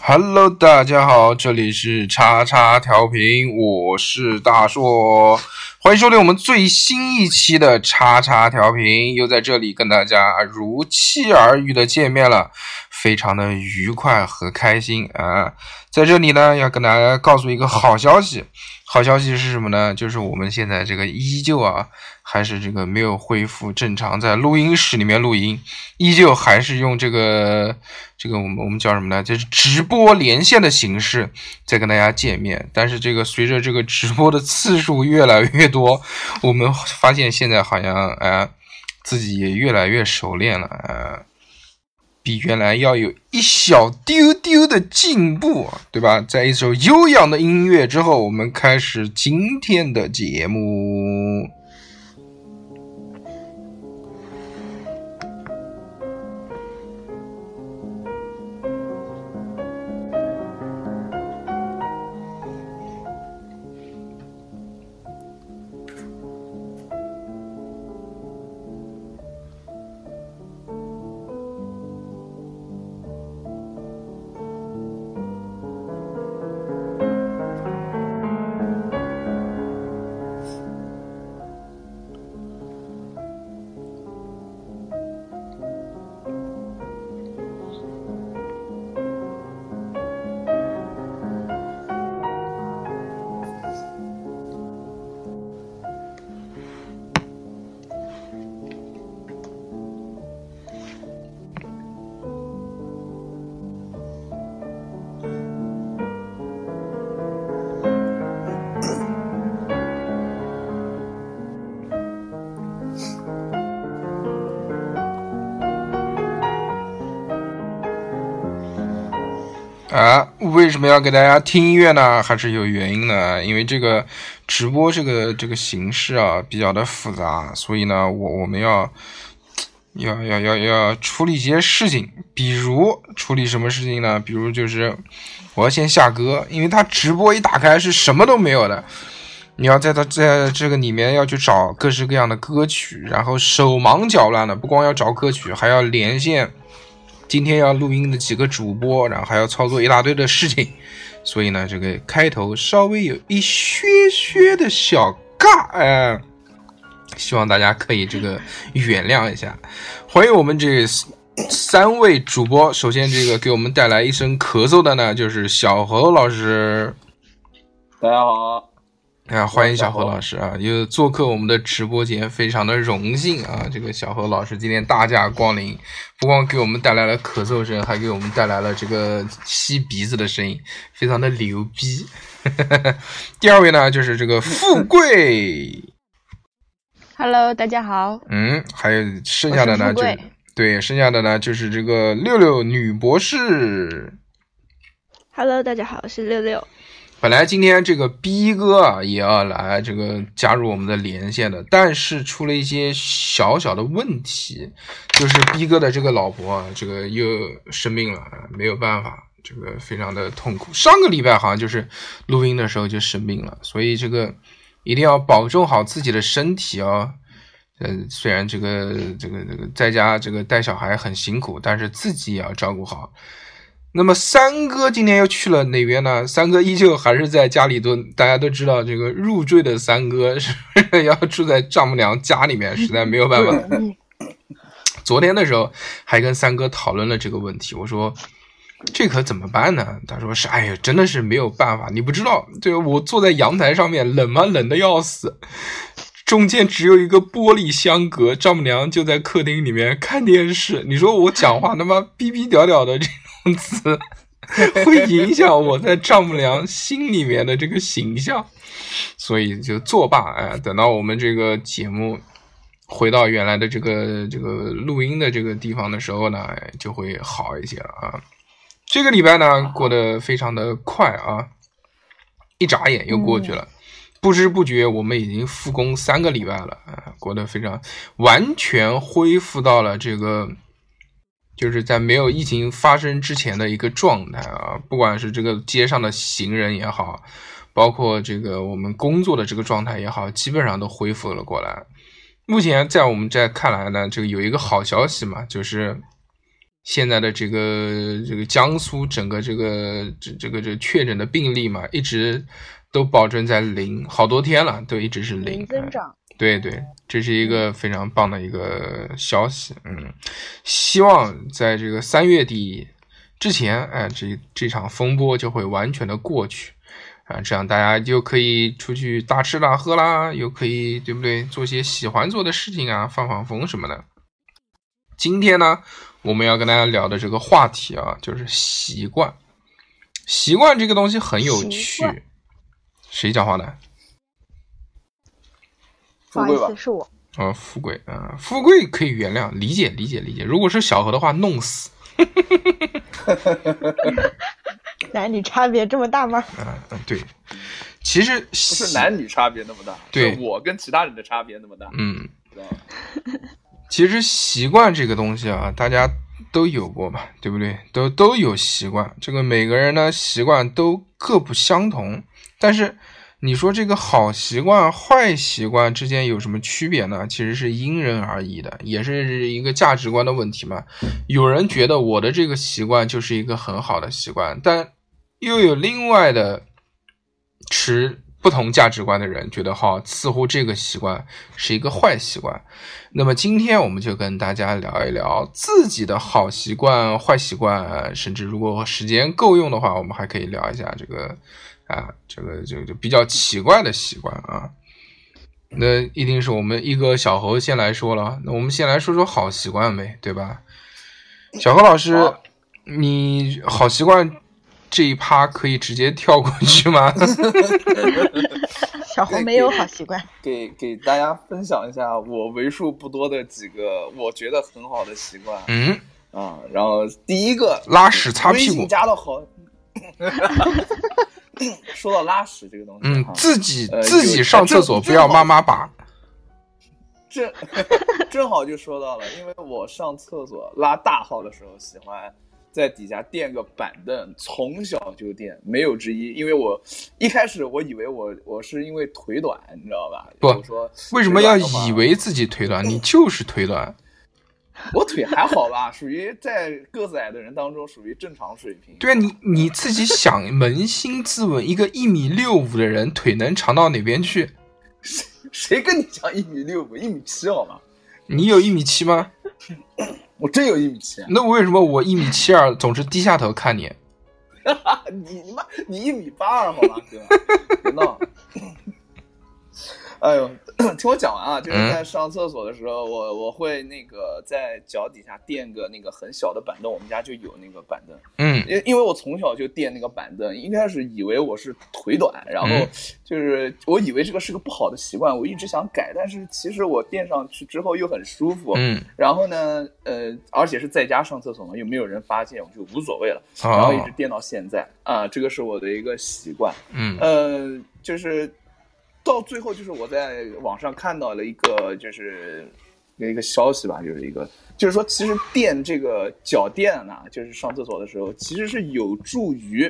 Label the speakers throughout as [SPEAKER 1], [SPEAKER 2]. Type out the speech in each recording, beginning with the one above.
[SPEAKER 1] Hello，大家好，这里是叉叉调频，我是大硕，欢迎收听我们最新一期的叉叉调频，又在这里跟大家如期而遇的见面了，非常的愉快和开心啊！在这里呢，要跟大家告诉一个好消息，好消息是什么呢？就是我们现在这个依旧啊，还是这个没有恢复正常，在录音室里面录音，依旧还是用这个这个我们我们叫什么呢？就是直播连线的形式在跟大家见面。但是这个随着这个直播的次数越来越多，我们发现现在好像呃自己也越来越熟练了，呃，比原来要有一小丢丢的进步，啊对吧？在一首悠扬的音乐之后，我们开始今天的节目。啊，为什么要给大家听音乐呢？还是有原因的，因为这个直播这个这个形式啊比较的复杂，所以呢，我我们要要要要要处理一些事情，比如处理什么事情呢？比如就是我要先下歌，因为他直播一打开是什么都没有的，你要在它在这个里面要去找各式各样的歌曲，然后手忙脚乱的，不光要找歌曲，还要连线。今天要录音的几个主播，然后还要操作一大堆的事情，所以呢，这个开头稍微有一些些的小尬，哎、希望大家可以这个原谅一下。欢迎我们这三位主播，首先这个给我们带来一声咳嗽的呢，就是小侯老师，
[SPEAKER 2] 大家好，
[SPEAKER 1] 啊，欢迎小侯老师啊，又做客我们的直播间，非常的荣幸啊！这个小侯老师今天大驾光临，不光给我们带来了咳嗽声，还给我们带来了这个吸鼻子的声音，非常的牛逼。 第二位呢，就是这个富贵，
[SPEAKER 3] Hello，大家好，
[SPEAKER 1] 嗯，还有剩下的呢，
[SPEAKER 3] 我是富
[SPEAKER 1] 就
[SPEAKER 3] 贵
[SPEAKER 1] 对，剩下的呢就是这个六六女博士。
[SPEAKER 4] Hello，大家好，我是六六。
[SPEAKER 1] 本来今天这个逼哥啊也要来这个加入我们的连线的，但是出了一些小小的问题，就是逼哥的这个老婆啊，这个又生病了，没有办法，这个非常的痛苦。上个礼拜好像就是录音的时候就生病了，所以这个一定要保重好自己的身体哦。呃，虽然这个这个这个在家这个带小孩很辛苦，但是自己也要照顾好。那么三哥今天又去了哪边呢？三哥依旧还是在家里蹲。大家都知道，这个入赘的三哥是要住在丈母娘家里面，实在没有办法。
[SPEAKER 5] 嗯
[SPEAKER 1] 昨天的时候还跟三哥讨论了这个问题，我说这可怎么办呢？他说是，哎呀，真的是没有办法，你不知道，对我坐在阳台上面，冷吗？冷的要死。中间只有一个玻璃相隔，丈母娘就在客厅里面看电视。你说我讲话他妈逼逼屌屌的这种词，会影响我在丈母娘心里面的这个形象，所以就作罢。哎，等到我们这个节目回到原来的这个这个录音的这个地方的时候呢，哎就会好一些了啊。这个礼拜呢过得非常的快啊，一眨眼又过去了。不知不觉，我们已经复工三个礼拜了，啊，过得非常完全恢复到了这个，就是在没有疫情发生之前的一个状态啊。不管是这个街上的行人也好，包括这个我们工作的这个状态也好，基本上都恢复了过来。目前在我们这看来呢，这个有一个好消息嘛，就是现在的这个这个江苏整个这个这这个这确诊的病例嘛，一直都保证在零，好多天了，都一直是零哎
[SPEAKER 5] 零增长。
[SPEAKER 1] 对对，这是一个非常棒的一个消息，嗯，希望在这个三月底之前，哎，这这场风波就会完全的过去，啊，这样大家就可以出去大吃大喝啦，又可以对不对，做些喜欢做的事情啊，放放风什么的。今天呢，我们要跟大家聊的这个话题啊，就是习惯，习惯这个东西很有
[SPEAKER 5] 习
[SPEAKER 1] 趣
[SPEAKER 5] 惯。
[SPEAKER 1] 谁讲话呢？
[SPEAKER 5] 不好
[SPEAKER 2] 富
[SPEAKER 5] 意
[SPEAKER 2] 贵吧
[SPEAKER 5] 思，是我。
[SPEAKER 1] 啊、富贵啊、富贵可以原谅，理解理解理解。如果是小何的话，弄死
[SPEAKER 5] 男女差别这么 大吗？
[SPEAKER 1] 啊、嗯对，其实
[SPEAKER 2] 不
[SPEAKER 1] 不
[SPEAKER 2] 是男女差别那么大，
[SPEAKER 1] 对
[SPEAKER 2] 是我跟其他人的差别那么大，
[SPEAKER 1] 嗯，
[SPEAKER 2] 知道吗？
[SPEAKER 1] 其实习惯这个东西啊，大家都有过嘛，对不对？都都有习惯，这个每个人呢习惯都各不相同。但是你说这个好习惯、坏习惯之间有什么区别呢？其实是因人而异的，也是一个价值观的问题嘛。有人觉得我的这个习惯就是一个很好的习惯，但又有另外的持不同价值观的人觉得哈，似乎这个习惯是一个坏习惯。那么今天我们就跟大家聊一聊自己的好习惯、坏习惯，呃甚至如果时间够用的话，我们还可以聊一下这个啊，这个就就比较奇怪的习惯啊。那一定是我们一哥小侯先来说了，那我们先来说说好习惯呗，对吧？小何老师，
[SPEAKER 2] 好
[SPEAKER 1] 你好习惯这一趴可以直接跳过去吗？
[SPEAKER 5] 小红没有好习惯，
[SPEAKER 2] 给给大家分享一下我为数不多的几个我觉得很好的习惯
[SPEAKER 1] 嗯，
[SPEAKER 2] 啊。然后第一个，
[SPEAKER 1] 拉屎擦屁
[SPEAKER 2] 微
[SPEAKER 1] 股
[SPEAKER 2] 信。加到好。 说到拉屎这个东西，
[SPEAKER 1] 嗯
[SPEAKER 2] 啊，
[SPEAKER 1] 自己
[SPEAKER 2] 呃
[SPEAKER 1] 自己
[SPEAKER 2] 有
[SPEAKER 1] 上
[SPEAKER 2] 呃
[SPEAKER 1] 厕
[SPEAKER 2] 这
[SPEAKER 1] 所，
[SPEAKER 2] 这
[SPEAKER 1] 不要
[SPEAKER 2] 好
[SPEAKER 1] 妈妈把。
[SPEAKER 2] 正正好就说到了，因为我上厕所拉大号的时候，喜欢在底下垫个板凳，从小就垫，没有之一。因为我一开始我以为我我是因为腿短，你知道吧？
[SPEAKER 1] 不
[SPEAKER 2] 我说
[SPEAKER 1] 为什么要
[SPEAKER 2] 腿短的话
[SPEAKER 1] 以为自己腿短？你就是腿短。
[SPEAKER 2] 我腿还好吧？属于在个子矮的人当中属于正常水平。
[SPEAKER 1] 对啊，你你自己想，扪心自问，一个一米六五的人，腿能长到哪边去？
[SPEAKER 2] 谁跟你讲一米六五、一米七好吗？
[SPEAKER 1] 你有一米七吗？
[SPEAKER 2] 我真有一米七、啊，
[SPEAKER 1] 那为什么我一米七二总是低下头看你？
[SPEAKER 2] 你你妈你一米八二好吧，对吧？别闹。哎呦， 听我讲完啊，
[SPEAKER 1] 嗯
[SPEAKER 2] 就是在上厕所的时候，我我会那个在脚底下垫个那个很小的板凳，我们家就有那个板凳，
[SPEAKER 1] 嗯
[SPEAKER 2] 因因为我从小就垫那个板凳，一开始以为我是腿短，然后
[SPEAKER 1] 嗯
[SPEAKER 2] 就是我以为这个是个不好的习惯，我一直想改，但是其实我垫上去之后又很舒服，
[SPEAKER 1] 嗯，
[SPEAKER 2] 然后呢，呃，而且是在家上厕所嘛，又没有人发现，我就无所谓了。然后一
[SPEAKER 1] 哦
[SPEAKER 2] 直，垫到现在啊，这个是我的一个习惯。
[SPEAKER 1] 嗯
[SPEAKER 2] 呃，就是到最后，就是我在网上看到了一个，就是一个消息吧，就是一个，就是说，其实垫这个脚垫啊，就是上厕所的时候，其实是有助于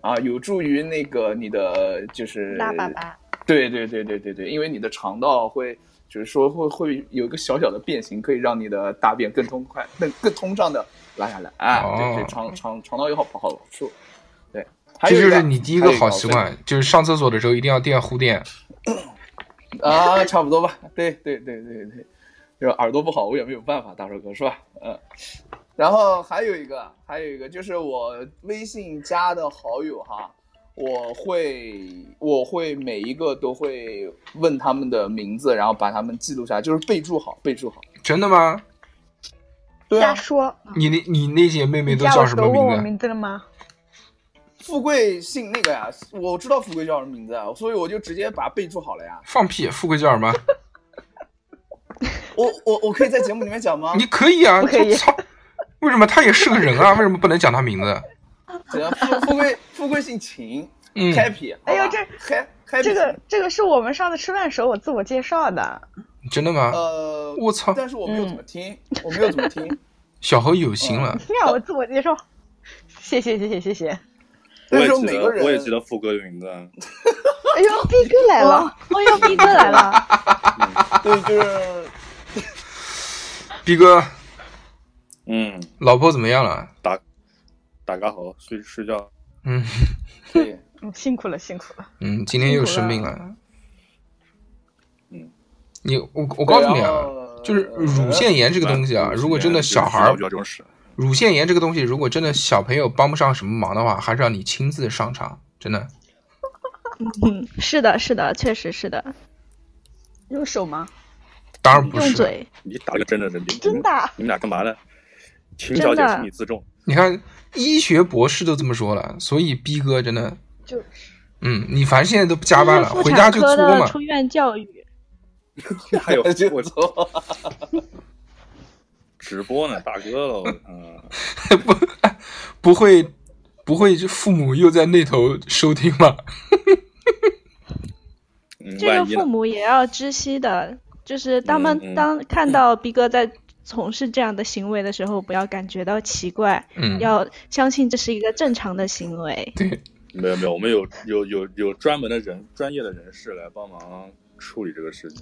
[SPEAKER 2] 啊，有助于那个你的就是
[SPEAKER 3] 拉粑粑，
[SPEAKER 2] 对对对对对对，因为你的肠道会，就是说会会有一个小小的变形，可以让你的大便更通快、更更通畅的拉下来。哎，对
[SPEAKER 1] 哦
[SPEAKER 2] 对，肠肠肠道有好好处。对，还
[SPEAKER 1] 这
[SPEAKER 2] 有
[SPEAKER 1] 就
[SPEAKER 2] 一
[SPEAKER 1] 是你第一
[SPEAKER 2] 还
[SPEAKER 1] 个
[SPEAKER 2] 有
[SPEAKER 1] 好习惯，就是上厕所的时候一定要垫护垫。
[SPEAKER 2] 啊， 差不多吧。对对对对对，就是耳朵不好，我也没有办法，大帅哥是吧？嗯。然后还有一个，还有一个就是我微信加的好友哈，我会我会每一个都会问他们的名字，然后把他们记录下来，就是备注好，备注好。
[SPEAKER 1] 真的吗？
[SPEAKER 2] 对
[SPEAKER 5] 瞎
[SPEAKER 2] 啊，
[SPEAKER 5] 说。
[SPEAKER 1] 你那你那些妹妹
[SPEAKER 5] 你
[SPEAKER 1] 都
[SPEAKER 5] 加我
[SPEAKER 1] 叫
[SPEAKER 5] 时
[SPEAKER 1] 什
[SPEAKER 5] 候
[SPEAKER 1] 么
[SPEAKER 5] 问我
[SPEAKER 1] 名字？啊
[SPEAKER 5] 名字了吗？
[SPEAKER 2] 富贵姓那个呀，我知道富贵叫什么名字啊，所以我就直接把备注好了呀。
[SPEAKER 1] 放屁！富贵叫什么？
[SPEAKER 2] 我我我可以在节目里面讲吗？
[SPEAKER 1] 你可 以啊，
[SPEAKER 5] 不可以
[SPEAKER 1] 我操！为什么他也是个人啊？为什么不能讲他名字？
[SPEAKER 2] 怎样？富富贵富贵姓秦、
[SPEAKER 1] 嗯
[SPEAKER 2] h a p p y
[SPEAKER 5] 哎呦这
[SPEAKER 2] 嗨 happy
[SPEAKER 5] 这个这个是我们上次吃饭时候我自我介绍的，
[SPEAKER 1] 真的吗？
[SPEAKER 2] 呃，
[SPEAKER 1] 我操
[SPEAKER 2] 但是我没有怎么
[SPEAKER 4] 嗯
[SPEAKER 2] 听，我没有怎么听。
[SPEAKER 1] 小何有心了，
[SPEAKER 5] 你让我自我介绍，谢谢谢谢谢谢。
[SPEAKER 2] 那
[SPEAKER 4] 哎
[SPEAKER 6] 我也
[SPEAKER 2] 时候
[SPEAKER 6] 记
[SPEAKER 2] 每
[SPEAKER 6] 得，
[SPEAKER 2] 个人
[SPEAKER 6] 我也记得富哥的名字啊。
[SPEAKER 5] 哎呦， 逼哥来
[SPEAKER 4] 哦
[SPEAKER 5] 了，哎呦，逼哥来了，
[SPEAKER 2] 对，就是
[SPEAKER 1] 逼哥，
[SPEAKER 6] 嗯，
[SPEAKER 1] 老婆怎么样了？
[SPEAKER 6] 大大家好，睡睡觉。
[SPEAKER 1] 嗯
[SPEAKER 2] 对，
[SPEAKER 3] 嗯辛苦了，辛苦了。
[SPEAKER 1] 嗯，今天又生病了。
[SPEAKER 6] 嗯，
[SPEAKER 1] 你我我告诉你
[SPEAKER 2] 然
[SPEAKER 1] 啊，
[SPEAKER 2] 后呃
[SPEAKER 1] 就是乳腺炎这个东西啊，
[SPEAKER 6] 嗯
[SPEAKER 1] 如果真的小孩儿
[SPEAKER 6] 就要重视。
[SPEAKER 1] 乳腺炎这个东西，如果真的小朋友帮不上什么忙的话，还是要你亲自上场，真的。
[SPEAKER 4] 嗯，是的，是的，确实是的，
[SPEAKER 5] 用手吗？
[SPEAKER 1] 当然不
[SPEAKER 4] 用
[SPEAKER 1] 是，
[SPEAKER 4] 嘴。
[SPEAKER 6] 你打个针的人，
[SPEAKER 5] 真的啊？
[SPEAKER 6] 你们俩干嘛呢？秦小姐，
[SPEAKER 4] 真的
[SPEAKER 6] 请你自重。
[SPEAKER 1] 你看医学博士都这么说了，所以逼哥真的
[SPEAKER 5] 就是，
[SPEAKER 1] 嗯，你反正现在都不加班了，
[SPEAKER 4] 这是妇
[SPEAKER 1] 回家
[SPEAKER 4] 产
[SPEAKER 1] 就
[SPEAKER 4] 科
[SPEAKER 1] 做
[SPEAKER 4] 的
[SPEAKER 1] 嘛。
[SPEAKER 4] 出院教育，
[SPEAKER 6] 还有
[SPEAKER 2] 就
[SPEAKER 6] 我
[SPEAKER 2] 走。
[SPEAKER 6] 直播呢，大哥了，嗯，
[SPEAKER 1] 不不会不会，这父母又在那头收听吗？
[SPEAKER 6] 嗯
[SPEAKER 4] 这个
[SPEAKER 6] 万一呢
[SPEAKER 4] 父母也要知悉的，就是他
[SPEAKER 6] 嗯嗯
[SPEAKER 4] 们当看到逼哥在从事这样的行为的时候，不要感觉到奇怪，
[SPEAKER 1] 嗯，
[SPEAKER 4] 要相信这是一个正常的行为。
[SPEAKER 1] 对，
[SPEAKER 6] 没有没有，我们有有有有专门的人专业的人士来帮忙处理这个事情。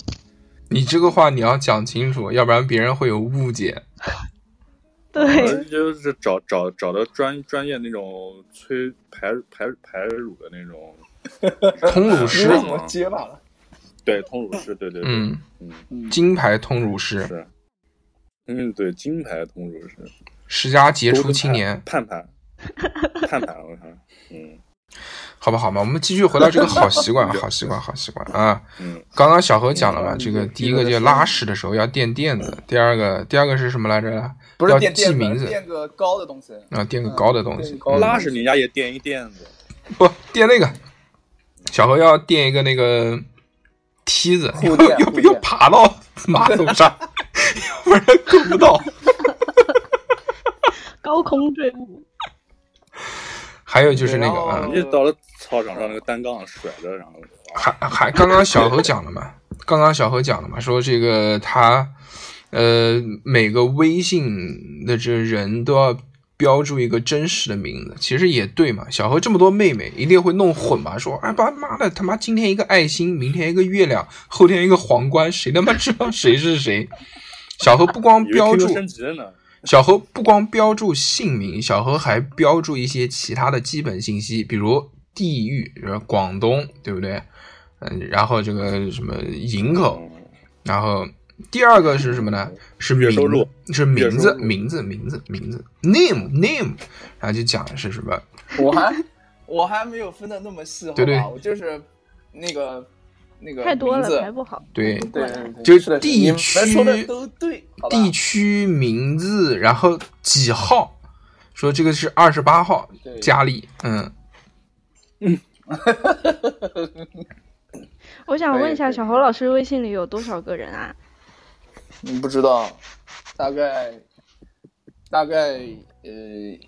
[SPEAKER 1] 你这个话你要讲清楚，要不然别人会有误 解。
[SPEAKER 4] 对，
[SPEAKER 6] 而就是找找找的专专业那种催排排排乳的那种，
[SPEAKER 1] 通乳
[SPEAKER 2] 你
[SPEAKER 1] 师
[SPEAKER 2] 为什么结巴了？
[SPEAKER 6] 对通乳师，对对对，
[SPEAKER 1] 嗯，
[SPEAKER 6] 嗯
[SPEAKER 1] 金牌通乳师，
[SPEAKER 6] 是，嗯对，金牌通乳师，
[SPEAKER 1] 十佳杰出青年，
[SPEAKER 6] 盼盼盼盼，我看，嗯
[SPEAKER 1] 好不好嘛？我们继续回到这个好习 惯，好习惯，好习惯啊！
[SPEAKER 6] 嗯，
[SPEAKER 1] 刚刚小何讲了嘛，
[SPEAKER 2] 嗯
[SPEAKER 1] 这个第一个就是拉屎的时候要垫垫子，第二个第二个是什么来着？
[SPEAKER 2] 不是
[SPEAKER 1] 要
[SPEAKER 2] 垫
[SPEAKER 1] 记
[SPEAKER 2] 垫
[SPEAKER 1] 名
[SPEAKER 2] 子，
[SPEAKER 1] 字，
[SPEAKER 2] 垫个高的东西。
[SPEAKER 1] 啊，垫个高的东西嗯
[SPEAKER 2] 嗯垫个高，的
[SPEAKER 6] 拉屎人家也垫一垫子，
[SPEAKER 1] 不垫那个，小何要垫一个那个梯子，
[SPEAKER 2] 护
[SPEAKER 1] 要
[SPEAKER 2] 垫
[SPEAKER 1] 要
[SPEAKER 2] 护
[SPEAKER 1] 不
[SPEAKER 2] 垫
[SPEAKER 1] 要爬到马桶上， 要不然够不到。
[SPEAKER 4] 高空坠物，
[SPEAKER 1] 还有就是那个
[SPEAKER 2] 然后
[SPEAKER 1] 啊，
[SPEAKER 6] 你就到了操场上那个单杠甩着，然后
[SPEAKER 1] 还还刚刚小何讲了嘛， 刚刚小何讲了嘛，说这个他呃每个微信的这人都要标注一个真实的名字，其实也对嘛。小何这么多妹妹，一定会弄混吧？说哎爸妈的他妈今天一个爱心，明天一个月亮，后天一个皇冠，谁他妈知道谁是谁？小何不光
[SPEAKER 6] 以为
[SPEAKER 1] 标
[SPEAKER 6] QQ
[SPEAKER 1] 注，
[SPEAKER 6] 升级了呢，
[SPEAKER 1] 小何不光标注姓名，小何还标注一些其他的基本信息，比如地域，比如广东，对不对？嗯，然后这个什么营口，
[SPEAKER 6] 嗯
[SPEAKER 1] 然后第二个是什么呢？是名
[SPEAKER 6] 月收入
[SPEAKER 1] 是名
[SPEAKER 6] 月收
[SPEAKER 1] 字，
[SPEAKER 6] 入
[SPEAKER 1] 名字，名字，名字，name name，然后就讲的是什么？
[SPEAKER 2] 我还我还没有分的那么细，好
[SPEAKER 1] 对对
[SPEAKER 2] 吧？我就是那个那个
[SPEAKER 4] 太多
[SPEAKER 2] 名字
[SPEAKER 4] 了，排不好。
[SPEAKER 1] 对，
[SPEAKER 2] 对对，对
[SPEAKER 1] 就是
[SPEAKER 2] 的
[SPEAKER 1] 地
[SPEAKER 2] 你们
[SPEAKER 1] 区
[SPEAKER 2] 说的都对，好吧
[SPEAKER 1] 地区名字，然后几号，说这个是二十八号
[SPEAKER 2] 对
[SPEAKER 1] 家里，嗯，
[SPEAKER 4] 我想问一
[SPEAKER 2] 可
[SPEAKER 4] 下，
[SPEAKER 2] 以
[SPEAKER 4] 小侯老师微信里有多少个人啊？
[SPEAKER 2] 嗯不知道，大概大概呃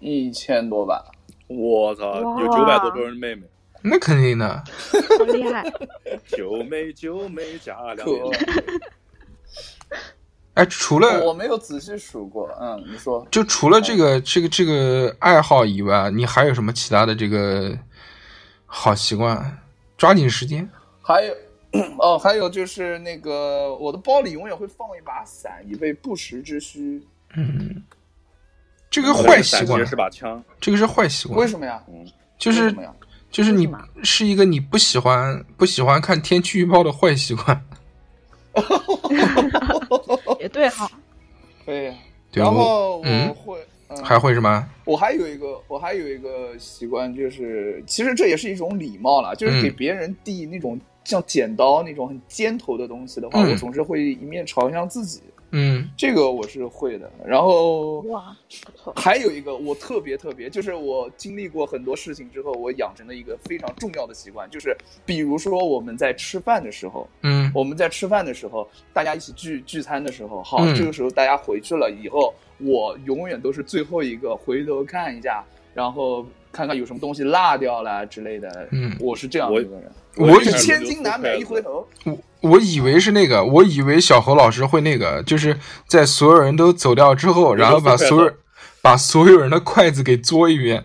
[SPEAKER 2] 一千多吧。
[SPEAKER 6] 我操，有
[SPEAKER 4] 哇
[SPEAKER 6] 九百多个人妹妹。
[SPEAKER 1] 那肯定的，
[SPEAKER 4] 好厉害！
[SPEAKER 6] 九妹九妹加两
[SPEAKER 2] 可
[SPEAKER 6] 点，
[SPEAKER 1] 哎，除了
[SPEAKER 6] 哦
[SPEAKER 2] 我没有仔细数过，嗯，你说
[SPEAKER 1] 就除了这个这个这个爱好以外，你还有什么其他的这个好习惯？抓紧时间，
[SPEAKER 2] 还有 哦，还有就是那个我的包里永远会放一把伞，以备不时之需。
[SPEAKER 1] 嗯，这个坏习
[SPEAKER 6] 其
[SPEAKER 1] 惯嗯
[SPEAKER 6] 实，是把枪，
[SPEAKER 1] 这个是坏习惯，
[SPEAKER 2] 为什么呀？
[SPEAKER 1] 就
[SPEAKER 2] 为
[SPEAKER 1] 是
[SPEAKER 2] 什么呀？
[SPEAKER 1] 就是你
[SPEAKER 4] 为什
[SPEAKER 1] 是一个你不喜欢不喜欢看天气预报的坏习惯，
[SPEAKER 4] 也对哈，
[SPEAKER 2] 对。
[SPEAKER 1] 对
[SPEAKER 2] 然后我
[SPEAKER 1] 嗯，
[SPEAKER 2] 会，嗯
[SPEAKER 1] 还会什么？
[SPEAKER 2] 我还有一个，我还有一个习惯，就是其实这也是一种礼貌啦，就是给
[SPEAKER 1] 嗯
[SPEAKER 2] 别人递那种像剪刀那种很尖头的东西的话，
[SPEAKER 1] 嗯
[SPEAKER 2] 我总是会一面朝向自己，
[SPEAKER 1] 嗯
[SPEAKER 2] 这个我是会的。然后
[SPEAKER 5] 哇，
[SPEAKER 2] 还有一个我特别特别，就是我经历过很多事情之后，我养成的一个非常重要的习惯，就是比如说我们在吃饭的时候，
[SPEAKER 1] 嗯
[SPEAKER 2] 我们在吃饭的时候，大家一起聚聚餐的时候，好，
[SPEAKER 1] 嗯
[SPEAKER 2] 这个时候大家回去了以后，我永远都是最后一个回头看一下，然后看看有什么东西落掉了之类的。
[SPEAKER 1] 嗯
[SPEAKER 2] 我是这样
[SPEAKER 6] 我
[SPEAKER 2] 的一个人，
[SPEAKER 1] 我
[SPEAKER 2] 是
[SPEAKER 6] 也是
[SPEAKER 2] 千金难买一回头。
[SPEAKER 1] 我我以为是那个，我以为小何老师会那个，就是在所有人都走掉之后，然后把所有把所有人的筷子给嘬一遍。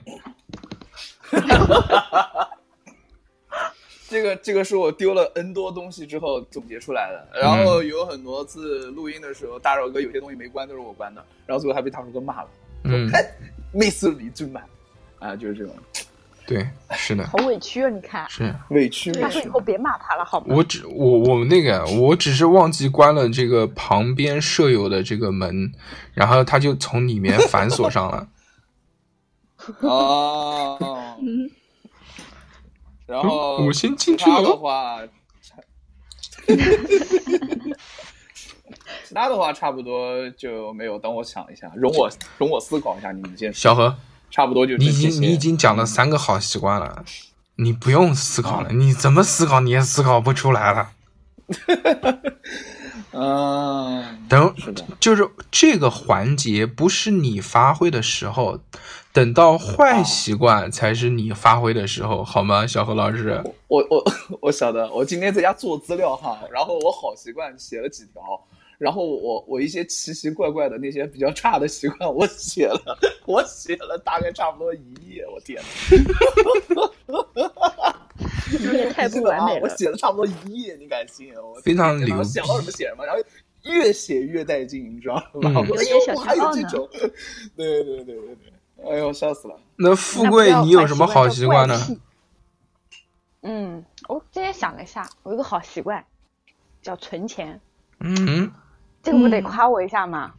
[SPEAKER 2] 这个这个是我丢了 N 多东西之后总结出来的。然
[SPEAKER 1] 嗯
[SPEAKER 2] 后有很多次录音的时候，大肉哥有些东西没关都是我关的，然后最后还被大肉哥骂了，
[SPEAKER 1] 嗯，
[SPEAKER 2] 每次你最满啊，就是这种
[SPEAKER 1] 对，是的，
[SPEAKER 5] 好委屈啊！你看，
[SPEAKER 1] 是。
[SPEAKER 2] 委屈。
[SPEAKER 5] 他说以后别骂他了，好吗？
[SPEAKER 1] 我只我我那个我只是忘记关了这个旁边舍友的这个门，然后他就从里面反锁上了。
[SPEAKER 2] 哦，然后
[SPEAKER 1] 嗯我先进去
[SPEAKER 2] 其他
[SPEAKER 1] 了
[SPEAKER 2] 的话， 其他的话差不多就没有。等我想一下，容我容我思考一下你们先说，
[SPEAKER 1] 小何，
[SPEAKER 2] 差不多 就
[SPEAKER 1] 你
[SPEAKER 2] 是
[SPEAKER 1] 已
[SPEAKER 2] 这
[SPEAKER 1] 经你已
[SPEAKER 2] 些。
[SPEAKER 1] 经讲了三个好习惯了，你不用思考了，你怎么思考你也思考不出来了。
[SPEAKER 2] 嗯，
[SPEAKER 1] 等
[SPEAKER 2] 是的，
[SPEAKER 1] 就是这个环节不是你发挥的时候，等到坏习惯才是你发挥的时候，好吗，小何老师？
[SPEAKER 2] 我我我晓得，我今天在家做资料哈，然后我好习惯写了几条，然后我我一些奇奇怪怪的那些比较差的习惯，我写了，我写了大概差不多一页，我天
[SPEAKER 5] 你也太不完美
[SPEAKER 2] 我
[SPEAKER 5] 了。
[SPEAKER 2] 写了差不多一页，你敢信？我
[SPEAKER 1] 非常
[SPEAKER 2] 然
[SPEAKER 1] 牛
[SPEAKER 2] 后
[SPEAKER 1] 逼
[SPEAKER 2] 想，到什么写什么，然后越写越带劲，你知道吗？
[SPEAKER 1] 嗯
[SPEAKER 2] 我哎
[SPEAKER 5] 有点
[SPEAKER 2] 呦，
[SPEAKER 5] 小
[SPEAKER 2] 我还
[SPEAKER 5] 骄
[SPEAKER 2] 有
[SPEAKER 5] 傲
[SPEAKER 2] 这
[SPEAKER 5] 呢
[SPEAKER 2] 种，对对对对对，哎呦，笑死了。
[SPEAKER 1] 那富贵，你有什么好习惯呢？
[SPEAKER 5] 嗯，我今天想了一下，我有个好习惯，叫存钱，
[SPEAKER 1] 嗯，
[SPEAKER 5] 这个不得
[SPEAKER 4] 嗯
[SPEAKER 5] 夸我一下吗？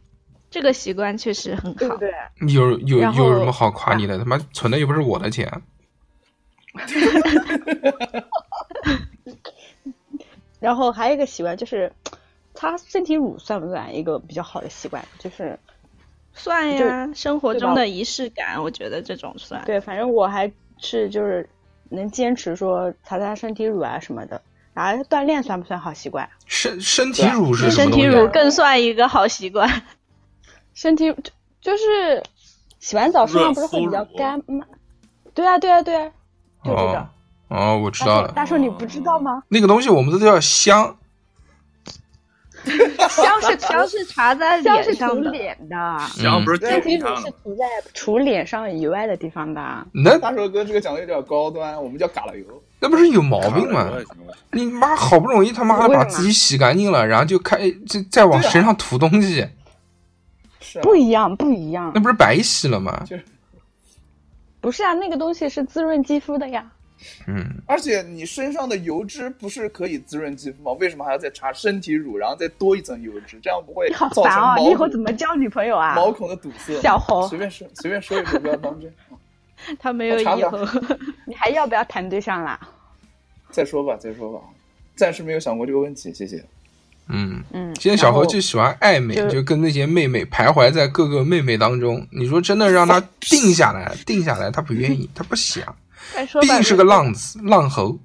[SPEAKER 4] 这个习惯确实很
[SPEAKER 5] 对不
[SPEAKER 4] 好。
[SPEAKER 5] 对？
[SPEAKER 1] 有有
[SPEAKER 4] 然后啊
[SPEAKER 1] 有什么好夸你的？他妈存的又不是我的钱，
[SPEAKER 5] 然后还有一个习惯就是，擦身体乳算不算一个比较好的习惯？就是
[SPEAKER 4] 算
[SPEAKER 5] 就
[SPEAKER 4] 呀，生活
[SPEAKER 5] 对
[SPEAKER 4] 中
[SPEAKER 5] 吧
[SPEAKER 4] 的仪式感，我觉得这种算。
[SPEAKER 5] 对，反正我还是就是能坚持说擦擦身体乳啊什么的。然后锻炼算不算好习惯？
[SPEAKER 1] 身身体乳是什么
[SPEAKER 4] 身
[SPEAKER 1] 东
[SPEAKER 4] 体
[SPEAKER 1] 西啊？
[SPEAKER 4] 乳更算一个好习惯。
[SPEAKER 5] 身体就就是洗完澡身上不是会比较干吗？对啊，对啊，对啊，就这
[SPEAKER 1] 哦
[SPEAKER 5] 个。
[SPEAKER 1] 哦，我知
[SPEAKER 5] 大
[SPEAKER 1] 道
[SPEAKER 5] 硕，
[SPEAKER 1] 了，
[SPEAKER 5] 大硕你不知道吗？
[SPEAKER 1] 那个东西我们都叫香，
[SPEAKER 5] 香是
[SPEAKER 4] 香是擦在
[SPEAKER 5] 香
[SPEAKER 4] 脸
[SPEAKER 5] 是涂
[SPEAKER 4] 上的，
[SPEAKER 5] 脸的，
[SPEAKER 6] 香啊不是
[SPEAKER 5] 身体
[SPEAKER 6] 顶
[SPEAKER 5] 乳
[SPEAKER 6] 上
[SPEAKER 5] 啊是
[SPEAKER 6] 的，
[SPEAKER 5] 涂在除脸上以外的地方的。
[SPEAKER 1] 那
[SPEAKER 2] 大寿哥这个讲的有点高端，我们叫嘎啦油。
[SPEAKER 1] 那不是有毛病
[SPEAKER 6] 卡
[SPEAKER 1] 吗
[SPEAKER 6] 了？也行吧
[SPEAKER 1] 你妈好不容易他妈的
[SPEAKER 5] 为什
[SPEAKER 1] 把
[SPEAKER 5] 么
[SPEAKER 1] 自己洗干净了，然后就开就再往
[SPEAKER 2] 对啊
[SPEAKER 1] 身上涂东西，
[SPEAKER 2] 是啊
[SPEAKER 5] 不一样，不一样
[SPEAKER 1] 那。不是白洗了吗？
[SPEAKER 5] 不是啊，那个东西是滋润肌肤的呀。
[SPEAKER 1] 嗯，
[SPEAKER 2] 而且你身上的油脂不是可以滋润肌肤吗？为什么还要再擦身体乳，然后再多一层油脂？这样不会
[SPEAKER 5] 你好
[SPEAKER 2] 造成
[SPEAKER 5] 烦哦！
[SPEAKER 2] 毛
[SPEAKER 5] 你以后
[SPEAKER 2] 孔
[SPEAKER 5] 怎么交女朋友啊？
[SPEAKER 2] 毛孔的堵塞？
[SPEAKER 5] 小猴
[SPEAKER 2] 随便说随便说一个，不要当真。
[SPEAKER 4] 他没有
[SPEAKER 2] 我查
[SPEAKER 4] 以
[SPEAKER 2] 不了
[SPEAKER 4] 后。
[SPEAKER 5] 你还要不要谈对象啦？
[SPEAKER 2] 再说吧，再说吧，暂时没有想过这个问题，谢谢。
[SPEAKER 1] 嗯，
[SPEAKER 5] 嗯，
[SPEAKER 1] 现在小
[SPEAKER 5] 然
[SPEAKER 1] 何
[SPEAKER 5] 后
[SPEAKER 1] 就喜欢暧昧，
[SPEAKER 5] 就
[SPEAKER 1] 就跟那些妹妹徘徊在各个妹妹当中。你说真的让他定下来，定下来，他不愿意，他不想，
[SPEAKER 4] 再说
[SPEAKER 1] 毕
[SPEAKER 4] 吧，
[SPEAKER 1] 竟是个浪子浪猴。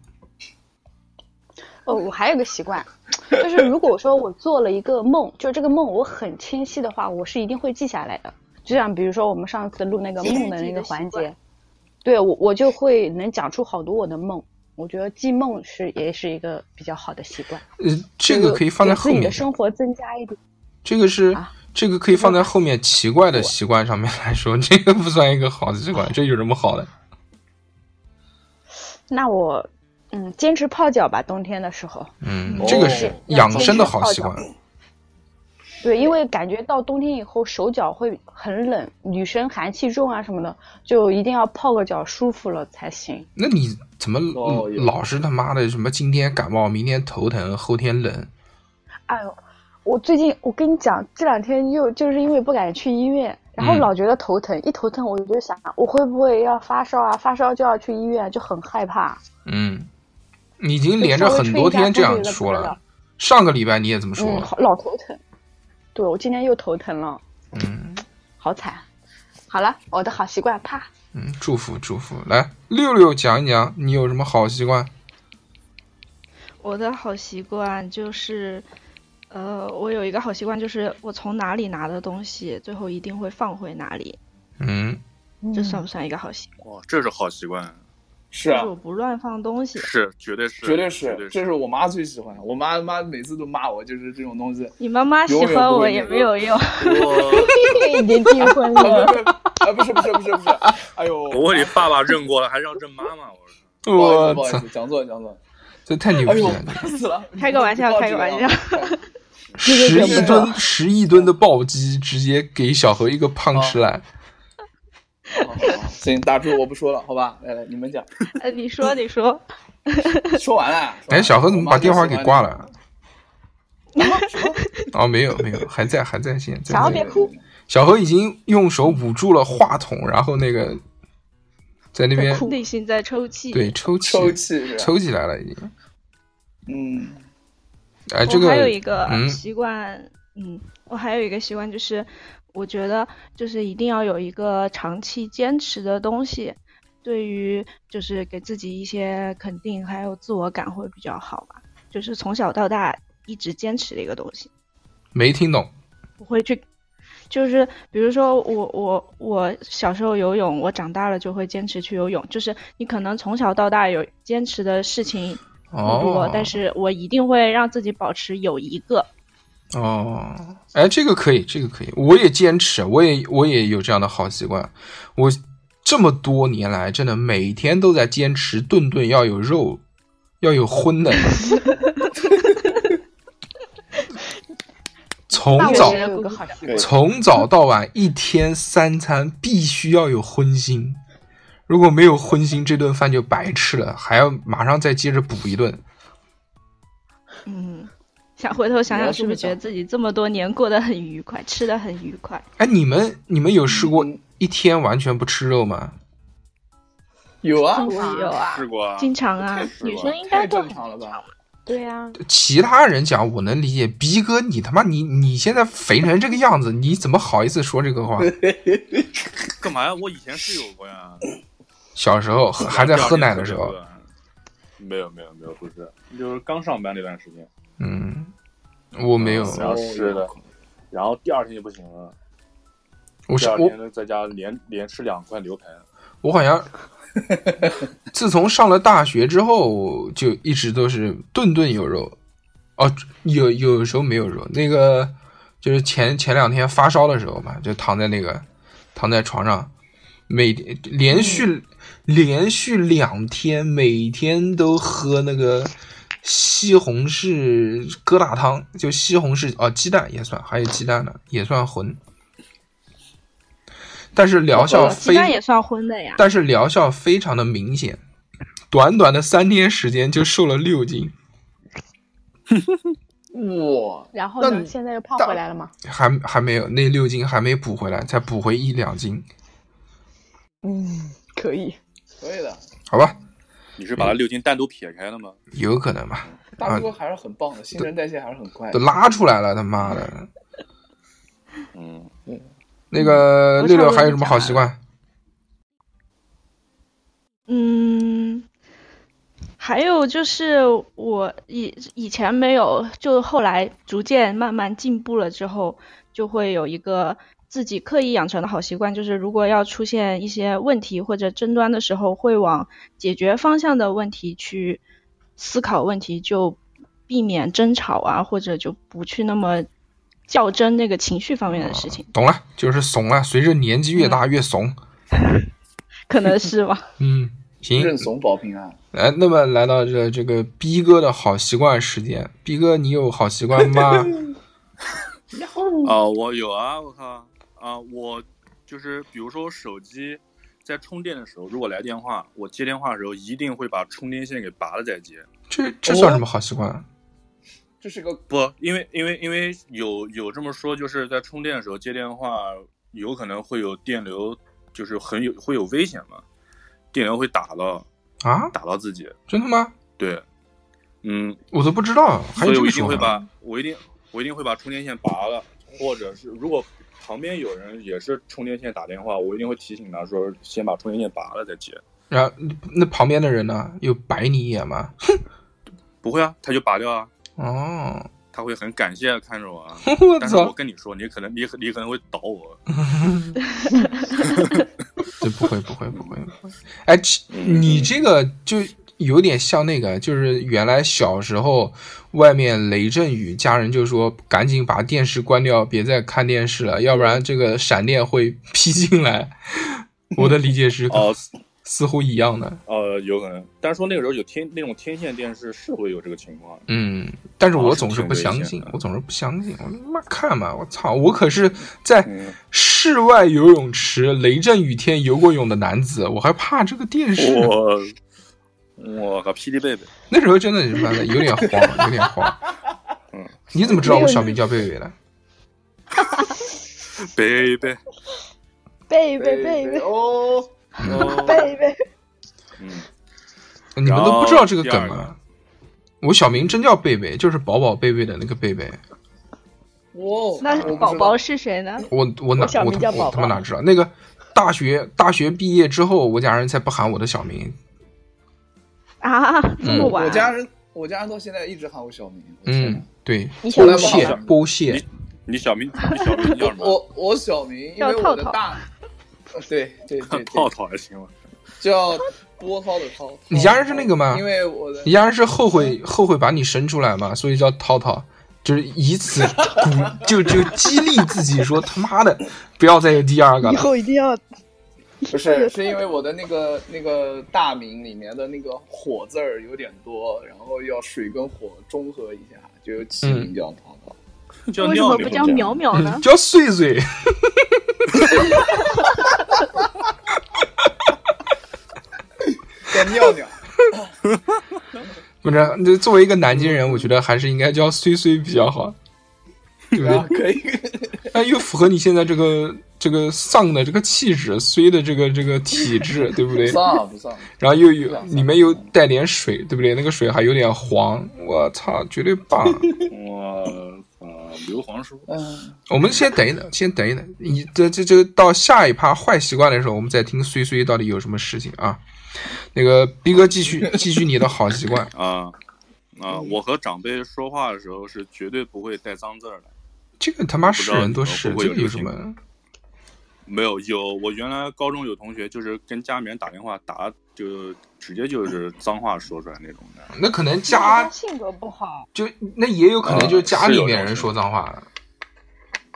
[SPEAKER 5] 哦，我还有个习惯，就是如果说我做了一个梦，就是这个梦我很清晰的话，我是一定会记下来的。就像比如说我们上次录那个梦的那个环节，对我我就会能讲出好多我的梦。我觉得记梦是也是一个比较好的习惯，
[SPEAKER 1] 呃，这个可以放在后
[SPEAKER 5] 给自己的
[SPEAKER 1] 面，
[SPEAKER 5] 生活增加一点。
[SPEAKER 1] 这个是
[SPEAKER 5] 啊
[SPEAKER 1] 这个可以放在后面奇怪的习惯上面来说， 这个不算一个好习惯，这有什么好的？
[SPEAKER 5] 那我嗯坚持泡脚吧，冬天的时候，
[SPEAKER 1] 嗯
[SPEAKER 2] 哦，
[SPEAKER 1] 这个是养生的好习惯。
[SPEAKER 5] 对，因为感觉到冬天以后手脚会很冷，女生寒气重啊什么的，就一定要泡个脚舒服了才行。
[SPEAKER 1] 那你怎么
[SPEAKER 2] 哦有
[SPEAKER 1] 老是他妈的什么今天感冒，明天头疼，后天冷？
[SPEAKER 5] 哎呦，我最近我跟你讲，这两天又就是因为不敢去医院，然后
[SPEAKER 1] 嗯
[SPEAKER 5] 老觉得头疼，一头疼我就想我会不会要发烧啊？发烧就要去医院，就很害怕。
[SPEAKER 1] 嗯，你已经连着很多天这样说
[SPEAKER 5] 被稍微吹一下风就有点不得
[SPEAKER 1] 了
[SPEAKER 5] 了。
[SPEAKER 1] 上个礼拜你也这么说
[SPEAKER 5] 嗯，
[SPEAKER 1] 了，
[SPEAKER 5] 好老头疼。对，我今天又头疼了，
[SPEAKER 1] 嗯
[SPEAKER 5] 好惨。好了，我的好习惯，啪，
[SPEAKER 1] 嗯，祝福祝福。来，六六讲一讲你有什么好习惯？
[SPEAKER 4] 我的好习惯就是，呃，我有一个好习惯就是，我从哪里拿的东西，最后一定会放回哪里，
[SPEAKER 1] 嗯，
[SPEAKER 4] 这算不算一个好习惯？
[SPEAKER 6] 哇，这是好习惯，
[SPEAKER 2] 是啊
[SPEAKER 4] 就是，我不乱放东西，
[SPEAKER 6] 是绝对是，
[SPEAKER 2] 绝对
[SPEAKER 6] 绝
[SPEAKER 2] 是
[SPEAKER 6] 对，
[SPEAKER 2] 这是我妈最喜欢的。我妈妈每次都骂我，就是这种东 西。
[SPEAKER 4] 你妈妈喜欢我也没有 用，
[SPEAKER 6] 我
[SPEAKER 5] 已经订婚
[SPEAKER 2] 啊，不。是，啊，不是，不是，不是，不是，哎呦，
[SPEAKER 6] 我给爸爸认过了，还让认妈妈，我说
[SPEAKER 2] 不好意思，
[SPEAKER 1] 我
[SPEAKER 2] 不好意
[SPEAKER 1] 操，
[SPEAKER 2] 思，讲错了，讲错了。
[SPEAKER 1] 这太牛
[SPEAKER 2] 哎
[SPEAKER 1] 逼
[SPEAKER 2] 呦
[SPEAKER 1] 了！，
[SPEAKER 2] 烦死了！
[SPEAKER 4] 开个玩笑
[SPEAKER 2] 不知道
[SPEAKER 4] 开个 玩笑
[SPEAKER 2] 这个啊。
[SPEAKER 1] 十
[SPEAKER 5] 这个
[SPEAKER 1] 亿
[SPEAKER 5] 不
[SPEAKER 1] 吨十亿吨的暴击，直接给小何
[SPEAKER 2] 哦
[SPEAKER 1] 一个胖吃烂。
[SPEAKER 2] 好好好行，大柱我不说了，好吧？来来，你们讲，
[SPEAKER 4] 呃，你说你说，
[SPEAKER 2] 说完了。说完
[SPEAKER 1] 哎，
[SPEAKER 2] 了
[SPEAKER 1] 小何怎么把电话给挂？了？
[SPEAKER 2] 我妈就喜欢你
[SPEAKER 1] 哦，没有没有，还在还在线。在
[SPEAKER 5] 小何
[SPEAKER 1] 线
[SPEAKER 5] 别哭，
[SPEAKER 1] 小何已经用手捂住了话筒，然后那个在那边
[SPEAKER 4] 内心在抽泣。
[SPEAKER 1] 对抽气
[SPEAKER 2] 抽气是吧？
[SPEAKER 1] 抽起来了已经。
[SPEAKER 2] 嗯，
[SPEAKER 1] 哎，
[SPEAKER 4] 我
[SPEAKER 1] 这个
[SPEAKER 4] 还有一个
[SPEAKER 1] 嗯
[SPEAKER 4] 习惯，嗯我还有一个习惯就是，我觉得就是一定要有一个长期坚持的东西，对于就是给自己一些肯定还有自我感会比较好吧。就是从小到大一直坚持的一个东西，
[SPEAKER 1] 没听懂。
[SPEAKER 4] 我会去。就是比如说我我我小时候游泳，我长大了就会坚持去游泳。就是你可能从小到大有坚持的事情不多，
[SPEAKER 1] 哦，
[SPEAKER 4] 但是我一定会让自己保持有一个。
[SPEAKER 1] 哦，哎，这个可以，这个可以，我也坚持，我也我也有这样的好习惯。我这么多年来，真的每天都在坚持，顿顿要有肉，要有荤的。从
[SPEAKER 5] 那我
[SPEAKER 1] 早
[SPEAKER 5] 也有个好习惯
[SPEAKER 6] 对，
[SPEAKER 1] 从早到晚，一天三餐必须要有荤腥，如果没有荤腥，这顿饭就白吃了，还要马上再接着补一顿。
[SPEAKER 4] 嗯，想回头想
[SPEAKER 2] 你要
[SPEAKER 4] 想，
[SPEAKER 2] 这
[SPEAKER 4] 是不
[SPEAKER 2] 么
[SPEAKER 4] 是觉得
[SPEAKER 2] 讲
[SPEAKER 4] 自己这么多年过得很愉快，吃的很愉快？
[SPEAKER 1] 哎，你们你们有试过
[SPEAKER 2] 嗯
[SPEAKER 1] 一天完全不吃肉吗？
[SPEAKER 2] 有啊
[SPEAKER 5] 正，常
[SPEAKER 4] 有啊，
[SPEAKER 6] 试过啊，
[SPEAKER 4] 经常啊
[SPEAKER 6] 我太试过
[SPEAKER 5] 女生应
[SPEAKER 2] 太
[SPEAKER 5] 该都
[SPEAKER 2] 正
[SPEAKER 5] 很
[SPEAKER 2] 常了吧？
[SPEAKER 5] 对啊呀，
[SPEAKER 1] 其他人讲我能理解，逼哥你他妈你你现在肥成这个样子，你怎么好意思说这个话？
[SPEAKER 6] 干嘛呀？我以前是有过呀，
[SPEAKER 1] 小时候 还在喝奶的时候，。
[SPEAKER 6] 没有没有没有，不是，就是刚上班那段时间，
[SPEAKER 1] 嗯，我没有，
[SPEAKER 2] 嗯
[SPEAKER 6] 然后吃
[SPEAKER 2] 哦
[SPEAKER 6] 的，然后第二天就不行了，
[SPEAKER 1] 我
[SPEAKER 6] 第
[SPEAKER 1] 是
[SPEAKER 6] 二
[SPEAKER 1] 我
[SPEAKER 6] 天就在家连连吃两块牛排，
[SPEAKER 1] 我好像自从上了大学之后，就一直都是顿顿有肉，哦，有有时候没有肉。那个就是前前两天发烧的时候嘛，就躺在那个躺在床上，每天连续、连续两天，每天都喝那个西红柿疙瘩汤，就西红柿哦，鸡蛋也算，还有鸡蛋呢，也算荤。但是疗效非
[SPEAKER 4] 鸡蛋也算荤的呀。
[SPEAKER 1] 但是疗效非常的明显，短短的三天时间就瘦了六斤，
[SPEAKER 2] 哇，
[SPEAKER 5] 然后
[SPEAKER 2] 那
[SPEAKER 5] 呢？
[SPEAKER 2] 你
[SPEAKER 5] 现在又胖回来了吗？
[SPEAKER 1] 还还没有那六斤还没补回来，才补回一两斤，
[SPEAKER 5] 嗯，可以。
[SPEAKER 2] 可以的，
[SPEAKER 1] 好吧，
[SPEAKER 6] 你是把它六斤单独撇开了吗？
[SPEAKER 1] 有可能吧，
[SPEAKER 2] 大哥还是很棒的，新陈代谢还是很快
[SPEAKER 1] 都
[SPEAKER 2] 的。
[SPEAKER 1] 啊拉出来了，他妈的！
[SPEAKER 6] 嗯，
[SPEAKER 1] 那个
[SPEAKER 4] 我
[SPEAKER 1] 六六
[SPEAKER 4] 嗯差不多
[SPEAKER 1] 还有
[SPEAKER 4] 就
[SPEAKER 1] 什么
[SPEAKER 4] 讲
[SPEAKER 1] 好
[SPEAKER 4] 完
[SPEAKER 1] 习
[SPEAKER 4] 了
[SPEAKER 1] 惯？
[SPEAKER 4] 嗯，还有就是我以以前没有，就后来逐渐慢慢进步了之后，就会有一个自己刻意养成的好习惯，就是如果要出现一些问题或者争端的时候，会往解决方向的问题去思考问题，就避免争吵啊，或者就不去那么较真那个情绪方面的事情，
[SPEAKER 1] 懂了，就是怂了，随着年纪越大越怂。
[SPEAKER 4] 可能是 吧。
[SPEAKER 1] 嗯，行，
[SPEAKER 2] 认怂保平啊安，
[SPEAKER 1] 哎，那么来到这这个逼哥的好习惯时间，逼哥你有好习惯吗？
[SPEAKER 6] 啊，我有啊，我靠啊，我就是比如说手机在充电的时候，如果来电话，我接电话的时候一定会把充电线给拔了再接。
[SPEAKER 1] 这这算什么好习惯啊？
[SPEAKER 2] 这是个
[SPEAKER 6] 不，因为因为因为有有这么说，就是在充电的时候接电话，有可能会有电流，就是很有会有危险嘛，电流会打到
[SPEAKER 1] 啊，
[SPEAKER 6] 打到自己。
[SPEAKER 1] 真的吗？
[SPEAKER 6] 对，嗯，
[SPEAKER 1] 我都不知道，还
[SPEAKER 6] 所
[SPEAKER 1] 有这啊个
[SPEAKER 6] 以我一定
[SPEAKER 1] 说
[SPEAKER 6] 会
[SPEAKER 1] 法。
[SPEAKER 6] 把我一定我一定会把充电线拔了，或者是如果旁边有人也是充电线打电话，我一定会提醒他说先把充电线拔了再接。
[SPEAKER 1] 然后那旁边的人呢，有白你一眼吗？
[SPEAKER 6] 不会啊，他就拔掉啊，
[SPEAKER 1] 哦，
[SPEAKER 6] 他会很感谢地看着我啊。
[SPEAKER 1] 我
[SPEAKER 6] 但是我
[SPEAKER 1] 操，
[SPEAKER 6] 跟你说，你可能你可你可能会倒我。
[SPEAKER 1] 这不会不会不会不会。哎，其你这个就有点像那个，就是原来小时候外面雷阵雨，家人就说赶紧把电视关掉，别再看电视了，要不然这个闪电会劈进来。我的理解是，
[SPEAKER 6] 哦、
[SPEAKER 1] 似乎一样的。
[SPEAKER 6] 呃，有可能，但是说那个时候有天那种天线电视是会有这个情况，
[SPEAKER 1] 嗯，但是
[SPEAKER 6] 啊
[SPEAKER 1] 我
[SPEAKER 6] 是
[SPEAKER 1] 总是
[SPEAKER 6] 挺
[SPEAKER 1] 不
[SPEAKER 6] 危
[SPEAKER 1] 相
[SPEAKER 6] 险
[SPEAKER 1] 信
[SPEAKER 6] 的，
[SPEAKER 1] 我总是不相信。我他妈看吧，我操！我可是在
[SPEAKER 6] 嗯
[SPEAKER 1] 室外游泳池雷震雨天游过泳的男子，我还怕这个电视呢？
[SPEAKER 6] 我我靠，霹雳贝贝，
[SPEAKER 1] 那时候真的是妈的有点慌，有点 慌。
[SPEAKER 6] 嗯，
[SPEAKER 1] 你怎么知道我小名叫贝贝的？
[SPEAKER 6] 贝贝，
[SPEAKER 2] 贝
[SPEAKER 5] 贝贝贝
[SPEAKER 2] 贝
[SPEAKER 5] 贝
[SPEAKER 2] 哦，哦
[SPEAKER 5] 贝贝，
[SPEAKER 6] 嗯，
[SPEAKER 1] 你们
[SPEAKER 6] 然
[SPEAKER 1] 都
[SPEAKER 6] 后
[SPEAKER 1] 不知道这个
[SPEAKER 6] 第
[SPEAKER 1] 梗
[SPEAKER 6] 二
[SPEAKER 1] 吗
[SPEAKER 6] 个？
[SPEAKER 1] 我小名真叫贝贝，就是宝宝贝贝的那个贝贝。
[SPEAKER 2] 哇，
[SPEAKER 4] 那
[SPEAKER 2] 我不知道
[SPEAKER 4] 宝宝是谁呢？
[SPEAKER 1] 我我哪
[SPEAKER 3] 我小
[SPEAKER 1] 我
[SPEAKER 3] 名
[SPEAKER 1] 他
[SPEAKER 3] 叫
[SPEAKER 1] 我
[SPEAKER 3] 宝
[SPEAKER 1] 他妈
[SPEAKER 3] 宝
[SPEAKER 1] 哪知道？那个大学大学毕业之后，我家人才不喊我的小名。
[SPEAKER 4] 啊，这么
[SPEAKER 1] 嗯
[SPEAKER 4] 晚？
[SPEAKER 2] 我家人，我家人到现在一直喊我小名。我天哪
[SPEAKER 1] 嗯，对，
[SPEAKER 5] 你小名
[SPEAKER 1] 剥
[SPEAKER 5] 叫
[SPEAKER 1] 蟹
[SPEAKER 5] 什
[SPEAKER 6] 么
[SPEAKER 1] 剥蟹。
[SPEAKER 6] 你小名你小名叫 什么？
[SPEAKER 2] 我我小名，因
[SPEAKER 4] 叫
[SPEAKER 2] 为我
[SPEAKER 4] 套
[SPEAKER 2] 的
[SPEAKER 4] 套
[SPEAKER 2] 大，呃对对对
[SPEAKER 6] 泡
[SPEAKER 2] 对，
[SPEAKER 6] 泡还行吧，
[SPEAKER 2] 叫波涛的涛。
[SPEAKER 1] 你家人是那个吗
[SPEAKER 2] 因为我的
[SPEAKER 1] 你家人是后悔后悔把你生出来嘛，所以叫涛涛，就是以此鼓 就就激励自己说他妈的不要再有第二个
[SPEAKER 3] 以
[SPEAKER 1] 了。
[SPEAKER 3] 后一定要
[SPEAKER 2] 不是，是因为我的那个 那个大名里面的那个火字儿有点多，然后要水跟火中和一下，就有起名叫涛涛。
[SPEAKER 6] 叫
[SPEAKER 4] 为什
[SPEAKER 6] 尿
[SPEAKER 4] 么
[SPEAKER 6] 尿
[SPEAKER 4] 不叫淼淼呢
[SPEAKER 1] 嗯，？叫碎碎，
[SPEAKER 2] 叫尿尿。
[SPEAKER 1] 不是？那作为一个南京人，我觉得还是应该叫碎碎比较好，对不
[SPEAKER 2] 然后
[SPEAKER 1] 对？
[SPEAKER 2] 可以，
[SPEAKER 1] 那又符合你现在这个这个丧的这个气质，衰的这个这个体质，对不对？
[SPEAKER 2] 算了不算啊了，
[SPEAKER 1] 然后又有
[SPEAKER 2] 丧
[SPEAKER 1] 里面又带点水，对不对？那个水还有点黄，我操，绝对棒！
[SPEAKER 6] 我啊，刘皇叔，
[SPEAKER 2] 嗯，
[SPEAKER 1] 我们先等一等，先等一等，你这这这到下一趴坏习惯的时候，我们再听碎碎到底有什么事情啊？那个逼哥继 续继续你的好习惯，
[SPEAKER 6] 啊啊！
[SPEAKER 4] 嗯
[SPEAKER 6] 我和长辈说话的时候是绝对不会带脏字儿的。
[SPEAKER 1] 这个他妈是人多事，
[SPEAKER 6] 不
[SPEAKER 1] 这
[SPEAKER 6] 知道
[SPEAKER 1] 个
[SPEAKER 6] 你
[SPEAKER 1] 有什
[SPEAKER 6] 们会不会有这个
[SPEAKER 1] 么？
[SPEAKER 6] 没有，有我原来高中有同学就是跟家里面打电话打，就直接就是脏话说出来那种的。
[SPEAKER 1] 那可能家
[SPEAKER 5] 性格不好，
[SPEAKER 1] 就那也有可能就是家里面人说脏
[SPEAKER 6] 啊
[SPEAKER 1] 话，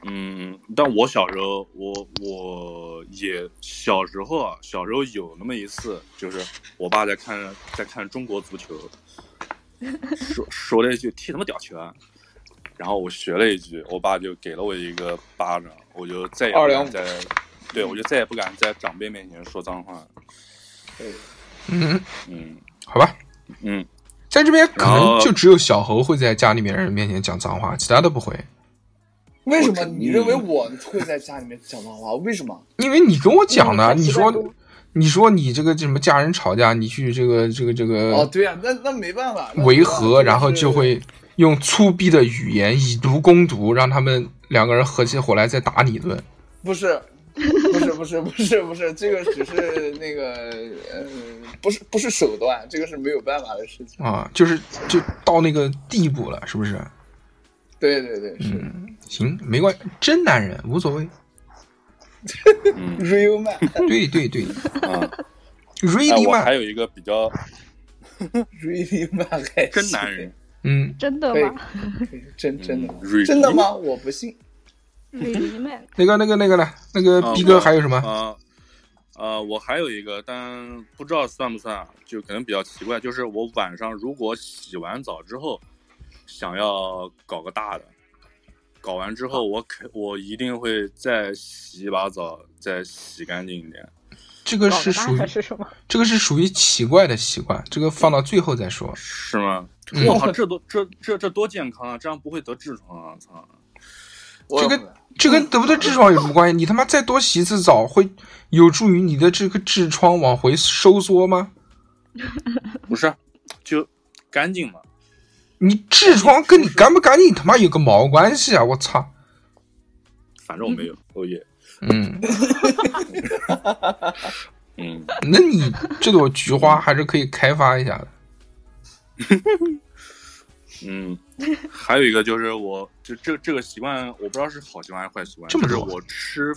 [SPEAKER 6] 嗯，但我小时候，我我也小时候啊，小时候有那么一次，就是我爸在看在看中国足球，说说了一句踢什么屌球啊，然后我学了一句，我爸就给了我一个巴掌，我就再也不敢在，对我就再也不敢在长辈面前说脏话。
[SPEAKER 1] 嗯，
[SPEAKER 6] 嗯
[SPEAKER 1] 好吧，
[SPEAKER 6] 嗯，
[SPEAKER 1] 在这边可
[SPEAKER 6] 然
[SPEAKER 1] 能
[SPEAKER 6] 后
[SPEAKER 1] 就只有小猴会在家里面人面前讲脏话，其他的不会，
[SPEAKER 2] 为什
[SPEAKER 6] 我
[SPEAKER 2] 么
[SPEAKER 6] 只
[SPEAKER 2] 你认为我会在家里面讲脏话？为什么？
[SPEAKER 1] 因为你跟我讲的，
[SPEAKER 5] 嗯
[SPEAKER 1] 你
[SPEAKER 5] 习
[SPEAKER 1] 说
[SPEAKER 5] 惯多
[SPEAKER 1] 你说你这个什么家人吵架，你去这个这个这个
[SPEAKER 2] 哦，对呀、那那没办法，那
[SPEAKER 1] 维
[SPEAKER 2] 没办法
[SPEAKER 1] 嗯和，然后
[SPEAKER 2] 是
[SPEAKER 1] 就会用粗鄙的语言以毒攻毒，让他们两个人合起伙来再打你一顿。
[SPEAKER 2] 不是，不是，不是，不是，不是，这个只是那个，呃，不是，不是手段，这个是没有办法的事情。
[SPEAKER 1] 啊，就是就到那个地步了，是不是？
[SPEAKER 2] 对对对，是
[SPEAKER 1] 嗯，行，没关系，真男人无 所谓。
[SPEAKER 6] 嗯
[SPEAKER 2] real man，
[SPEAKER 1] 对对对
[SPEAKER 6] 啊，哎，
[SPEAKER 1] ，really
[SPEAKER 6] 我还
[SPEAKER 1] man，
[SPEAKER 6] 有一个比较
[SPEAKER 2] really man，还
[SPEAKER 6] 真男 人，
[SPEAKER 1] 嗯，
[SPEAKER 4] 真的
[SPEAKER 2] 可以
[SPEAKER 4] 吗？
[SPEAKER 2] 可以，真真的
[SPEAKER 6] 嗯，really
[SPEAKER 2] 真的吗？我不信。
[SPEAKER 4] 李宁们，
[SPEAKER 1] 那个那个那个呢？那个
[SPEAKER 6] 啊
[SPEAKER 1] 逼哥
[SPEAKER 6] 我
[SPEAKER 1] 还有什么？
[SPEAKER 6] 啊、呃，我还有一个，但不知道算不算，啊，就可能比较奇怪，就是我晚上如果洗完澡之后，想要搞个大的，搞完之后我肯我一定会再洗一把澡，再洗干净一点。
[SPEAKER 1] 这个
[SPEAKER 5] 搞
[SPEAKER 1] 是
[SPEAKER 5] 得
[SPEAKER 1] 属于
[SPEAKER 5] 大是什么？
[SPEAKER 1] 这个是属于奇怪的习惯，这个放到最后再说。
[SPEAKER 6] 是吗？
[SPEAKER 1] 嗯
[SPEAKER 6] 我靠，这多这这这多健康啊！这样不会得痔疮啊！操，
[SPEAKER 2] 我
[SPEAKER 1] 这个这跟
[SPEAKER 6] 嗯
[SPEAKER 1] 得不得痔疮有什么关系？你他妈再多洗一次澡，会有助于你的这个痔疮往回收缩吗？
[SPEAKER 6] 不是，就干净嘛。
[SPEAKER 1] 你痔疮跟你干不干净他妈有个毛关系啊！我操，
[SPEAKER 6] 反正我没有，我也
[SPEAKER 1] 嗯，
[SPEAKER 6] 嗯，
[SPEAKER 1] 那你这朵菊花还是可以开发一下的。
[SPEAKER 6] 嗯，还有一个就是我这这这个习惯，我不知道是好习惯还是坏习惯。
[SPEAKER 1] 这么
[SPEAKER 6] 就是
[SPEAKER 1] 多
[SPEAKER 6] 我吃，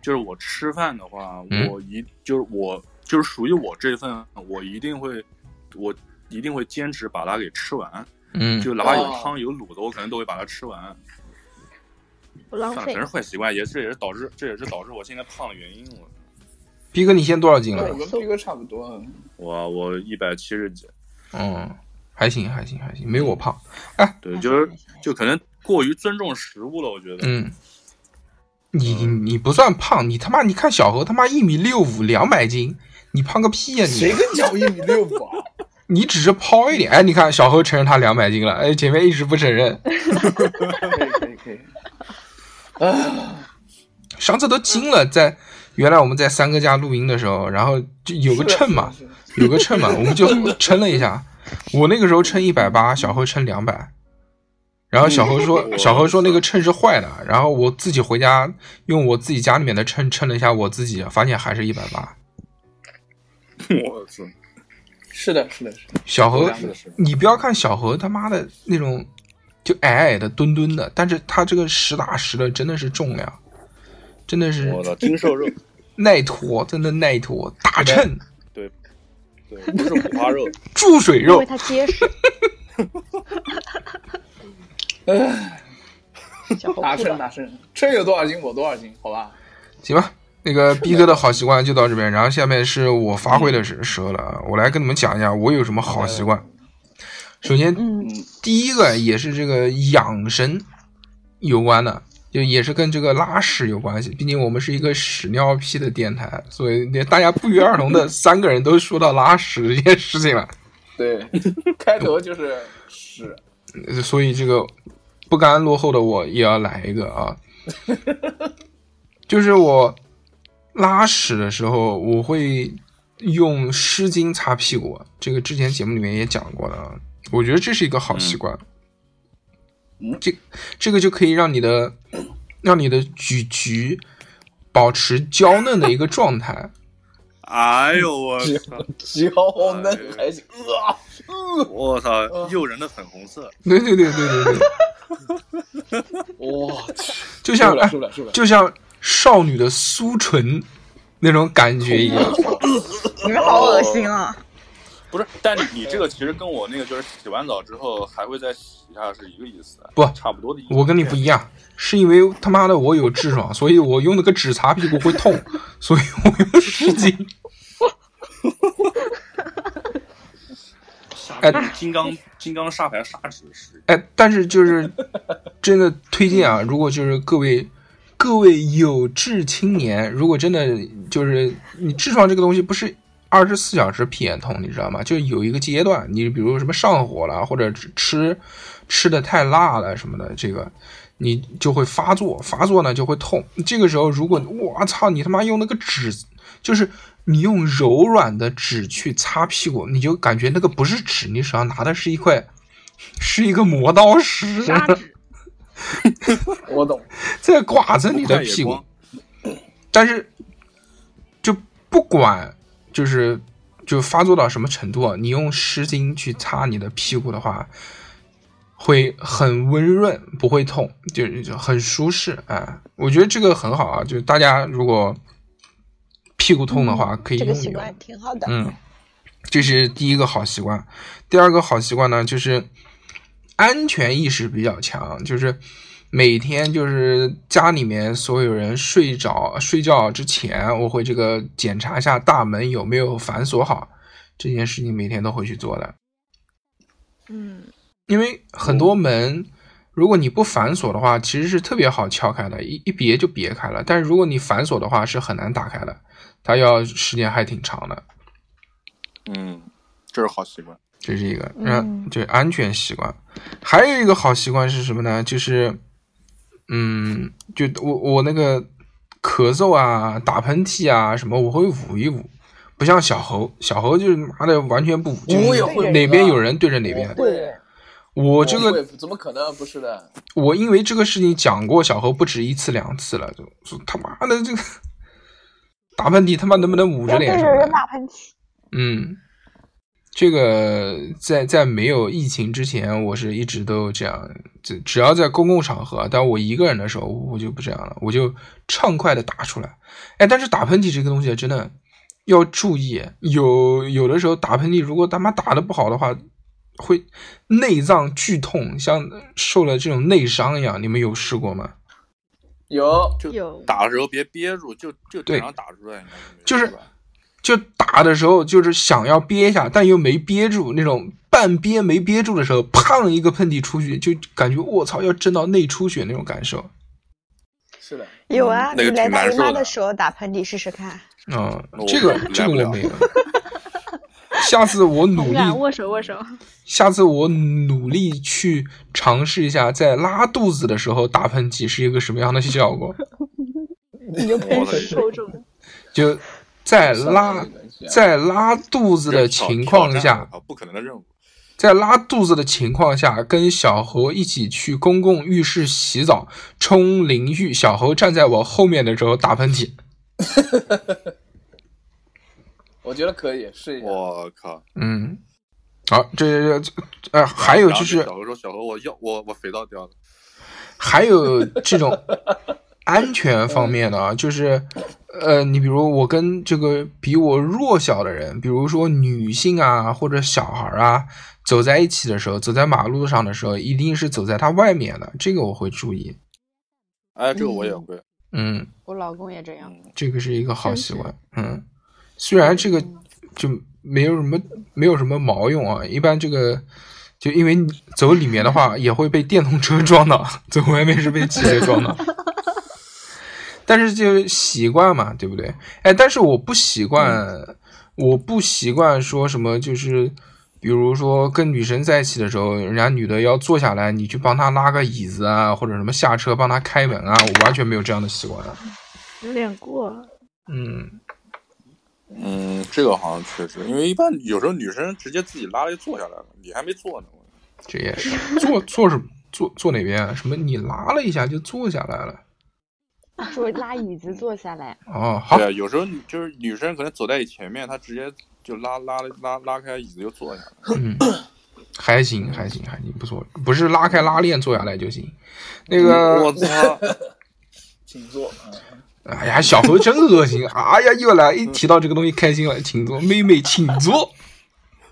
[SPEAKER 6] 就是我吃饭的话，
[SPEAKER 1] 嗯
[SPEAKER 6] 我一就是我就是属于我这份，我一定会，我一定会坚持把它给吃完，
[SPEAKER 1] 嗯，
[SPEAKER 6] 就哪怕有
[SPEAKER 2] 哦
[SPEAKER 6] 汤有卤的，我可能都会把它吃完。
[SPEAKER 4] 不浪
[SPEAKER 6] 算了，
[SPEAKER 4] 费哦
[SPEAKER 6] 全是。坏习惯，也是也是导致这也是导致我现在胖的原因。我
[SPEAKER 1] 逼哥，你现在多少斤了
[SPEAKER 2] 我？跟逼哥差不多。
[SPEAKER 6] 我我一百七十几，
[SPEAKER 1] 嗯，还行，还行，还行，没我胖。哎，
[SPEAKER 6] 对，就是就可能过于尊重食物了，我觉得。
[SPEAKER 1] 嗯，你你不算胖，你他妈你看小何他妈一米六五，两百斤，你胖个屁呀、
[SPEAKER 2] 谁
[SPEAKER 1] 你！
[SPEAKER 2] 跟你讲我一米六五啊？
[SPEAKER 1] 你只是抛一点。哎，你看小何承认他两百斤了，哎，前面一直不承认，
[SPEAKER 2] 可以可以可以。啊，
[SPEAKER 1] 上次都惊了。在原来我们在三哥家录音的时候，然后就 有个秤嘛，
[SPEAKER 2] 是的
[SPEAKER 1] 有个秤嘛，我们就称了一下。我那个时候称一百八，小何称两百。然后小何说，
[SPEAKER 6] 嗯
[SPEAKER 1] 小何说那个秤是坏的。然后我自己回家用我自己家里面的秤称了一下我自己，发现还是一百八。
[SPEAKER 6] 我操！
[SPEAKER 2] 是的，是的，是的，
[SPEAKER 1] 小何
[SPEAKER 2] 是的是的，
[SPEAKER 1] 你不要看小何他妈的那种，就矮矮的、墩墩的，但是他这个实打实的真的是重量，真的是
[SPEAKER 6] 我操，精瘦肉，
[SPEAKER 1] 耐驮，真的耐驮，大秤、
[SPEAKER 6] 对，对，不是五花肉，
[SPEAKER 1] 注水
[SPEAKER 5] 因
[SPEAKER 1] 肉
[SPEAKER 5] 为。它结 实。小猴
[SPEAKER 2] 大
[SPEAKER 5] 裤
[SPEAKER 2] 秤
[SPEAKER 5] 的，
[SPEAKER 2] 大秤，秤有多少斤我多少斤，好吧？
[SPEAKER 1] 行吧，那个逼哥的好习惯就到这边，然后下面是我发挥的时时候了啊，我来跟你们讲一下我有什么好习惯。首先，第一个也是这个养生有关的，就也是跟这个拉屎有关系。毕竟我们是一个屎尿屁的电台，所以大家不约而同的三个人都说到拉屎这件事情了，
[SPEAKER 2] 对，开头就是屎，
[SPEAKER 1] 呃所以这个不甘落后的我也要来一个啊，就是我拉屎的时候，我会用湿巾擦屁股，啊这个之前节目里面也讲过的啊，我觉得这是一个好习惯。
[SPEAKER 2] 嗯
[SPEAKER 1] 这这个就可以让你的让你的咀嚼保持娇嫩的一个状态。
[SPEAKER 6] 哎呦我操！
[SPEAKER 2] 脚嫩还行，啊，
[SPEAKER 6] 我
[SPEAKER 1] 啊
[SPEAKER 6] 操，诱人的粉红色，
[SPEAKER 1] 对对对对对对，
[SPEAKER 2] 我去，
[SPEAKER 1] 就像
[SPEAKER 2] 受不了
[SPEAKER 1] 哎
[SPEAKER 2] 受不了受不了
[SPEAKER 1] 就像少女的酥唇那种感觉一样。
[SPEAKER 3] 你们
[SPEAKER 5] 哦
[SPEAKER 3] 好恶心啊！
[SPEAKER 6] 不是，但你这个其实跟我那个就是洗完澡之后还会再洗一下是一个意思，
[SPEAKER 1] 不
[SPEAKER 6] 差不多的意思。
[SPEAKER 1] 我跟你不一样，是因为他妈的我有痔疮，所以我用那个纸擦屁股会痛，所以我用湿巾。
[SPEAKER 6] 下
[SPEAKER 1] 哎
[SPEAKER 6] 金刚金刚砂牌砂纸是
[SPEAKER 1] 哎，但是就是真的推荐啊，如果就是各位各位有志青年，如果真的就是你痔疮这个东西不是。二十四小时屁眼痛，你知道吗？就是有一个阶段，你比如什么上火了，或者吃吃的太辣了什么的，这个你就会发作，发作呢就会痛。这个时候，如果我操你他妈用那个纸，就是你用柔软的纸去擦屁股，你就感觉那个不是纸，你手上拿的是一块是一个磨刀石，
[SPEAKER 3] 砂纸，
[SPEAKER 1] 哎
[SPEAKER 2] 我懂，
[SPEAKER 1] 在刮着你的
[SPEAKER 6] 快野
[SPEAKER 1] 屁股
[SPEAKER 6] 光。
[SPEAKER 1] 但是，就不管就是就发作到什么程度啊，你用湿巾去擦你的屁股的话，会很温润，不会痛，就就很舒适。哎，我觉得这个很好啊，就大家如果屁股痛的话，可以
[SPEAKER 7] 嗯这
[SPEAKER 1] 用
[SPEAKER 7] 个
[SPEAKER 1] 一
[SPEAKER 7] 习
[SPEAKER 1] 用。
[SPEAKER 7] 惯挺好的。
[SPEAKER 1] 嗯，这是第一个好习惯。第二个好习惯呢，就是安全意识比较强，就是每天就是家里面所有人睡着睡觉之前，我会这个检查一下大门有没有反锁好，这件事情每天都会去做的。
[SPEAKER 4] 嗯，
[SPEAKER 1] 因为很多门，如果你不反锁的话，其实是特别好撬开的，一一别就别开了。但是如果你反锁的话，是很难打开的，它要时间还挺长的。
[SPEAKER 6] 嗯，这是好习惯。
[SPEAKER 1] 这是一个，嗯，就是安全习惯。还有一个好习惯是什么呢？就是，嗯，就我我那个咳嗽啊、打喷嚏啊什么，我会捂一捂，不像小猴，小猴就是妈的完全不捂，就
[SPEAKER 2] 我也
[SPEAKER 1] 是
[SPEAKER 2] 会
[SPEAKER 1] 哪
[SPEAKER 2] 捂
[SPEAKER 1] 边
[SPEAKER 2] 啊
[SPEAKER 1] 有人对着哪边。
[SPEAKER 2] 对，
[SPEAKER 1] 我这
[SPEAKER 2] 会
[SPEAKER 1] 个
[SPEAKER 2] 怎么可能不是的？
[SPEAKER 1] 我因为这个事情讲过小猴不止一次两次了，就他妈的这个打喷嚏他妈能不能捂着
[SPEAKER 7] 要对
[SPEAKER 1] 脸什
[SPEAKER 7] 着
[SPEAKER 1] 么的
[SPEAKER 7] 人？打喷嚏，
[SPEAKER 1] 嗯，这个在在没有疫情之前，我是一直都这样，只只要在公共场合，但我一个人的时候，我就不这样了，我就畅快的打出来。哎，但是打喷嚏这个东西真的要注意，有有的时候打喷嚏，如果他妈打的不好的话，会内脏剧痛，像受了这种内伤一样。你们有试过吗？
[SPEAKER 2] 有，
[SPEAKER 6] 就
[SPEAKER 4] 有
[SPEAKER 6] 打的时候别憋住，就就
[SPEAKER 1] 对
[SPEAKER 6] 正常打出来。应该没事
[SPEAKER 1] 就是
[SPEAKER 6] 吧
[SPEAKER 1] 就打的时候就是想要憋一下，但又没憋住，那种半憋没憋住的时候，砰一个喷嚏出去，就感觉我操要震到内出血那种感受。
[SPEAKER 2] 是的，
[SPEAKER 7] 有啊，
[SPEAKER 6] 那个
[SPEAKER 7] 你来
[SPEAKER 6] 挺
[SPEAKER 7] 大
[SPEAKER 6] 难
[SPEAKER 7] 姨妈
[SPEAKER 6] 受的
[SPEAKER 7] 的时候打喷嚏试试 看。
[SPEAKER 1] 嗯
[SPEAKER 6] 我，
[SPEAKER 1] 这个
[SPEAKER 6] 来
[SPEAKER 1] 这个
[SPEAKER 6] 不
[SPEAKER 1] 我
[SPEAKER 6] 了
[SPEAKER 1] 没有。下次 我努
[SPEAKER 4] 同
[SPEAKER 1] 力，
[SPEAKER 4] 感，握手握手。
[SPEAKER 1] 下次我努力去尝试一下，在拉肚子的时候打喷嚏是一个什么样的效果。
[SPEAKER 5] 你就
[SPEAKER 6] 我
[SPEAKER 5] 喷
[SPEAKER 6] 的
[SPEAKER 5] 水。
[SPEAKER 4] 抽中，
[SPEAKER 1] 就在
[SPEAKER 2] 上
[SPEAKER 1] 哎 拉
[SPEAKER 2] 海的东西啊
[SPEAKER 1] 在拉肚子的
[SPEAKER 6] 这挑
[SPEAKER 1] 情
[SPEAKER 6] 挑
[SPEAKER 1] 况
[SPEAKER 6] 战
[SPEAKER 1] 下，
[SPEAKER 6] 啊，不可能的任务。
[SPEAKER 1] 在拉肚子的情况下，跟小猴一起去公共浴室洗澡、冲淋浴，小猴站在我后面的时候打喷嚏。
[SPEAKER 2] 我觉得可以试一下。
[SPEAKER 6] 我靠！
[SPEAKER 1] 嗯，好，这这呃，还有
[SPEAKER 6] 然
[SPEAKER 1] 就
[SPEAKER 6] 后
[SPEAKER 1] 是
[SPEAKER 6] 小何说：“小何，我要我我肥皂掉了。
[SPEAKER 1] 还有这种安全方面的啊，就是，呃，你比如我跟这个比我弱小的人，比如说女性啊或者小孩啊，走在一起的时候，走在马路上的时候，一定是走在他外面的，这个我会注意。”
[SPEAKER 6] 哎，这个我也会。
[SPEAKER 1] 嗯，
[SPEAKER 5] 我老公也这样，
[SPEAKER 1] 这个是一个好习惯。嗯，虽然这个就没有什么没有什么毛用啊，一般这个。就因为你走里面的话，也会被电动车撞到；走外面是被汽车撞到。但是就是习惯嘛，对不对？哎，但是我不习惯，我不习惯说什么，就是比如说跟女生在一起的时候，人家女的要坐下来，你去帮她拉个椅子啊，或者什么下车帮她开门啊，我完全没有这样的习惯。啊
[SPEAKER 4] 有点过。
[SPEAKER 1] 嗯，
[SPEAKER 6] 嗯，这个好像确实，因为一般有时候女生直接自己拉了就坐下来了，你还没坐呢。
[SPEAKER 1] 这也是 坐坐是坐坐哪边啊？什么你拉了一下就坐下来了？
[SPEAKER 5] 说拉椅子坐下来，
[SPEAKER 1] 哦，好
[SPEAKER 6] 对，啊，有时候你就是女生可能走在你前面，她直接就拉拉拉拉开椅子就坐下了。
[SPEAKER 1] 嗯，还行还行还行，不错，不是拉开拉链坐下来就行。那个
[SPEAKER 6] 我操！
[SPEAKER 2] 请坐。嗯
[SPEAKER 1] 哎呀，小猴真恶心！哎呀，又来一提到这个东西开心了，请坐，妹妹请坐。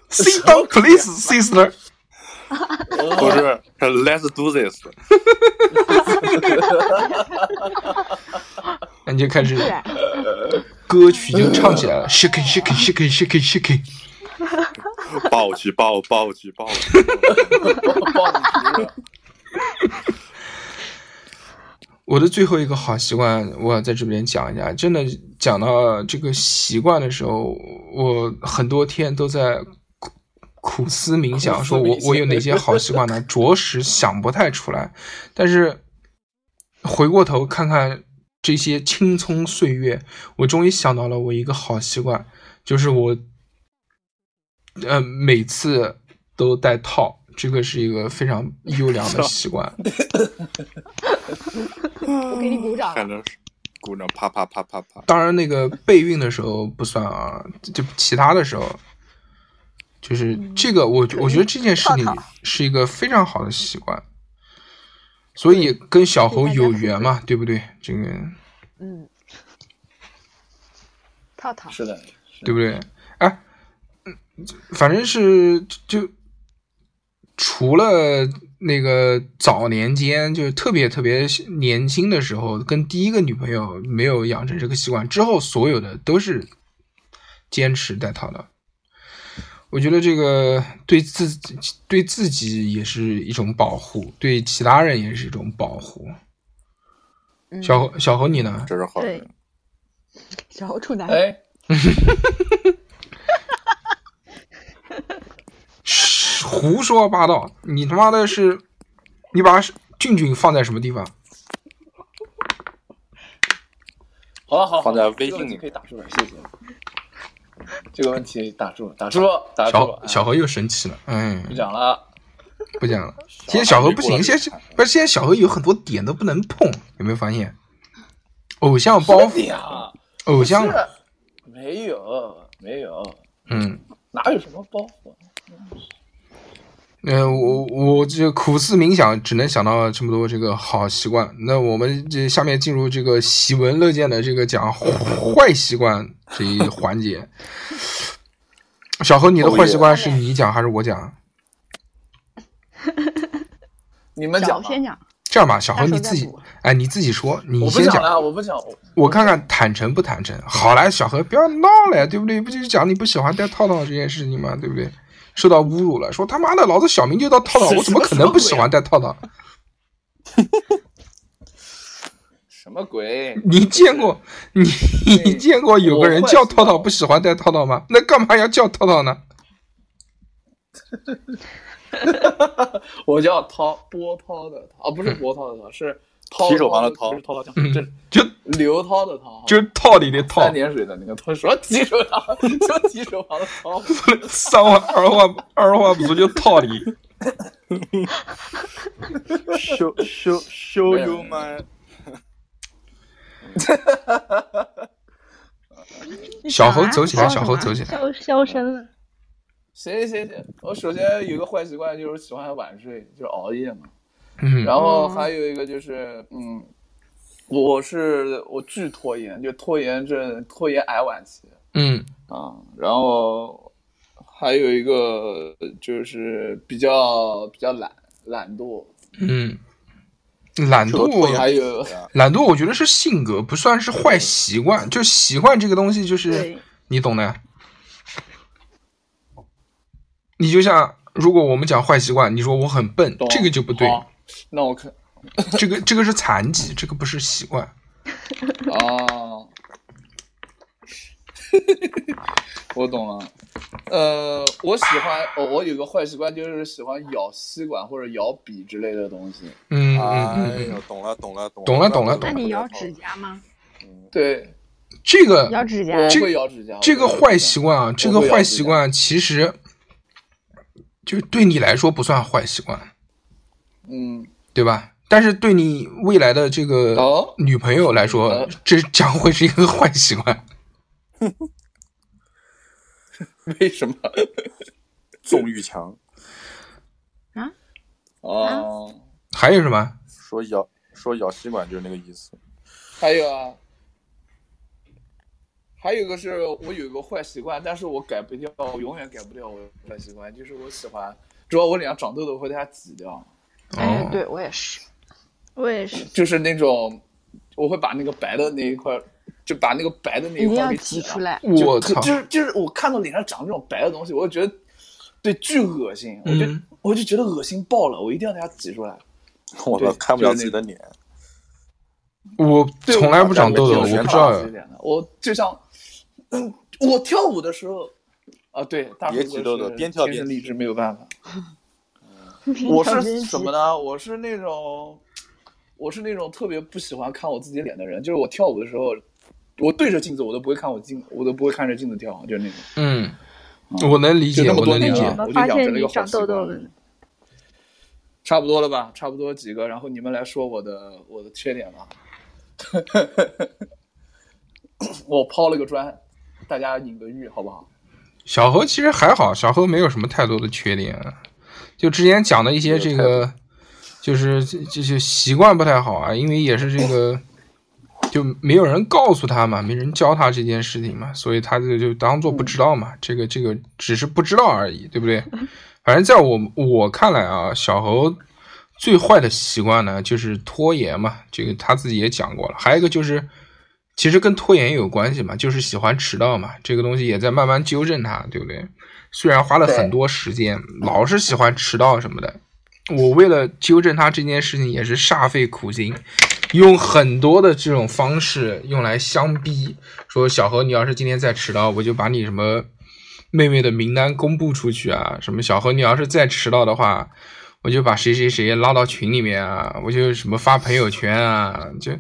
[SPEAKER 1] Sit down, please, sister。
[SPEAKER 6] 不是是，Let's do this。
[SPEAKER 1] 那你就开始
[SPEAKER 5] 是啊
[SPEAKER 1] 歌曲就唱起来了，shake it, shake it, shake it, shake it, shake it。
[SPEAKER 6] 抱去抱抱去抱 去，
[SPEAKER 2] 抱你皮了，
[SPEAKER 1] 我的最后一个好习惯，我要在这边讲一下。真的讲到这个习惯的时候，我很多天都在苦苦思冥想，
[SPEAKER 2] 苦思
[SPEAKER 1] 说我
[SPEAKER 2] 冥想
[SPEAKER 1] 我有哪些好习惯呢？着实想不太出来。但是回过头看看这些青葱岁月，我终于想到了我一个好习惯，就是我呃每次都戴套，这个是一个非常优良的习惯。
[SPEAKER 5] 我给你鼓掌。
[SPEAKER 6] 还能鼓掌啪啪啪啪啪。
[SPEAKER 1] 当然，那个备孕的时候不算啊，就其他的时候，就是这个我，我觉得这件事情
[SPEAKER 7] 套
[SPEAKER 1] 是一个非常好的习惯，所以跟小猴有缘嘛，对不对？这个
[SPEAKER 5] 嗯，套 套，
[SPEAKER 2] 是的，
[SPEAKER 1] 对不对？哎，嗯，反正是就就除了那个早年间，就是特别特别年轻的时候，跟第一个女朋友没有养成这个习惯，之后所有的都是坚持戴套的。我觉得这个对自己对自己也是一种保护，对其他人也是一种保护。
[SPEAKER 5] 嗯
[SPEAKER 1] 小猴，小猴你呢？
[SPEAKER 6] 这是好人
[SPEAKER 4] 对，
[SPEAKER 5] 小处男，
[SPEAKER 2] 哎，
[SPEAKER 1] 胡说八道！你他妈的是，你把俊俊放在什么地方？
[SPEAKER 2] 好了好了，
[SPEAKER 6] 放在微
[SPEAKER 2] 这个
[SPEAKER 6] 信里
[SPEAKER 2] 问题可以打住了，谢谢。这个问题打住了，打住了，打住了
[SPEAKER 1] 小。小
[SPEAKER 2] 何，
[SPEAKER 1] 何又生气了，哎，
[SPEAKER 2] 不讲了啊，
[SPEAKER 1] 不讲了。现在小何不行，现在不是现在小何有很多点都不能碰，有没有发现？偶像包
[SPEAKER 2] 你
[SPEAKER 1] 袱，
[SPEAKER 2] 啊，
[SPEAKER 1] 偶像
[SPEAKER 2] 是，没有没有，
[SPEAKER 1] 嗯，
[SPEAKER 2] 哪有什么包袱？啊
[SPEAKER 1] 呃，我我这苦思冥想，只能想到这么多这个好习惯。那我们这下面进入这个喜闻乐见的这个讲坏习惯这一环 节。小何，你的坏习惯是你讲还是我讲？
[SPEAKER 2] 你们
[SPEAKER 5] 小
[SPEAKER 2] 讲
[SPEAKER 5] 先讲，
[SPEAKER 1] 这样吧，小何
[SPEAKER 5] 到时
[SPEAKER 1] 你
[SPEAKER 5] 候
[SPEAKER 1] 自
[SPEAKER 3] 啊
[SPEAKER 1] 己
[SPEAKER 5] 再补，
[SPEAKER 1] 哎，你自己说，你
[SPEAKER 2] 我不啊
[SPEAKER 1] 先
[SPEAKER 2] 讲
[SPEAKER 1] 讲。
[SPEAKER 2] 了，我不讲，我
[SPEAKER 1] 我看看坦诚不坦诚。好了，小何，不要闹了，对不对？不就是讲你不喜欢戴套套这件事情吗？对不对？受到侮辱了，说他妈的，老子小名就叫 套套，
[SPEAKER 2] 是
[SPEAKER 1] 我怎么
[SPEAKER 2] 啊
[SPEAKER 1] 可能不喜欢戴套套？
[SPEAKER 2] 什么鬼？
[SPEAKER 1] 你见 过你
[SPEAKER 2] 对
[SPEAKER 1] 你见过有个人
[SPEAKER 2] 我会
[SPEAKER 1] 叫
[SPEAKER 2] 知道
[SPEAKER 1] 套套不喜欢戴套套吗？那干嘛要叫套套呢？
[SPEAKER 2] 我叫涛，波涛的涛，啊，不是波涛的涛，是涛
[SPEAKER 6] 提手旁的涛
[SPEAKER 2] 不是涛涛江，
[SPEAKER 1] 嗯
[SPEAKER 2] 这是
[SPEAKER 1] 就
[SPEAKER 2] 刘涛的涛，
[SPEAKER 1] 就是套里的套
[SPEAKER 2] 哦三，点水的那个涛，什么提手旁，就提手旁的 涛，
[SPEAKER 1] 三万二话二话不说就套里。
[SPEAKER 6] show show show you my
[SPEAKER 1] 小猴走起 来，
[SPEAKER 3] 你
[SPEAKER 1] 小
[SPEAKER 3] 讲啊
[SPEAKER 1] 猴走起来。
[SPEAKER 4] 消消声了。
[SPEAKER 2] 行行行，我首先有个坏习惯就是喜欢晚睡，就是熬夜嘛。
[SPEAKER 1] 嗯
[SPEAKER 2] 然后还有一个就是，嗯，我是我巨拖延，就拖延症、拖延癌晚期
[SPEAKER 1] 嗯
[SPEAKER 2] 啊。然后还有一个就是比较比较懒懒惰，
[SPEAKER 1] 嗯，懒
[SPEAKER 6] 多拖
[SPEAKER 1] 惰
[SPEAKER 6] 延
[SPEAKER 2] 还有
[SPEAKER 1] 懒惰，我觉得是性格，不算是坏习惯。就习惯这个东西，就是
[SPEAKER 4] 对
[SPEAKER 1] 你懂的。你就像，如果我们讲坏习惯，你说我很笨
[SPEAKER 2] 懂，
[SPEAKER 1] 这个就不对，
[SPEAKER 2] 好哦那我看
[SPEAKER 1] 这个这个是残疾，这个不是习惯。
[SPEAKER 2] 啊，我懂了。呃，我喜欢我我有个坏习惯就是喜欢咬吸管或者咬笔之类的东西。
[SPEAKER 1] 嗯嗯嗯
[SPEAKER 6] 哎
[SPEAKER 1] 嗯，
[SPEAKER 6] 呦，懂了懂了懂了
[SPEAKER 1] 懂了懂了懂
[SPEAKER 3] 那
[SPEAKER 1] 了
[SPEAKER 3] 你咬指甲吗？
[SPEAKER 2] 对，
[SPEAKER 1] 这个
[SPEAKER 5] 咬指甲，
[SPEAKER 2] 我
[SPEAKER 1] 这
[SPEAKER 2] 会咬指甲。
[SPEAKER 1] 这个
[SPEAKER 2] 我会咬
[SPEAKER 1] 坏
[SPEAKER 2] 指甲
[SPEAKER 1] 习惯啊，这个
[SPEAKER 2] 我会咬
[SPEAKER 1] 坏
[SPEAKER 2] 指甲
[SPEAKER 1] 习惯其实就对你来说不算坏习惯，
[SPEAKER 2] 嗯，
[SPEAKER 1] 对吧？但是对你未来的这个
[SPEAKER 2] 哦
[SPEAKER 1] 女朋友来说
[SPEAKER 2] 呃，
[SPEAKER 1] 这将会是一个 坏习惯。
[SPEAKER 2] 为什么？
[SPEAKER 6] 宋玉强
[SPEAKER 2] 哦，
[SPEAKER 1] 还有什么？
[SPEAKER 6] 说咬说咬吸管就是那个意思。
[SPEAKER 2] 还有啊，还有一个是我有一个坏习惯，但是我改不掉，我永远改不掉我的坏习惯，就是我喜欢，只要我脸上长痘痘会给它挤掉，
[SPEAKER 5] 哎
[SPEAKER 1] 哦，，
[SPEAKER 5] 对我也是，
[SPEAKER 4] 我也是，
[SPEAKER 2] 就是那种我会把那个白的那一块，就把那个白的那
[SPEAKER 5] 一
[SPEAKER 2] 一
[SPEAKER 5] 定
[SPEAKER 2] 块
[SPEAKER 5] 要
[SPEAKER 2] 给
[SPEAKER 5] 挤
[SPEAKER 2] 掉
[SPEAKER 5] 出。来。
[SPEAKER 2] 就
[SPEAKER 1] 我操！
[SPEAKER 2] 就是就是我看到脸上长这种白的东西，我就觉得对巨恶心，我就、
[SPEAKER 1] 嗯
[SPEAKER 2] 我就觉得恶心爆了，我一定要给它挤出来。
[SPEAKER 6] 我操，
[SPEAKER 2] 对
[SPEAKER 6] 看不了自己的脸，
[SPEAKER 1] 我
[SPEAKER 2] 对
[SPEAKER 1] 从来不长痘痘，
[SPEAKER 2] 我
[SPEAKER 1] 我
[SPEAKER 2] 感
[SPEAKER 1] 不
[SPEAKER 2] 觉
[SPEAKER 1] 知道
[SPEAKER 2] 这。个是的我就像，嗯，我跳舞的时候，啊，对，大
[SPEAKER 6] 别
[SPEAKER 2] 叔
[SPEAKER 6] 挤
[SPEAKER 2] 哥
[SPEAKER 6] 痘痘
[SPEAKER 2] 是
[SPEAKER 6] 边跳
[SPEAKER 2] 天
[SPEAKER 6] 边
[SPEAKER 2] 生
[SPEAKER 6] 挤
[SPEAKER 2] 丽质没有办法。我
[SPEAKER 5] 要
[SPEAKER 2] 是
[SPEAKER 5] 边
[SPEAKER 2] 什么呢？我是那种，我是那种特别不喜欢看我自己脸的人，就是我跳舞的时候。我对着镜子，我都不会看我镜，我都不会看着镜子跳，就是那种。
[SPEAKER 1] 嗯，我能理
[SPEAKER 2] 就
[SPEAKER 1] 解，
[SPEAKER 2] 那么
[SPEAKER 1] 我
[SPEAKER 2] 多
[SPEAKER 1] 能理
[SPEAKER 2] 年
[SPEAKER 1] 解
[SPEAKER 2] 了
[SPEAKER 4] 怎。么发现你长痘痘
[SPEAKER 2] 我就养成了一个好
[SPEAKER 4] 了
[SPEAKER 2] 习
[SPEAKER 4] 呢？
[SPEAKER 2] 差不多了吧？差不多几个，然后你们来说我的我的缺点吧。 我抛了个砖，大家引个玉好不好？
[SPEAKER 1] 小何其实还好，小何没有什么太多的缺点，就之前讲的一些这个，就是就是习惯不太好啊，因为也是这个，就没有人告诉他嘛，没人教他这件事情嘛，所以他就就当做不
[SPEAKER 2] 嗯
[SPEAKER 1] 知道嘛，这个这个只是不知道而已，对不对？反正在我我看来啊，小猴最坏的习惯呢就是拖延嘛，这个他自己也讲过了。还有一个就是，其实跟拖延也有关系嘛，就是喜欢迟到嘛，这个东西也在慢慢纠正他，对不对？虽然花了很多时间，老是喜欢迟到什么的。我为了纠正他这件事情，也是煞费苦心，用很多的这种方式用来相逼，说小何，你要是今天再迟到，我就把你什么妹妹的名单公布出去啊，什么小何，你要是再迟到的话，我就把谁谁谁拉到群里面啊，我就什么发朋友圈啊，就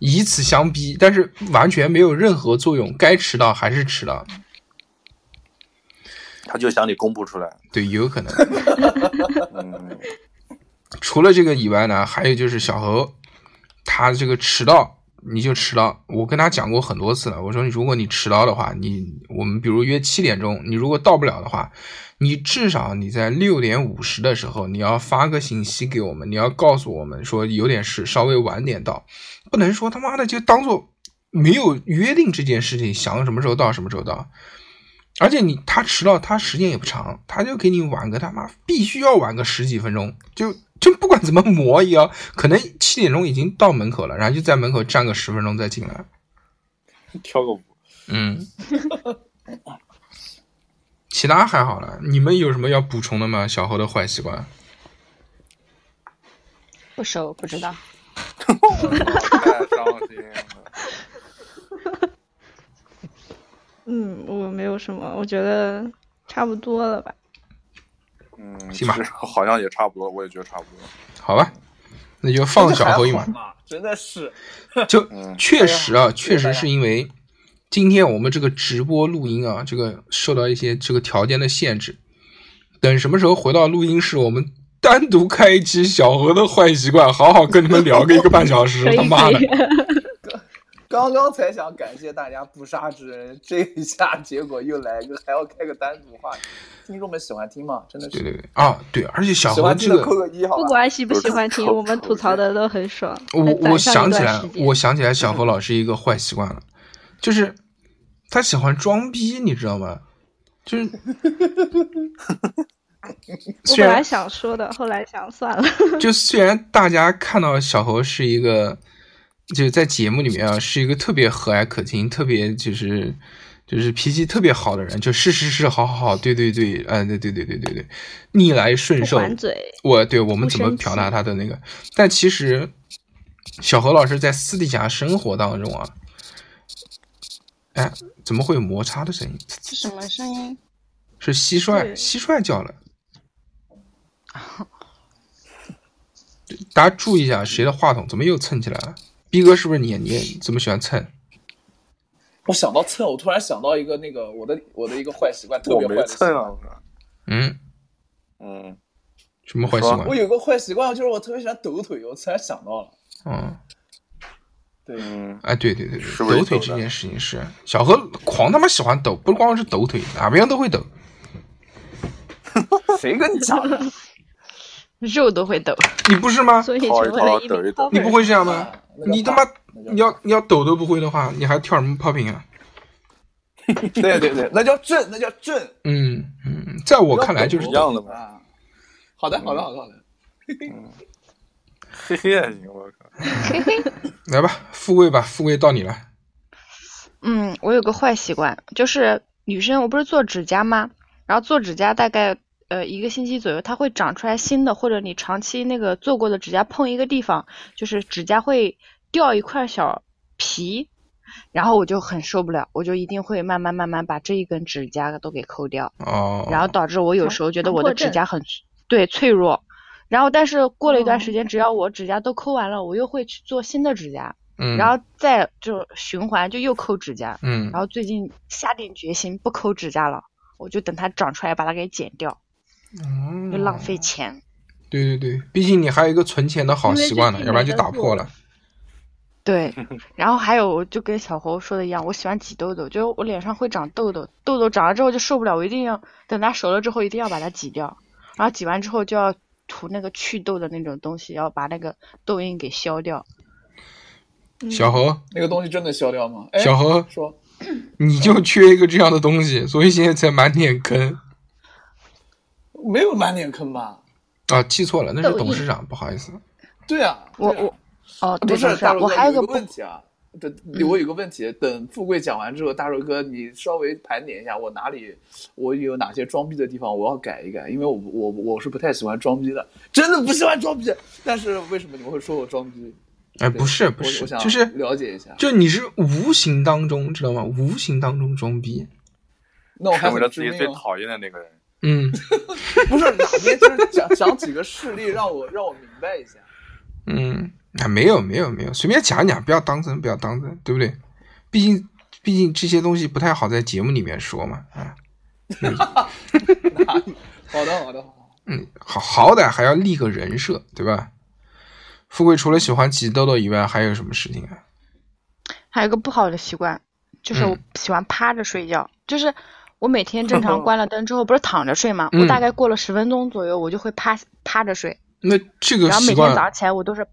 [SPEAKER 1] 以此相逼，但是完全没有任何作用，该迟到还是迟到，
[SPEAKER 6] 他就想你公布出来。
[SPEAKER 1] 对，有可能。
[SPEAKER 6] 嗯，
[SPEAKER 1] 除了这个以外呢，还有就是小何，他这个迟到，你就迟到。我跟他讲过很多次了，我说你如果你迟到的话，你我们比如约七点钟，你如果到不了的话，你至少你在六点五十的时候，你要发个信息给我们，你要告诉我们说有点事，稍微晚点到，不能说他妈的就当做没有约定这件事情，想什么时候到什么时候到。而且你他迟到，他时间也不长，他就给你晚个他妈必须要晚个十几分钟，就就不管怎么磨也要，可能七点钟已经到门口了，然后就在门口站个十分钟再进来。
[SPEAKER 6] 跳个舞，
[SPEAKER 1] 嗯，其他还好了。你们有什么要补充的吗？小何的坏习惯？
[SPEAKER 5] 不熟，不知道。
[SPEAKER 6] 太伤心了。
[SPEAKER 4] 嗯，我没有什么，我觉得差不多了吧。
[SPEAKER 6] 嗯，
[SPEAKER 1] 行吧
[SPEAKER 6] 其实好像也差不多，我也觉得差不多。
[SPEAKER 1] 好吧，那就放小何一马
[SPEAKER 2] 这。还好嘛，真的是，
[SPEAKER 1] 就
[SPEAKER 6] 嗯
[SPEAKER 1] 确实
[SPEAKER 4] 哎
[SPEAKER 1] 啊，确
[SPEAKER 2] 大
[SPEAKER 1] 实
[SPEAKER 2] 家
[SPEAKER 1] 是因为今天我们这个直播录音啊，这个受到一些这个条件的限制。等什么时候回到录音室，我们单独开一期小何的坏习惯，好好跟你们聊个一个半 小时。
[SPEAKER 4] 可
[SPEAKER 1] 他
[SPEAKER 4] 以
[SPEAKER 1] 妈
[SPEAKER 4] 可
[SPEAKER 1] 的
[SPEAKER 4] 以，，
[SPEAKER 2] 刚刚才想感谢大家不杀之恩，这一下结果又来一个还要开个单独话题，听众们喜欢听吗？真的
[SPEAKER 1] 对
[SPEAKER 2] 是
[SPEAKER 1] 对对啊，对，而且小
[SPEAKER 2] 喜
[SPEAKER 1] 何
[SPEAKER 2] 欢听
[SPEAKER 1] 这
[SPEAKER 2] 的扣
[SPEAKER 1] 个，
[SPEAKER 2] 个一好
[SPEAKER 4] 不
[SPEAKER 2] 吧？
[SPEAKER 4] 管喜不喜 欢听，我们吐槽的都很爽。
[SPEAKER 1] 我
[SPEAKER 4] 还
[SPEAKER 1] 我
[SPEAKER 4] 攒上
[SPEAKER 1] 想
[SPEAKER 4] 一
[SPEAKER 1] 起
[SPEAKER 4] 段
[SPEAKER 1] 来
[SPEAKER 4] 时，间
[SPEAKER 1] 我想起来小何老师一个坏习惯了，就是他喜欢装逼，你知道吗？就是
[SPEAKER 4] 我
[SPEAKER 1] 虽
[SPEAKER 4] 本
[SPEAKER 1] 然。
[SPEAKER 4] 来想说的，后来想 算了。
[SPEAKER 1] 就虽然大家看到小侯是一个，就在节目里面啊，是一个特别和蔼可亲、特别就是就是脾气特别好的人，就是是是好好好，对对对，嗯、对对对对对对，逆来顺受
[SPEAKER 4] 不还嘴，
[SPEAKER 1] 我对我们
[SPEAKER 4] 不
[SPEAKER 1] 怎么
[SPEAKER 4] 生
[SPEAKER 1] 表
[SPEAKER 4] 气
[SPEAKER 1] 达他的那个，但其实小何老师在私底下生活当中啊，哎，怎么会有摩擦的声音？
[SPEAKER 5] 是什么声音？
[SPEAKER 1] 是蟋蟀，
[SPEAKER 4] 对
[SPEAKER 1] 蟋蟀叫了。大家注意一下，谁的话筒怎么又蹭起来了？逼哥是不是你？你怎么喜欢蹭？
[SPEAKER 2] 我想到蹭，我突然想到一个那个我的我的一个坏习惯，特
[SPEAKER 6] 我
[SPEAKER 2] 别坏
[SPEAKER 6] 没
[SPEAKER 2] 的习惯
[SPEAKER 6] 蹭啊，我说
[SPEAKER 1] 嗯，
[SPEAKER 6] 嗯，
[SPEAKER 1] 什么坏习惯
[SPEAKER 2] 我？有个坏习惯，就是我特别喜欢抖腿，我突然想到了，
[SPEAKER 1] 嗯，
[SPEAKER 2] 对，
[SPEAKER 6] 嗯，
[SPEAKER 1] 哎，对对对
[SPEAKER 6] 是
[SPEAKER 1] 对，
[SPEAKER 6] 不是
[SPEAKER 1] 抖腿
[SPEAKER 6] 抖的
[SPEAKER 1] 这件事情是小何狂他妈喜欢抖，不光是抖腿，哪边都会抖。
[SPEAKER 2] 谁跟你讲的？
[SPEAKER 5] 肉都会抖。
[SPEAKER 1] 你不是吗？
[SPEAKER 4] 所以
[SPEAKER 6] 掏一
[SPEAKER 4] 成为
[SPEAKER 6] 掏
[SPEAKER 4] 了一
[SPEAKER 6] 抖一
[SPEAKER 4] 名
[SPEAKER 6] 抖
[SPEAKER 4] topper
[SPEAKER 1] 你不会这样吗
[SPEAKER 2] 啊？那个
[SPEAKER 1] 你他妈
[SPEAKER 2] 那就
[SPEAKER 1] 你要你要抖都不会的话，你还跳什么 popping 啊？
[SPEAKER 2] 对对 对，那叫正，那叫正。
[SPEAKER 1] 嗯嗯，在我看来就是
[SPEAKER 6] 一样的嘛
[SPEAKER 2] 啊。好的，好的，好的，好的。
[SPEAKER 6] 嘿嘿也行，我靠，
[SPEAKER 1] 来吧，富贵吧，富贵到你了。
[SPEAKER 5] 嗯，我有个坏习惯，就是女生我不是做指甲吗？然后做指甲大概呃一个星期左右，它会长出来新的，或者你长期那个做过的指甲碰一个地方，就是指甲会掉一块小皮，然后我就很受不了，我就一定会慢慢慢慢把这一根指甲都给抠掉。
[SPEAKER 1] 哦，
[SPEAKER 5] 然后导致我有
[SPEAKER 4] 强
[SPEAKER 5] 时候觉得
[SPEAKER 4] 强
[SPEAKER 5] 我
[SPEAKER 4] 迫
[SPEAKER 5] 的指
[SPEAKER 4] 症
[SPEAKER 5] 甲很脆对脆弱，然后但是过了一段时
[SPEAKER 4] 哦
[SPEAKER 5] 间，只要我指甲都抠完了，我又会去做新的指甲，
[SPEAKER 1] 嗯，
[SPEAKER 5] 然后再就循环就又抠指甲，
[SPEAKER 1] 嗯
[SPEAKER 5] 然后最近下定决心不抠指甲了，我就等它长出来把它给剪掉，又浪费钱。
[SPEAKER 1] 嗯对对对，毕竟你还有一个存钱的好习惯呢，
[SPEAKER 4] 因为最近
[SPEAKER 1] 要不然就
[SPEAKER 4] 没得
[SPEAKER 1] 打破了。
[SPEAKER 5] 对，然后还有我就跟小侯说的一样，我喜欢挤痘痘，就是我脸上会长痘痘，痘痘长了之后就受不了，我一定要等它熟了之后一定要把它挤掉，然后挤完之后就要涂那个祛痘的那种东西，要把那个痘印给消掉。
[SPEAKER 1] 小何，
[SPEAKER 2] 那个东西真的消掉吗？哎，
[SPEAKER 1] 小何，
[SPEAKER 2] 说
[SPEAKER 1] 你就缺一个这样的东西，所以现在才满脸坑
[SPEAKER 2] 没有满脸坑吧？
[SPEAKER 1] 啊！记错了，那是
[SPEAKER 4] 抖音
[SPEAKER 1] 董事长，不好意思。
[SPEAKER 2] 对啊，
[SPEAKER 5] 我
[SPEAKER 2] 对啊
[SPEAKER 5] 我哦，
[SPEAKER 2] 不
[SPEAKER 5] 对，
[SPEAKER 2] 是
[SPEAKER 5] 董事
[SPEAKER 2] 大
[SPEAKER 5] 长，
[SPEAKER 2] 肉
[SPEAKER 5] 我
[SPEAKER 2] 哥，
[SPEAKER 5] 还有
[SPEAKER 2] 有
[SPEAKER 5] 个嗯
[SPEAKER 2] 个问题啊。对，我有个问题，等富贵讲完之后，大肉哥你稍微盘点一下，我哪里我有哪些装逼的地方，我要改一改，因为我我我是不太喜欢装逼的，真的不喜欢装逼。但是为什么你们会说我装逼？
[SPEAKER 1] 哎，
[SPEAKER 2] 对
[SPEAKER 1] 不是不
[SPEAKER 2] 我
[SPEAKER 1] 是，
[SPEAKER 2] 我想
[SPEAKER 1] 就是
[SPEAKER 2] 了解一下。
[SPEAKER 1] 就你是无形当中知道吗？无形当中装逼。
[SPEAKER 2] 那我还
[SPEAKER 6] 成为
[SPEAKER 2] 很
[SPEAKER 6] 了
[SPEAKER 2] 致
[SPEAKER 6] 自己
[SPEAKER 2] 命
[SPEAKER 6] 最
[SPEAKER 2] 哦
[SPEAKER 6] 讨厌的那个人。
[SPEAKER 1] 嗯
[SPEAKER 2] 不是哪边，就是讲讲几个事例，让我让我明白一下。
[SPEAKER 1] 嗯，啊，没有没有没有，随便讲一讲，不要当真，不要当真，对不对？毕竟毕竟这些东西不太好在节目里面说嘛，啊。
[SPEAKER 2] 好的，好的，好
[SPEAKER 1] 嗯，好好歹还要立个人设，对吧？富贵除了喜欢挤痘痘以外，还有什么事情啊？
[SPEAKER 5] 还有个不好的习惯，就是我
[SPEAKER 1] 嗯
[SPEAKER 5] 喜欢趴着睡觉，就是我每天 正常关了灯之后不是躺着睡嘛，我大
[SPEAKER 1] 嗯
[SPEAKER 5] 概过了十分钟左右，我就会趴趴着睡。
[SPEAKER 1] 那这个
[SPEAKER 5] 然后每
[SPEAKER 1] 习
[SPEAKER 5] 天早
[SPEAKER 1] 惯
[SPEAKER 5] 上起来我都是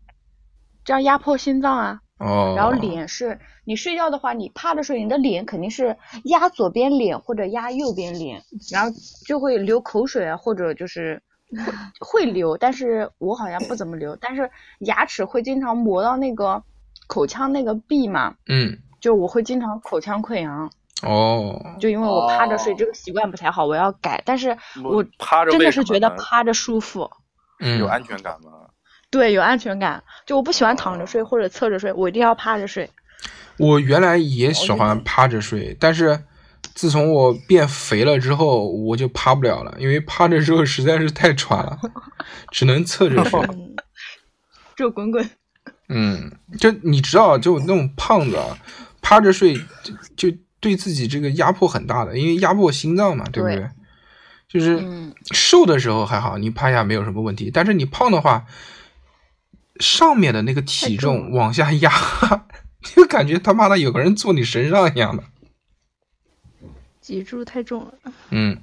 [SPEAKER 5] 这样压迫心脏啊，
[SPEAKER 1] 哦，
[SPEAKER 5] 然后脸是你睡觉的话，你趴着睡，你的脸肯定是压左边脸或者压右边脸，然后就会流口水啊，或者就是 会会流，但是我好像不怎么流，但是牙齿会经常磨到那个口腔那个壁嘛，
[SPEAKER 1] 嗯，
[SPEAKER 5] 就我会经常口腔溃疡，
[SPEAKER 1] 哦，
[SPEAKER 5] 就因为我趴着睡
[SPEAKER 2] 哦
[SPEAKER 5] 这个习惯不太好，我要改，但是
[SPEAKER 6] 我
[SPEAKER 5] 我
[SPEAKER 6] 趴着
[SPEAKER 5] 真
[SPEAKER 6] 为
[SPEAKER 5] 的
[SPEAKER 6] 什
[SPEAKER 5] 是
[SPEAKER 6] 么
[SPEAKER 5] 觉得
[SPEAKER 6] 呢
[SPEAKER 5] 趴着舒服。
[SPEAKER 1] 嗯，
[SPEAKER 6] 有啊安全感吗？
[SPEAKER 5] 对，有安全感。就我不喜欢躺着
[SPEAKER 6] 哦
[SPEAKER 5] 睡或者侧着睡，我一定要趴着睡。
[SPEAKER 1] 我原来也
[SPEAKER 5] 哦
[SPEAKER 1] 喜
[SPEAKER 5] 啊
[SPEAKER 1] 欢趴着睡，但是自从我变肥了之后，我就趴不了了，因为趴着之后实在是太喘了，只能侧着睡。
[SPEAKER 5] 就滚滚。
[SPEAKER 1] 嗯，就你知道，就那种胖子啊，趴着睡就就对自己这个压迫很大的，因为压迫心脏嘛，对不对？
[SPEAKER 5] 对
[SPEAKER 1] 就是
[SPEAKER 5] 嗯
[SPEAKER 1] 瘦的时候还好，你趴下没有什么问题，但是你胖的话，上面的那个体重往下压， 就感觉他妈的有个人坐你身上一样的。
[SPEAKER 4] 脊柱太重了。
[SPEAKER 1] 嗯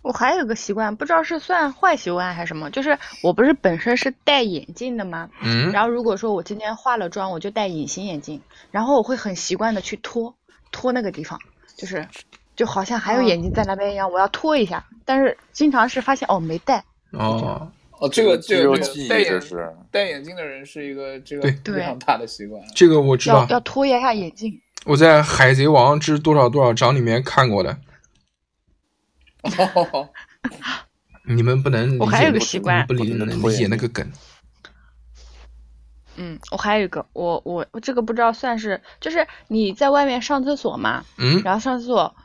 [SPEAKER 5] 我还有个习惯，不知道是算坏习惯还是什么，就是我不是本身是戴眼镜的吗？
[SPEAKER 1] 嗯，
[SPEAKER 5] 然后如果说我今天化了妆，我就戴隐形眼镜，然后我会很习惯的去脱脱那个地方，就是就好像
[SPEAKER 6] 嗯
[SPEAKER 5] 还有眼睛在那边一样，我要脱一下。但是经常是发现哦没戴，
[SPEAKER 1] 哦，
[SPEAKER 2] 哦，这个这
[SPEAKER 6] 肌肉
[SPEAKER 2] 个
[SPEAKER 6] 记
[SPEAKER 2] 这个戴
[SPEAKER 6] 忆这
[SPEAKER 2] 眼
[SPEAKER 6] 是。哦
[SPEAKER 2] 戴眼镜的人是一个这个
[SPEAKER 1] 对
[SPEAKER 2] 非常大的习惯。
[SPEAKER 1] 这个我知
[SPEAKER 5] 要
[SPEAKER 1] 道，
[SPEAKER 5] 要脱一下眼镜。
[SPEAKER 1] 我在《海贼王之多少多少章》里面看过的，
[SPEAKER 2] 哦，
[SPEAKER 1] 你们不能理解，
[SPEAKER 5] 我还有个习惯
[SPEAKER 1] 你们不理
[SPEAKER 6] 我能
[SPEAKER 1] 能
[SPEAKER 6] 脱
[SPEAKER 1] 理
[SPEAKER 6] 眼
[SPEAKER 1] 解那
[SPEAKER 6] 镜
[SPEAKER 1] 个梗。
[SPEAKER 5] 嗯，我还有一个，我我我这个不知道算是，就是你在外面上厕所嘛，
[SPEAKER 1] 嗯
[SPEAKER 5] 然后上厕所，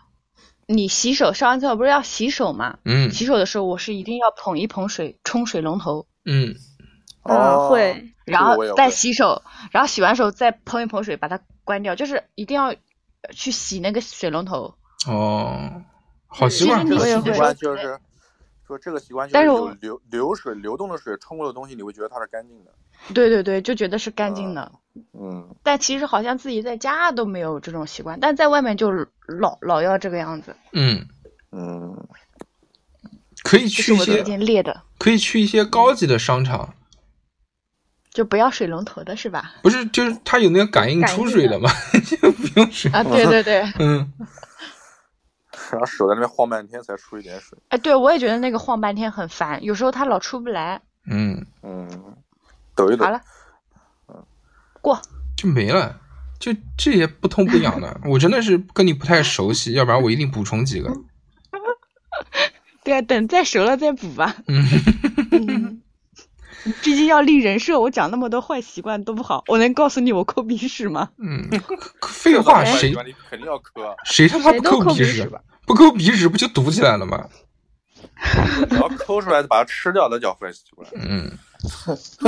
[SPEAKER 5] 你洗手上完厕所不是要洗手嘛？
[SPEAKER 1] 嗯
[SPEAKER 5] 洗手的时候，我是一定要捧一捧水冲水龙头，
[SPEAKER 1] 嗯，
[SPEAKER 6] 哦
[SPEAKER 4] 嗯，会。
[SPEAKER 5] 然
[SPEAKER 6] 我也
[SPEAKER 5] 后再
[SPEAKER 6] 会
[SPEAKER 5] 洗手，然后洗完手再喷一捧水把它关掉，就是一定要呃去洗那个水龙头。
[SPEAKER 1] 哦，好习
[SPEAKER 5] 其实
[SPEAKER 1] 惯，
[SPEAKER 5] 你
[SPEAKER 6] 这
[SPEAKER 5] 我也
[SPEAKER 6] 个
[SPEAKER 5] 会
[SPEAKER 6] 习惯就是说这个习惯就
[SPEAKER 5] 但
[SPEAKER 6] 是
[SPEAKER 5] 是
[SPEAKER 6] 有
[SPEAKER 5] 我
[SPEAKER 6] 流流水流动的水冲过的东西，你会觉得它是干净的。
[SPEAKER 5] 对对对，就觉得是干净的。
[SPEAKER 6] 嗯，
[SPEAKER 5] 但其实好像自己在家都没有这种习惯，但在外面就老老要这个样子，
[SPEAKER 1] 嗯，
[SPEAKER 6] 嗯，
[SPEAKER 1] 可以
[SPEAKER 5] 这
[SPEAKER 1] 去
[SPEAKER 5] 是
[SPEAKER 1] 一
[SPEAKER 5] 我最
[SPEAKER 1] 些
[SPEAKER 5] 近列的，
[SPEAKER 1] 可以去一些高级的商场，
[SPEAKER 5] 就不要水龙头的是吧？
[SPEAKER 1] 不是就是它有那个感应
[SPEAKER 4] 感
[SPEAKER 1] 出
[SPEAKER 4] 应
[SPEAKER 1] 水
[SPEAKER 4] 的
[SPEAKER 1] 的嘛，就不用水。
[SPEAKER 5] 啊，对对对，
[SPEAKER 1] 嗯，
[SPEAKER 6] 然后手在那边晃半天才出一点水。
[SPEAKER 5] 哎，对我也觉得那个晃半天很烦，有时候它老出不来。
[SPEAKER 1] 嗯，
[SPEAKER 6] 嗯，抖一抖
[SPEAKER 5] 好。了，嗯过。
[SPEAKER 1] 就没了。就这些不痛不痒的，我真的是跟你不太熟悉，要不然我一定补充几个。
[SPEAKER 5] 对啊，等再熟了再补吧。
[SPEAKER 1] 嗯，
[SPEAKER 5] 嗯，毕竟要立人设，我讲那么多坏习惯都不好。我能告诉你我抠鼻屎吗？
[SPEAKER 1] 嗯，废话，
[SPEAKER 6] 这个
[SPEAKER 1] 谁
[SPEAKER 6] 习惯你肯定要磕，
[SPEAKER 1] 谁他妈
[SPEAKER 4] 谁
[SPEAKER 1] 不
[SPEAKER 4] 都抠
[SPEAKER 1] 抠鼻
[SPEAKER 4] 鼻
[SPEAKER 1] 屎
[SPEAKER 4] 屎吧？
[SPEAKER 1] 不抠鼻屎不就堵起来了吗？
[SPEAKER 6] 你要抠出来把它吃掉，那叫坏习惯。
[SPEAKER 1] 嗯，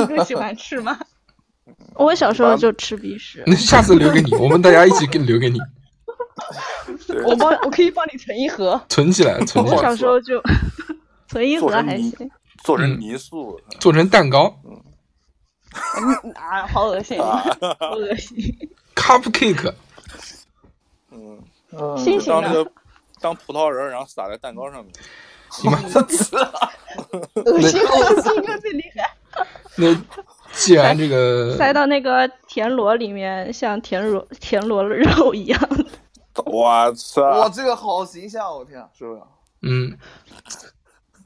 [SPEAKER 5] 你不喜欢吃 吗？
[SPEAKER 4] 我小时候就吃鼻屎，
[SPEAKER 1] 那下次留给你，我们大家一起给留给你，
[SPEAKER 6] 对，
[SPEAKER 5] 我帮，我可以帮你存一盒。
[SPEAKER 1] 存起来，存起
[SPEAKER 4] 我
[SPEAKER 1] 来，
[SPEAKER 4] 小时候 就存一盒
[SPEAKER 6] 做成
[SPEAKER 4] 还
[SPEAKER 6] 泥
[SPEAKER 4] 行。
[SPEAKER 6] 做成泥塑。
[SPEAKER 1] 做成蛋糕
[SPEAKER 5] 啊，好恶心， 好
[SPEAKER 6] 啊
[SPEAKER 5] 恶心。
[SPEAKER 1] ，cupcake。
[SPEAKER 6] 嗯，
[SPEAKER 5] 心
[SPEAKER 6] 就当
[SPEAKER 5] 情
[SPEAKER 6] 那个当葡萄仁儿，然后撒在蛋糕上面。
[SPEAKER 1] 你妈，
[SPEAKER 5] 恶心，恶心，这最厉害。
[SPEAKER 1] 那既然这 个
[SPEAKER 4] 塞到那个田螺里面，像田螺田螺肉一样。
[SPEAKER 6] 我
[SPEAKER 2] 嗯哇，
[SPEAKER 6] 操！
[SPEAKER 2] 这个好形象，我天啊，是不是？
[SPEAKER 1] 嗯，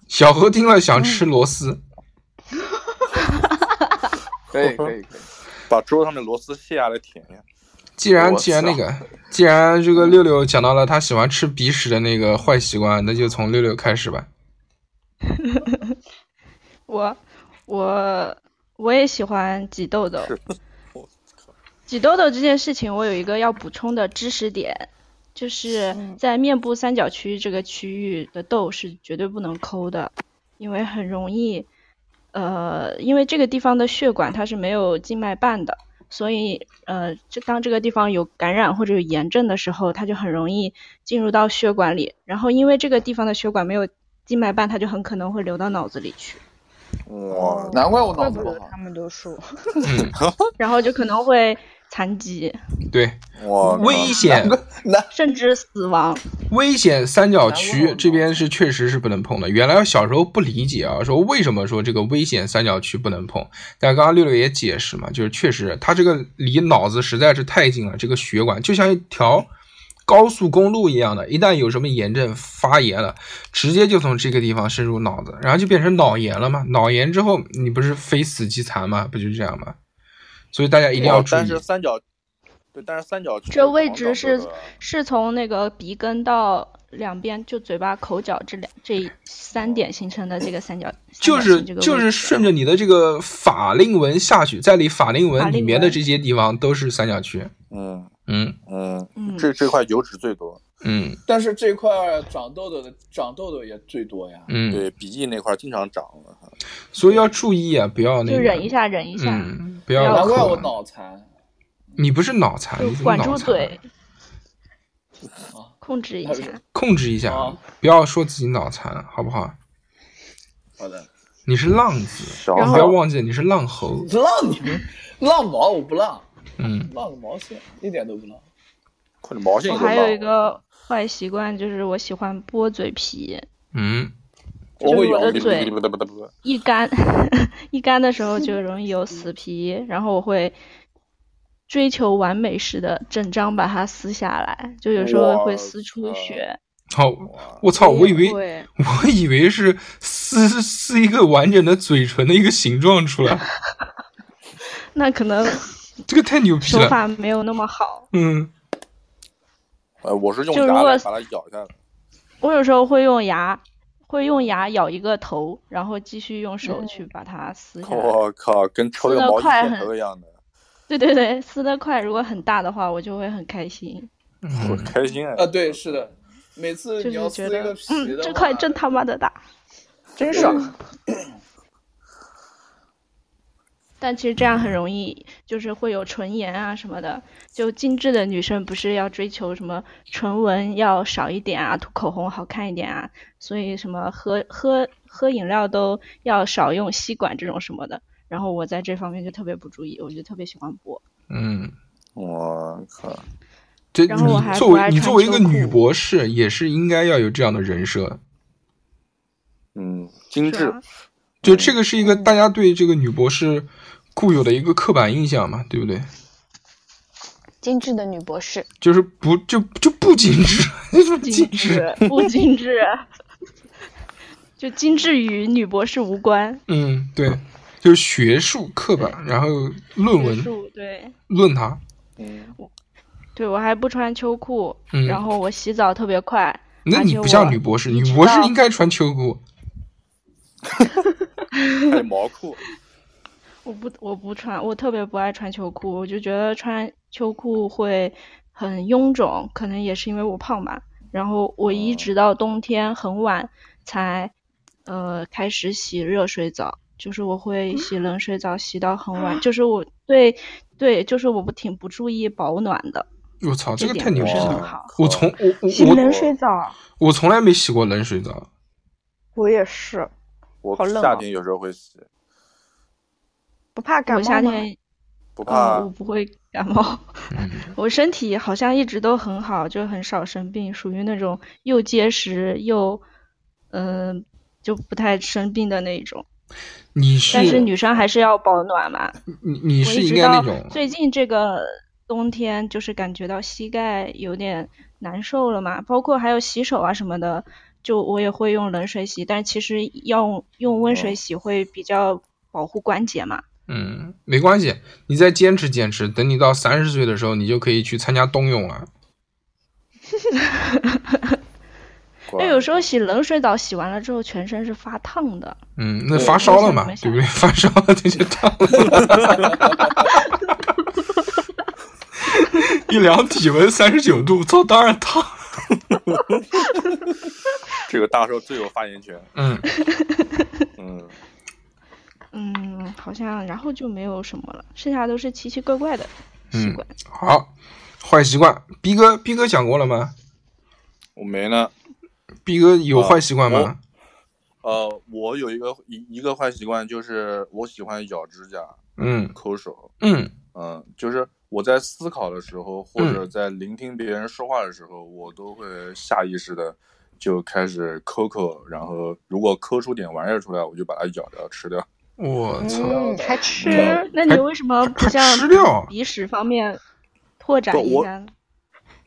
[SPEAKER 1] 小何听了想吃螺丝，
[SPEAKER 2] 可以可以可以。
[SPEAKER 6] 把桌上的螺丝卸下来舔一下。
[SPEAKER 1] 既然
[SPEAKER 6] 我
[SPEAKER 1] 既然
[SPEAKER 6] 操
[SPEAKER 1] 那个既然这个六六讲到了他喜欢吃鼻屎的那个坏习惯，那就从六六开始吧。
[SPEAKER 4] 我我我也喜欢挤痘痘
[SPEAKER 6] 是。
[SPEAKER 4] 挤痘痘这件事情，我有一个要补充的知识点，就是在面部三角区这个区域的痘是绝对不能抠的，因为很容易，呃，因为这个地方的血管它是没有静脉瓣的，所以呃，这当这个地方有感染或者有炎症的时候，它就很容易进入到血管里，然后因为这个地方的血管没有静脉瓣，它就很可能会流到脑子里去。
[SPEAKER 6] 哇，哦
[SPEAKER 2] 难怪我脑
[SPEAKER 5] 怪
[SPEAKER 2] 子
[SPEAKER 5] 不
[SPEAKER 2] 不
[SPEAKER 5] 得
[SPEAKER 2] 好。
[SPEAKER 5] 他们都说，
[SPEAKER 1] 嗯，
[SPEAKER 4] 然后就可能会残疾，
[SPEAKER 1] 对，
[SPEAKER 6] 哇，
[SPEAKER 1] 危险
[SPEAKER 4] 甚至死亡。
[SPEAKER 1] 危险三角区这边是确实是不能碰的。原来小时候不理解啊，说为什么说这个危险三角区不能碰？但刚刚六六也解释嘛，就是确实它这个离脑子实在是太近了，这个血管就像一条高速公路一样的，一旦有什么炎症发炎了，直接就从这个地方深入脑子，然后就变成脑炎了嘛。脑炎之后你不是非死即残嘛，不就这样吗？所以大家一定要注意。
[SPEAKER 6] 但是三角，对，但是三角区
[SPEAKER 4] 这位置
[SPEAKER 1] 哦
[SPEAKER 6] 往
[SPEAKER 4] 是
[SPEAKER 6] 往
[SPEAKER 4] 是从那个鼻根到两边，就嘴巴、口角这两这三点形成的这个三角，
[SPEAKER 1] 就
[SPEAKER 4] 三角
[SPEAKER 1] 是
[SPEAKER 4] 形这个
[SPEAKER 1] 就
[SPEAKER 4] 位
[SPEAKER 1] 是
[SPEAKER 4] 置
[SPEAKER 1] 顺着你的这个法令纹下去，再理法令
[SPEAKER 4] 法
[SPEAKER 1] 纹里
[SPEAKER 4] 令
[SPEAKER 1] 面的
[SPEAKER 4] 纹
[SPEAKER 1] 这些地方都是三角区。
[SPEAKER 6] 嗯
[SPEAKER 1] 嗯
[SPEAKER 6] 嗯，
[SPEAKER 4] 嗯
[SPEAKER 6] 这这块油脂最多，
[SPEAKER 1] 嗯
[SPEAKER 2] 但是这块儿长痘痘的长痘痘也最多呀。
[SPEAKER 1] 嗯，
[SPEAKER 6] 对，鼻翼那块经常长。
[SPEAKER 1] 所以要注意啊，不要那
[SPEAKER 4] 就
[SPEAKER 1] 个。
[SPEAKER 4] 忍一下，忍一下，
[SPEAKER 1] 嗯，不
[SPEAKER 4] 不
[SPEAKER 1] 要
[SPEAKER 4] 要
[SPEAKER 2] 难怪
[SPEAKER 1] 抠
[SPEAKER 2] 我
[SPEAKER 1] 啊
[SPEAKER 2] 脑残，
[SPEAKER 1] 你不是脑残，
[SPEAKER 4] 就
[SPEAKER 1] 你怎么
[SPEAKER 4] 管
[SPEAKER 1] 脑
[SPEAKER 4] 住
[SPEAKER 1] 残
[SPEAKER 4] 嘴
[SPEAKER 2] 啊，
[SPEAKER 4] 控制一
[SPEAKER 2] 他是
[SPEAKER 4] 下。
[SPEAKER 1] 控制一下
[SPEAKER 2] 啊，
[SPEAKER 4] 哦
[SPEAKER 1] 不要说自己脑残，好不好？
[SPEAKER 2] 好的，
[SPEAKER 1] 你是浪子，
[SPEAKER 6] 小
[SPEAKER 1] 你不要忘记你是浪猴。
[SPEAKER 2] 浪你们浪毛我不浪，
[SPEAKER 1] 嗯，
[SPEAKER 2] 浪个毛线，一点都不浪。
[SPEAKER 6] 或者毛线
[SPEAKER 4] 我哦
[SPEAKER 6] 也都
[SPEAKER 4] 还有
[SPEAKER 6] 浪
[SPEAKER 4] 一个坏习惯就是我喜欢剥嘴皮，
[SPEAKER 1] 嗯，
[SPEAKER 4] 就是
[SPEAKER 2] 会
[SPEAKER 4] 我
[SPEAKER 2] 咬
[SPEAKER 4] 的
[SPEAKER 2] 你
[SPEAKER 4] 嘴一干 一干的时候就容易有死皮，然后我会追求完美式的整张把它撕下来，就有时候会撕出
[SPEAKER 6] 哇塞
[SPEAKER 4] 血。
[SPEAKER 1] 好，我操，我以为
[SPEAKER 4] 会
[SPEAKER 1] 我以为是撕撕一个完整的嘴唇的一个形状出来，
[SPEAKER 4] 那可能
[SPEAKER 1] 这个太牛逼
[SPEAKER 4] 手
[SPEAKER 1] 了。
[SPEAKER 4] 法没有那么好。
[SPEAKER 1] 嗯，
[SPEAKER 6] 呃，我是用
[SPEAKER 4] 就
[SPEAKER 6] 牙
[SPEAKER 4] 如果
[SPEAKER 6] 来把它咬下来。
[SPEAKER 4] 我有时候会用牙，会用牙咬一个头，然后继续用手去
[SPEAKER 2] 嗯
[SPEAKER 4] 把它撕下来。
[SPEAKER 6] 我靠，跟抽那个
[SPEAKER 4] 撕得
[SPEAKER 6] 毛
[SPEAKER 4] 快
[SPEAKER 6] 线
[SPEAKER 4] 很
[SPEAKER 6] 头一样的，
[SPEAKER 4] 对对对，撕得快，如果很大的话，我就会很开心，
[SPEAKER 6] 我开心啊
[SPEAKER 1] 呃
[SPEAKER 2] 啊，！对，是的，每次
[SPEAKER 4] 就
[SPEAKER 2] 你要
[SPEAKER 4] 是
[SPEAKER 2] 撕一
[SPEAKER 4] 觉得
[SPEAKER 2] 个皮
[SPEAKER 4] 嗯
[SPEAKER 2] 的，
[SPEAKER 4] 这
[SPEAKER 2] 话
[SPEAKER 4] 块真他妈的大。
[SPEAKER 5] 真爽。
[SPEAKER 4] 但其实这样很容易，就是会有唇炎啊什么的。就精致的女生不是要追求什么唇纹要少一点啊，涂口红好看一点啊，所以什么喝喝喝饮料都要少用吸管这种什么的。然后我在这方面就特别不注意，我就特别喜欢剥。
[SPEAKER 1] 嗯，
[SPEAKER 6] 我靠，
[SPEAKER 1] 这
[SPEAKER 4] 然后我还
[SPEAKER 1] 你作
[SPEAKER 4] 不
[SPEAKER 1] 为
[SPEAKER 4] 爱
[SPEAKER 1] 你
[SPEAKER 4] 穿
[SPEAKER 1] 作为一个
[SPEAKER 4] 秋裤
[SPEAKER 1] 女博士，也是应该要有这样的人设。
[SPEAKER 6] 嗯，精
[SPEAKER 4] 是
[SPEAKER 6] 致
[SPEAKER 4] 吧，
[SPEAKER 1] 就这个是一个
[SPEAKER 4] 嗯
[SPEAKER 1] 大家对这个女博士固有的一个刻板印象嘛，对不对？
[SPEAKER 5] 精致的女博士，
[SPEAKER 1] 就是不就就不
[SPEAKER 4] 嗯
[SPEAKER 1] 精 致，就是
[SPEAKER 4] 精
[SPEAKER 1] 精致。
[SPEAKER 4] 致不精致，就精致与女博士无关。
[SPEAKER 1] 嗯，对，就是学术刻板，然后论
[SPEAKER 4] 学
[SPEAKER 1] 文
[SPEAKER 4] 术对。
[SPEAKER 1] 论坛，
[SPEAKER 6] 嗯，
[SPEAKER 4] 对，我还不穿秋裤，
[SPEAKER 1] 嗯
[SPEAKER 4] 然后我洗澡特别快。
[SPEAKER 1] 那
[SPEAKER 4] 而
[SPEAKER 1] 你
[SPEAKER 4] 且
[SPEAKER 1] 不像
[SPEAKER 4] 我
[SPEAKER 1] 女博士，
[SPEAKER 4] 一
[SPEAKER 1] 女
[SPEAKER 4] 直
[SPEAKER 1] 博士
[SPEAKER 4] 到
[SPEAKER 1] 应该穿秋裤。
[SPEAKER 6] 还有毛 裤，
[SPEAKER 4] 我不我不穿，我特别不爱穿秋裤，我就觉得穿秋裤会很臃肿，可能也是因为我胖吧。然后我一
[SPEAKER 5] 哦
[SPEAKER 4] 直到冬天很晚才呃开始洗热水澡，就是我会洗冷水澡，洗到很
[SPEAKER 5] 啊
[SPEAKER 4] 晚，就是我对对，就是我不挺不注意保暖的，
[SPEAKER 1] 我操，这个
[SPEAKER 4] 这点
[SPEAKER 1] 太牛
[SPEAKER 4] 不
[SPEAKER 1] 逼
[SPEAKER 4] 是很
[SPEAKER 1] 了！
[SPEAKER 4] 好。
[SPEAKER 1] 我 从我
[SPEAKER 5] 洗
[SPEAKER 1] 我
[SPEAKER 5] 冷
[SPEAKER 1] 我
[SPEAKER 5] 水澡，
[SPEAKER 1] 我从来没洗过冷水澡，
[SPEAKER 5] 我也是，
[SPEAKER 6] 我
[SPEAKER 5] 好冷啊
[SPEAKER 6] 夏天有时候会洗，
[SPEAKER 5] 不怕感
[SPEAKER 4] 我夏
[SPEAKER 5] 冒吗？
[SPEAKER 4] 天
[SPEAKER 6] 不
[SPEAKER 4] 啊，
[SPEAKER 6] 怕
[SPEAKER 4] 我不会感冒，
[SPEAKER 1] 嗯
[SPEAKER 4] 我身体好像一直都很好，就很少生病，属于那种又结实又，嗯、就不太生病的那种。
[SPEAKER 1] 你
[SPEAKER 4] 但是
[SPEAKER 1] 是
[SPEAKER 4] 女生还是要保暖嘛。
[SPEAKER 1] 你你
[SPEAKER 4] 我
[SPEAKER 1] 是
[SPEAKER 4] 一
[SPEAKER 1] 应
[SPEAKER 4] 直
[SPEAKER 1] 该那
[SPEAKER 4] 到
[SPEAKER 1] 种，
[SPEAKER 4] 最近这个冬天，就是感觉到膝盖有点难受了嘛，包括还有洗手啊什么的，就我也会用冷水洗，但其实要用用温水洗会比较保护关节嘛。
[SPEAKER 1] 嗯，没关系，你再坚持坚持，等你到三十岁的时候，你就可以去参加冬泳了。
[SPEAKER 6] 过
[SPEAKER 4] 那
[SPEAKER 6] 来。
[SPEAKER 4] 有时候洗冷水澡，洗完了之后全身是发烫的。
[SPEAKER 1] 嗯，那
[SPEAKER 6] 对
[SPEAKER 1] 发烧了嘛，
[SPEAKER 4] 没
[SPEAKER 1] 对
[SPEAKER 4] 事
[SPEAKER 1] 不
[SPEAKER 4] 没
[SPEAKER 1] 对？ 发烧了这就烫了 一量体温三十九度，操，当然烫。
[SPEAKER 6] 这个大寿最有发言权，
[SPEAKER 1] 嗯，
[SPEAKER 6] 嗯，
[SPEAKER 4] 嗯，好像然后就没有什么了，剩下都是奇奇怪怪的习惯。
[SPEAKER 1] 嗯好，坏习惯，逼哥，逼哥讲过了吗？
[SPEAKER 6] 我没呢。
[SPEAKER 1] 逼哥有
[SPEAKER 6] 啊
[SPEAKER 1] 坏习惯吗？
[SPEAKER 6] 呃，我有一个一一个坏习惯，就是我喜欢咬指甲、
[SPEAKER 1] 嗯
[SPEAKER 6] 抠手。
[SPEAKER 1] 嗯
[SPEAKER 6] 嗯，就是我在思考的时候，或者在聆听别人说话的时候，我都会下意识的就开始抠抠，然后如果抠出点玩意儿出来，我就把它咬掉吃掉。
[SPEAKER 1] 我操！
[SPEAKER 5] 嗯，还吃
[SPEAKER 3] 啊
[SPEAKER 4] 吃，那你为什么不像
[SPEAKER 1] 还吃掉
[SPEAKER 4] 鼻屎方面拓展一下呢？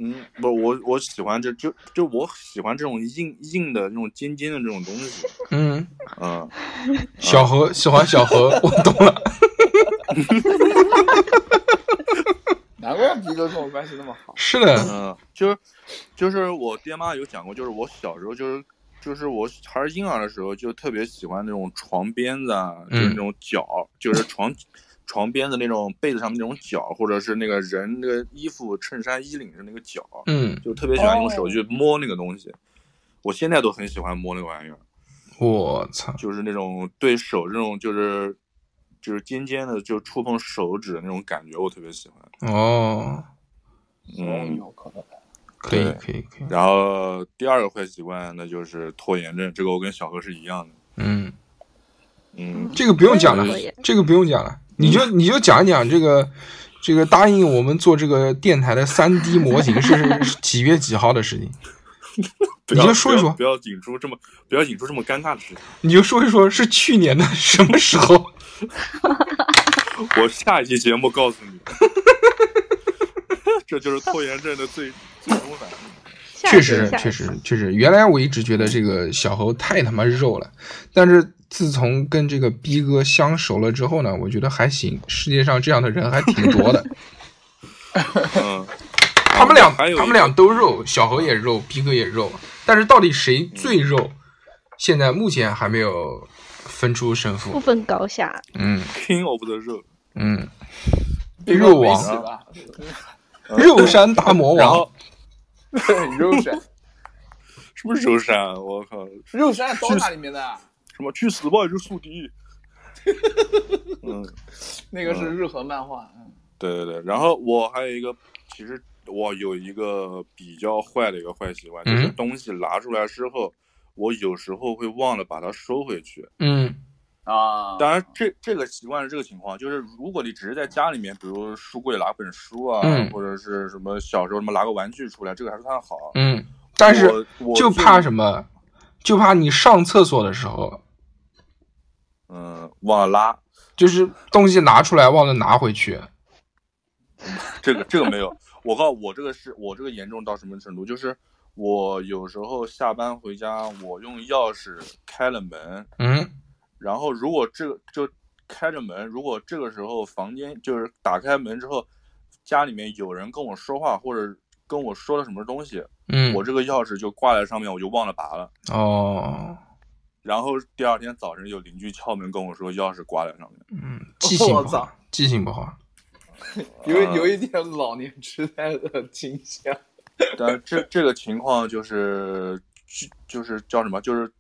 [SPEAKER 6] 嗯，不，我我喜欢这就就我喜欢这种硬硬的这种尖尖的这种东西。
[SPEAKER 1] 嗯，
[SPEAKER 6] 嗯，
[SPEAKER 1] 小何喜欢小何，我懂 了。
[SPEAKER 2] 难怪逼哥跟我关系那么好。
[SPEAKER 1] 是的，
[SPEAKER 6] 嗯，就是就是我爹妈有讲过，就是我小时候就是就是我还是婴儿的时候，就特别喜欢那种床边子啊，就是那种角，就是床床边的那种被子上面那种角，或者是那个人那个衣服衬衫衣领上那个角，
[SPEAKER 1] 嗯，
[SPEAKER 6] 就特别喜欢用手去摸那个东西。我现在都很喜欢摸那个玩意儿，
[SPEAKER 1] 我操，
[SPEAKER 6] 就是那种对手这种就是就是尖尖的，就触碰手指的那种感觉，我特别喜欢。
[SPEAKER 1] 哦，
[SPEAKER 6] 嗯，
[SPEAKER 2] 有可能。
[SPEAKER 1] 可以
[SPEAKER 6] 对
[SPEAKER 1] 可以可以，
[SPEAKER 6] 然后第二个坏习惯那就是拖延症，这个我跟小何是一样的。
[SPEAKER 1] 嗯，
[SPEAKER 6] 嗯，
[SPEAKER 1] 这个不用讲了
[SPEAKER 4] 可以，
[SPEAKER 1] 这个不用讲了，你就你就讲一讲这个。这个答应我们做这个电台的三 D 模型是 是几月几号的事情，
[SPEAKER 6] 不要
[SPEAKER 1] 你就说一说
[SPEAKER 6] 不要不要引出这么不要引出这么尴尬的事情。
[SPEAKER 1] 你就说一说是去年的什么时候？
[SPEAKER 6] 我下一期节目告诉你， 这就是拖延症的最最终版。
[SPEAKER 4] 下一
[SPEAKER 1] 确
[SPEAKER 4] 个
[SPEAKER 1] 实，
[SPEAKER 4] 下一
[SPEAKER 1] 确
[SPEAKER 4] 个
[SPEAKER 1] 实，确实，原来我一直觉得这个小猴太他妈肉了，但是自从跟这个逼哥相熟了之后呢，我觉得还行，世界上这样的人还挺多的。
[SPEAKER 6] 嗯，
[SPEAKER 1] 他们俩，
[SPEAKER 6] 哎还有一个
[SPEAKER 1] 他们俩都肉，小猴也肉，逼哥也肉，但是到底谁
[SPEAKER 6] 嗯
[SPEAKER 1] 最肉，现在目前还没有分出胜
[SPEAKER 4] 不
[SPEAKER 1] 负。
[SPEAKER 4] 分高下。
[SPEAKER 1] 嗯
[SPEAKER 6] King of the Road，
[SPEAKER 1] 嗯，
[SPEAKER 2] 逼哥
[SPEAKER 1] 肉
[SPEAKER 2] 没
[SPEAKER 1] 王
[SPEAKER 2] 洗吧？
[SPEAKER 1] 肉山大魔
[SPEAKER 6] 然
[SPEAKER 1] 王
[SPEAKER 6] 后，
[SPEAKER 2] 肉 山，
[SPEAKER 6] 是不是柔山？啊我靠，
[SPEAKER 2] 肉山刀塔里面的啊，
[SPEAKER 6] 什么去死吧，就是宿敌。嗯，
[SPEAKER 2] 那个是日和漫画。嗯
[SPEAKER 6] 对对对，然后我还有一个，其实我有一个比较坏的一个坏习惯，就是
[SPEAKER 1] 嗯
[SPEAKER 6] 东西拿出来之后，我有时候会忘了把它收回去。
[SPEAKER 1] 嗯
[SPEAKER 2] 啊，
[SPEAKER 6] 当然这，这个习惯是这个情况，就是如果你只是在家里面，比如书柜拿本书啊，
[SPEAKER 1] 嗯
[SPEAKER 6] 或者是什么小时候什么拿个玩具出来，这个还算好。
[SPEAKER 1] 嗯，但是
[SPEAKER 6] 我我
[SPEAKER 1] 就
[SPEAKER 6] 最
[SPEAKER 1] 怕什么？就怕你上厕所的时候，
[SPEAKER 6] 嗯，忘了拉，
[SPEAKER 1] 就是东西拿出来忘了拿回去。
[SPEAKER 6] 这个这个没有。我告诉我这个是我这个严重到什么程度？就是我有时候下班回家，我用钥匙开了门，
[SPEAKER 1] 嗯
[SPEAKER 6] 然后如果这个就开着门，如果这个时候房间就是打开门之后，家里面有人跟我说话或者跟我说了什么东西，
[SPEAKER 1] 嗯，
[SPEAKER 6] 我这个钥匙就挂在上面，我就忘了拔了。
[SPEAKER 1] 哦，
[SPEAKER 6] 然后第二天早晨有邻居敲门跟我说钥匙挂在上面，
[SPEAKER 1] 嗯，记性不
[SPEAKER 2] 我操
[SPEAKER 1] 好，记性不好。
[SPEAKER 2] 有有一点老年痴呆的倾向。
[SPEAKER 6] 但这这个情况就是聚就是叫什么，就是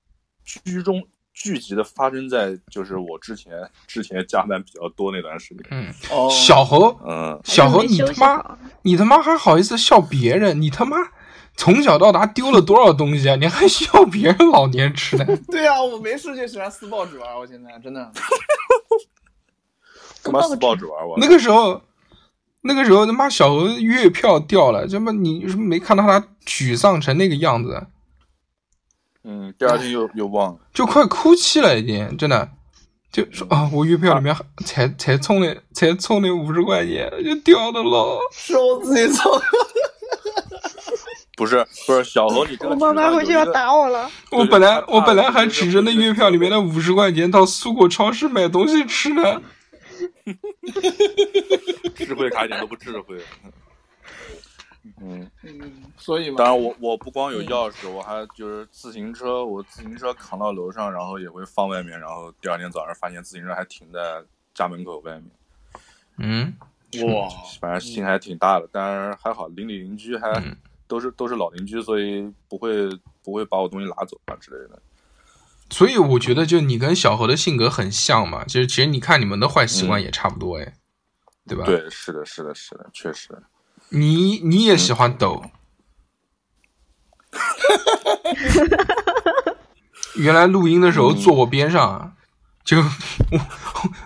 [SPEAKER 6] 居中聚集的发生在就是我之前之前加班比较多那段时间。
[SPEAKER 1] 嗯，
[SPEAKER 2] 哦
[SPEAKER 1] 小猴，
[SPEAKER 6] 嗯，
[SPEAKER 1] 小猴，
[SPEAKER 4] 哎没
[SPEAKER 1] 你
[SPEAKER 4] 休
[SPEAKER 1] 他
[SPEAKER 4] 息
[SPEAKER 1] 妈
[SPEAKER 4] 好，
[SPEAKER 1] 你他妈还好意思笑别人？你他妈从小到大丢了多少东西啊？你还笑别人老年痴呆？
[SPEAKER 2] 对啊，我没事就喜欢撕报纸玩，我现在真的。
[SPEAKER 6] 干嘛撕报纸玩我？
[SPEAKER 1] 那个时候，那个时候他妈小猴月票掉了，这么你是不是没看到他沮丧成那个样子，
[SPEAKER 6] 嗯，第二天又又忘了。
[SPEAKER 1] 就快哭泣了，已经真的。就说啊，我月票里面还才才充了才充了五十块钱，就掉的了。
[SPEAKER 2] 是我自己做的。
[SPEAKER 6] 不是不是，小何，你这个
[SPEAKER 3] 我妈妈回去要打我了。
[SPEAKER 1] 我本来我本来还
[SPEAKER 6] 指
[SPEAKER 1] 持着那月票里面的五十块钱到苏果超市买东西吃呢。
[SPEAKER 6] 智慧卡一点都不智 慧。嗯，
[SPEAKER 2] 嗯，所以
[SPEAKER 6] 当
[SPEAKER 2] 嘛，
[SPEAKER 6] 然我，我不光有钥匙，我还就是自行车，我自行车扛到楼上，然后也会放外面，然后第二天早上发现自行车还停在家门口外面，
[SPEAKER 1] 嗯，
[SPEAKER 2] 哇，
[SPEAKER 6] 反正心还挺大的。但是还好，邻里邻居还
[SPEAKER 3] 嗯
[SPEAKER 6] 都是都是老邻居，所以不会不会把我东西拿走啊之类的。
[SPEAKER 1] 所以我觉得就你跟小何的性格很像嘛，就是其实你看你们的坏习惯
[SPEAKER 6] 嗯
[SPEAKER 1] 也差不多哎，对吧？，
[SPEAKER 6] 对，是的，是的，是的，确实。
[SPEAKER 1] 你你也喜
[SPEAKER 6] 嗯
[SPEAKER 1] 欢抖。原来录音的时候坐我边上，啊就 我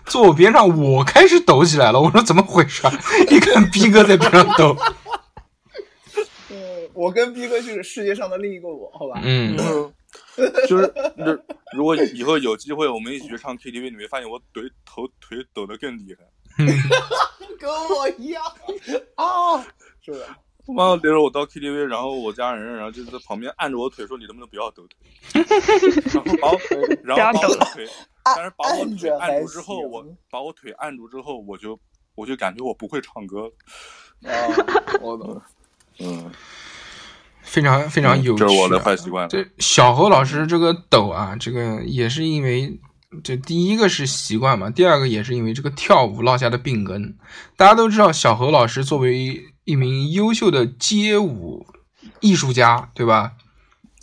[SPEAKER 1] 坐我边上，我开始抖起来了。我说怎么回事？啊一看逼哥在边上抖，
[SPEAKER 2] 嗯，我跟逼哥就是世界上的另一个我，好吧？
[SPEAKER 1] 嗯，
[SPEAKER 6] 就是如如果以后有机会，我们一起去唱 KTV，你会发现我腿头腿抖得更厉害。
[SPEAKER 2] 跟我一样啊，是不是？
[SPEAKER 6] 他妈，比如我到 KTV，然后我家人，然后就在旁边按着我腿说：“你能不能不要抖腿？”然后把我，然后把我腿，但是把我
[SPEAKER 2] 按
[SPEAKER 6] 腿
[SPEAKER 2] 着还
[SPEAKER 6] 按住之后，
[SPEAKER 2] 行
[SPEAKER 6] 我 把我腿按住之后，我就我就感觉我不会唱歌了。
[SPEAKER 2] 啊，我懂了。
[SPEAKER 6] 嗯，
[SPEAKER 1] 非常非常有趣、
[SPEAKER 6] 这
[SPEAKER 1] 啊。
[SPEAKER 6] 是我的坏习惯。
[SPEAKER 1] 这小侯老师这个抖啊，这个也是因为这第一个是习惯嘛，第二个也是因为这个跳舞落下的病根。大家都知道，小侯老师作为一名优秀的街舞艺术家，对吧？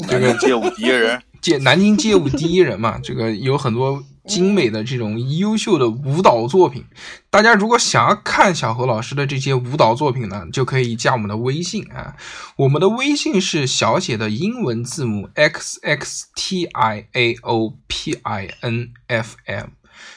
[SPEAKER 6] 这个街舞敌人，
[SPEAKER 1] 街南京街舞第一人嘛，这个有很多精美的这种优秀的舞蹈作品。大家如果想要看小何老师的这些舞蹈作品呢，就可以加我们的微信啊，我们的微信是小写的英文字母 x x t i a o p i n f m。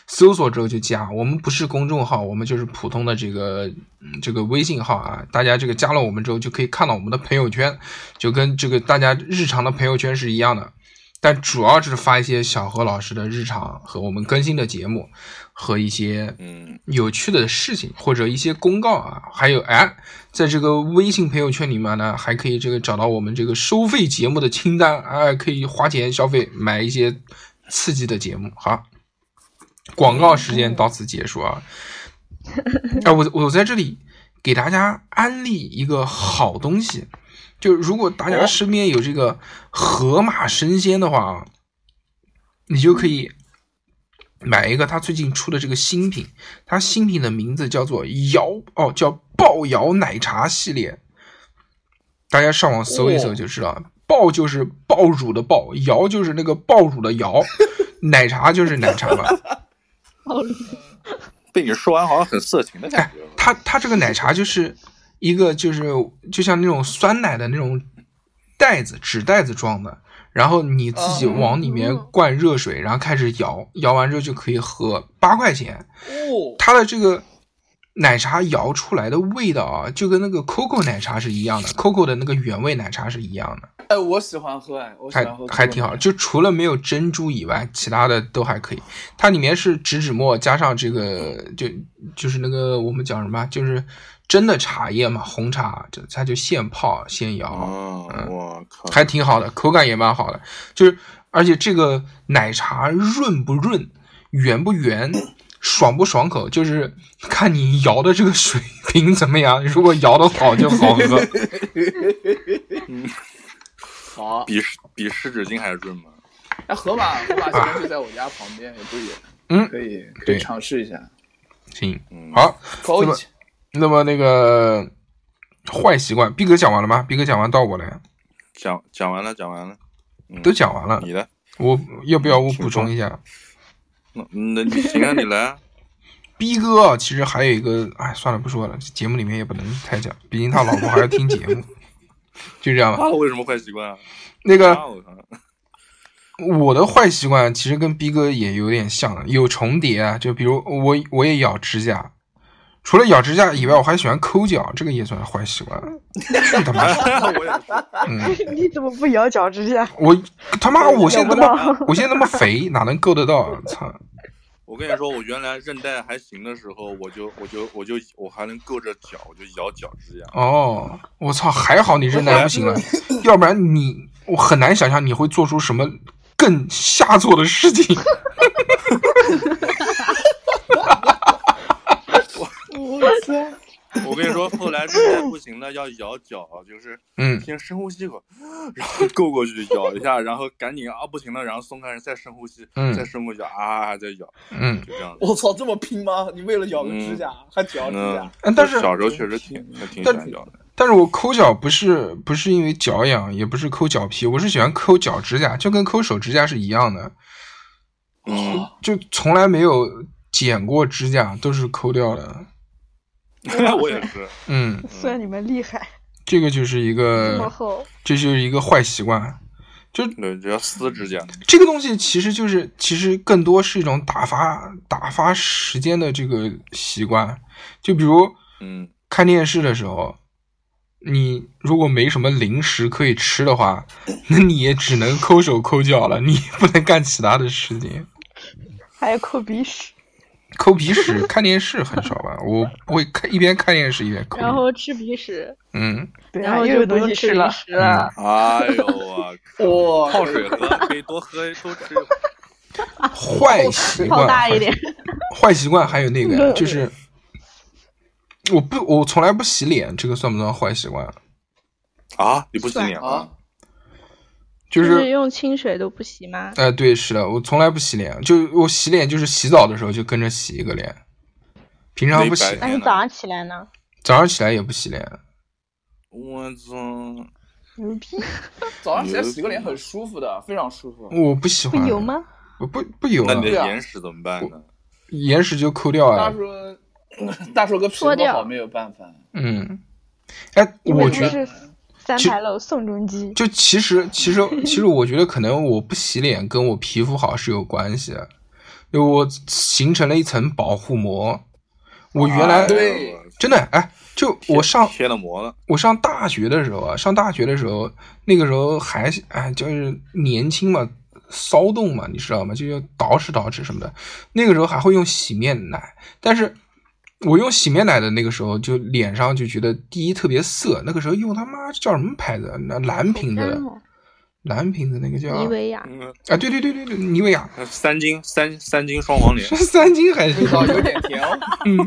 [SPEAKER 1] 搜索之后就加，我们不是公众号，我们就是普通的这个、嗯这个微信号啊。大家这个加了我们之后，就可以看到我们的朋友圈，就跟这个大家日常的朋友圈是一样的。但主要是发一些小何老师的日常和我们更新的节目，和一些
[SPEAKER 6] 嗯，
[SPEAKER 1] 有趣的事情或者一些公告啊，还有哎，在这个微信朋友圈里面呢，还可以这个找到我们这个收费节目的清单，哎，可以花钱消费买一些刺激的节目。好，广告时间到此结束啊！哎，我我在这里给大家安利一个好东西，就如果大家身边有这个河马生鲜的话啊，你就可以买一个它最近出的这个新品，它新品的名字叫做摇哦，叫爆摇奶茶系列。大家上网搜一搜就知道，爆就是爆乳的爆，摇就是那个爆乳的摇，奶茶就是奶茶嘛。
[SPEAKER 6] 被你说完好像很色情的感觉。
[SPEAKER 1] 哎它它这个奶茶就是一个就是就像那种酸奶的那种袋子纸袋子装的，然后你自己往里面灌热水，然后开始摇，摇完之后就可以喝，八块钱。
[SPEAKER 2] 哦，
[SPEAKER 1] 它的这个奶茶摇出来的味道啊，就跟那个 COCO 奶茶是一样的，COCO 的那个原味奶茶是一样的，
[SPEAKER 2] 哎，我喜欢喝，哎，我喜
[SPEAKER 1] 还
[SPEAKER 2] 欢喝，
[SPEAKER 1] 还挺好。。就除了没有珍珠以外，其他的都还可以。它里面是植脂末加上这个，就就是那个我们讲什么，就是真的茶叶嘛，红茶，就它就现泡现摇。
[SPEAKER 6] 哦，
[SPEAKER 1] 嗯
[SPEAKER 6] 我靠！
[SPEAKER 1] 还挺好的，口感也蛮好的，就是而且这个奶茶润不润，圆不圆，爽不爽口，就是看你摇的这个水平怎么样。如果摇的好就好 喝，
[SPEAKER 2] 好，
[SPEAKER 6] 比比湿纸巾还润吗？
[SPEAKER 2] 那哎河马河马现在就在我家旁边，也不远。
[SPEAKER 1] 嗯
[SPEAKER 2] 可以可
[SPEAKER 1] 对
[SPEAKER 2] 以尝试一下。
[SPEAKER 1] 行
[SPEAKER 6] 嗯，
[SPEAKER 1] 好。
[SPEAKER 2] 可
[SPEAKER 1] 那
[SPEAKER 2] 以
[SPEAKER 1] 么那么那个坏习惯，逼哥讲完了吗？逼哥讲完到我了呀，
[SPEAKER 6] 讲讲完了，讲完了。嗯
[SPEAKER 1] 都讲完了，
[SPEAKER 6] 你的，
[SPEAKER 1] 我要不要我补充一下？
[SPEAKER 6] 那那你行啊，你来 啊。
[SPEAKER 1] 逼哥啊其实还有一个，哎，算了，不说了，节目里面也不能太讲，毕竟他老婆还要听节目， 就这样吧。
[SPEAKER 6] 啊，为什么坏习惯啊？
[SPEAKER 1] 那个
[SPEAKER 6] 啊，我靠！
[SPEAKER 1] 我的坏习惯其实跟逼哥也有点像，有重叠啊。就比如我我也咬指甲，除了咬指甲以外，我还喜欢抠脚，这个也算是坏习惯。真他妈，
[SPEAKER 6] 我也是
[SPEAKER 3] 你怎么不咬脚趾甲？
[SPEAKER 1] 我他妈，我现在他
[SPEAKER 3] 咬
[SPEAKER 1] 妈，我现在他妈肥，哪能够得到啊？操！
[SPEAKER 6] 我跟你说，我原来韧带还行的时候，我就我就我就我还能够着脚，我就咬脚趾甲。
[SPEAKER 1] 哦，我操，还好你韧带不行了，啊 要不然你我很难想象你会做出什么更下作的事 情。
[SPEAKER 2] 我操！
[SPEAKER 6] 我跟你说，后来韧带不行了，要咬脚，就是
[SPEAKER 1] 嗯，
[SPEAKER 6] 先深呼吸一口，然后够过去咬一下，然后赶紧啊不行了，然后松开，再深呼吸，
[SPEAKER 1] 嗯
[SPEAKER 6] 再深呼吸啊，再咬，
[SPEAKER 1] 嗯，
[SPEAKER 6] 就这样子。
[SPEAKER 2] 我操，这么拼吗？你为了咬个指甲，还嚼指
[SPEAKER 6] 嗯
[SPEAKER 2] 甲？，
[SPEAKER 1] 但是
[SPEAKER 6] 小时候确实挺还挺喜
[SPEAKER 1] 但
[SPEAKER 6] 欢咬的。
[SPEAKER 1] 但是我抠脚不是不是因为脚痒，也不是抠脚皮，我是喜欢抠脚指甲，就跟抠手指甲是一样的，
[SPEAKER 6] 嗯，
[SPEAKER 1] 就从来没有剪过指甲，都是抠掉的。
[SPEAKER 6] 我也是。
[SPEAKER 1] 嗯，
[SPEAKER 3] 算你们厉害，
[SPEAKER 1] 这个就是一个
[SPEAKER 3] 这么厚。
[SPEAKER 1] 这就是一个坏习惯。就
[SPEAKER 6] 对，只要撕指甲。
[SPEAKER 1] 这个东西其实就是，其实更多是一种打发打发时间的这个习惯。就比如
[SPEAKER 6] 嗯，
[SPEAKER 1] 看电视的时候，你如果没什么零食可以吃的话，那你也只能抠手抠脚了，你不能干其他的事情。
[SPEAKER 3] 还有抠鼻屎，
[SPEAKER 1] 抠鼻屎、看电视很少吧？我不会看一边看电视一边抠。
[SPEAKER 4] 然后吃鼻屎，
[SPEAKER 1] 嗯，
[SPEAKER 3] 对啊
[SPEAKER 4] 然后
[SPEAKER 3] 又有
[SPEAKER 4] 就不
[SPEAKER 3] 东
[SPEAKER 4] 用
[SPEAKER 3] 西
[SPEAKER 4] 吃
[SPEAKER 3] 吃
[SPEAKER 4] 零
[SPEAKER 3] 了。嗯
[SPEAKER 4] 食了。
[SPEAKER 6] 哎呦我
[SPEAKER 2] 哇，
[SPEAKER 6] 泡水喝，可以多喝多吃一会儿。
[SPEAKER 1] 坏习惯，
[SPEAKER 4] 泡大一点，
[SPEAKER 1] 坏习惯还有那个就是，我不，我从来不洗脸，这个算不算坏习惯？
[SPEAKER 6] 啊，你不洗脸
[SPEAKER 2] 啊？
[SPEAKER 1] 就，
[SPEAKER 4] 就是用清水都不洗吗？
[SPEAKER 1] 哎、对，是的，我从来不洗脸，就我洗脸就是洗澡的时候就跟着洗一个脸，平常不洗，
[SPEAKER 6] 没白
[SPEAKER 5] 那你哎早上起来呢？
[SPEAKER 1] 早上起来也不洗脸。
[SPEAKER 6] 我操！
[SPEAKER 3] 牛逼！
[SPEAKER 2] 早上起来洗个脸很舒服的，非常舒服。
[SPEAKER 1] 我不喜
[SPEAKER 5] 不
[SPEAKER 1] 欢，
[SPEAKER 5] 油 吗？
[SPEAKER 1] 我不不油
[SPEAKER 6] 那
[SPEAKER 1] 啊
[SPEAKER 6] 你的，
[SPEAKER 2] 对啊
[SPEAKER 6] 眼屎怎么办呢？
[SPEAKER 1] 眼屎就抠掉
[SPEAKER 2] 大
[SPEAKER 1] 啊，
[SPEAKER 2] 叔，大叔哥皮
[SPEAKER 4] 搓
[SPEAKER 2] 肤
[SPEAKER 4] 掉
[SPEAKER 2] 好没有办法。
[SPEAKER 1] 嗯，哎，
[SPEAKER 3] 因为
[SPEAKER 1] 我
[SPEAKER 3] 不
[SPEAKER 1] 觉得
[SPEAKER 3] 是三牌楼宋仲基，
[SPEAKER 1] 就其实，其实，其实，我觉得可能我不洗脸跟我皮肤好是有关系的，因为我形成了一层保护膜。我原来、
[SPEAKER 6] 哎呦
[SPEAKER 2] 对
[SPEAKER 6] 我
[SPEAKER 1] 真的哎，就我上
[SPEAKER 6] 贴了膜了，
[SPEAKER 1] 我上大学的时候啊，上大学的时候，那个时候还哎就是年轻嘛，骚动嘛，你知道吗？就要捯饬捯饬什么的。那个时候还会用洗面奶，但是我用洗面奶的那个时候，就脸上就觉得第一特别涩。那个时候用他妈叫什么牌子？啊那蓝瓶子的，蓝瓶子那个叫
[SPEAKER 4] 妮维雅，
[SPEAKER 6] 嗯，
[SPEAKER 1] 啊，对对对对对，妮维雅，
[SPEAKER 6] 三斤三三斤双黄脸
[SPEAKER 1] 是，三金还是
[SPEAKER 2] 味 道有点甜哦，
[SPEAKER 1] 嗯，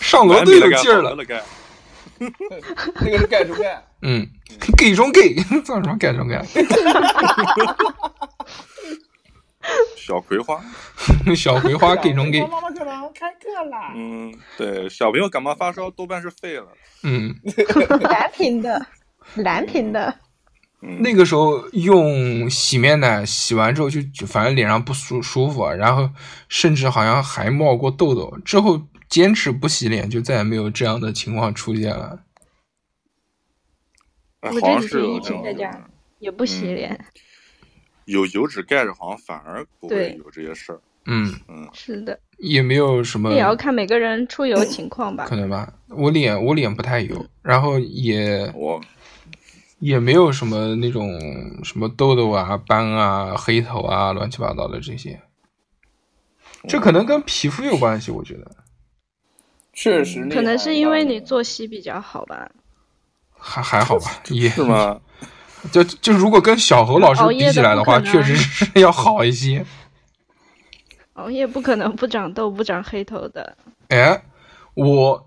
[SPEAKER 1] 上楼都有劲儿
[SPEAKER 6] 了
[SPEAKER 1] 了，
[SPEAKER 6] 了该。
[SPEAKER 2] 那个是盖住盖。
[SPEAKER 1] 嗯，给中给， 造什么改中改？
[SPEAKER 6] 小葵花，
[SPEAKER 1] 小葵花给中给，
[SPEAKER 2] 妈妈课堂开课啦！
[SPEAKER 6] 嗯，对，小朋友感冒发烧多半是肺了。
[SPEAKER 1] 嗯。
[SPEAKER 5] 蓝瓶的，蓝瓶的，
[SPEAKER 6] 嗯，
[SPEAKER 1] 那个时候用洗面奶洗完之后就，就反正脸上不舒舒服啊，然后甚至好像还冒过痘痘。之后坚持不洗脸，就再也没有这样的情况出现了。呃
[SPEAKER 6] 哎
[SPEAKER 4] 我
[SPEAKER 6] 好
[SPEAKER 4] 这
[SPEAKER 6] 像
[SPEAKER 4] 几
[SPEAKER 6] 是
[SPEAKER 4] 天
[SPEAKER 6] 有
[SPEAKER 4] 一
[SPEAKER 6] 这
[SPEAKER 4] 直
[SPEAKER 6] 种
[SPEAKER 4] 在这儿，也不洗脸。
[SPEAKER 6] 有油脂盖着，好像反而不会
[SPEAKER 4] 对
[SPEAKER 6] 有这些事儿。
[SPEAKER 1] 嗯，
[SPEAKER 6] 嗯，
[SPEAKER 4] 是的，
[SPEAKER 1] 也没有什么
[SPEAKER 4] 也要看每个人出油情况吧
[SPEAKER 1] 可。能吧。我脸我脸不太油，然后也
[SPEAKER 6] 我
[SPEAKER 1] 也没有什么那种什么痘痘啊、斑啊、黑头啊、乱七八糟的这些。这可能跟皮肤有关系，我觉得
[SPEAKER 2] 确实厉
[SPEAKER 1] 嗯
[SPEAKER 2] 害，
[SPEAKER 4] 可能是因为你作息比较好吧，
[SPEAKER 1] 还还好吧，也
[SPEAKER 6] 是吗？
[SPEAKER 1] 就就如果跟小何老师比起来的话，
[SPEAKER 4] 熬夜的不可
[SPEAKER 1] 确
[SPEAKER 4] 能
[SPEAKER 1] 实是 要好一些。
[SPEAKER 4] 熬夜哦不可能不长痘、不长黑头的。
[SPEAKER 1] 哎，我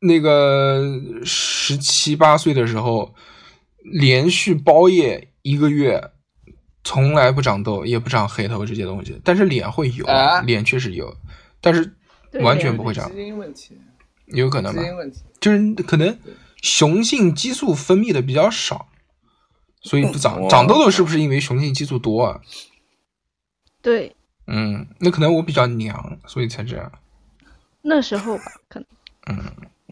[SPEAKER 1] 那个十七八岁的时候，连续包夜一个月，从来不长痘，也不长黑头这些东西，但是脸会有，
[SPEAKER 2] 啊
[SPEAKER 1] 脸确实有，但是
[SPEAKER 4] 对
[SPEAKER 1] 完全不会长
[SPEAKER 2] 基，因问题，
[SPEAKER 1] 有可能
[SPEAKER 2] 基
[SPEAKER 1] 吧？
[SPEAKER 2] 因问题。
[SPEAKER 1] 就是可能雄性激素分泌的比较少，所以不长
[SPEAKER 6] 哇
[SPEAKER 1] 长痘痘，是不是因为雄性激素多啊？
[SPEAKER 4] 对，
[SPEAKER 1] 嗯，那可能我比较娘，所以才这样。
[SPEAKER 4] 那时候吧，可能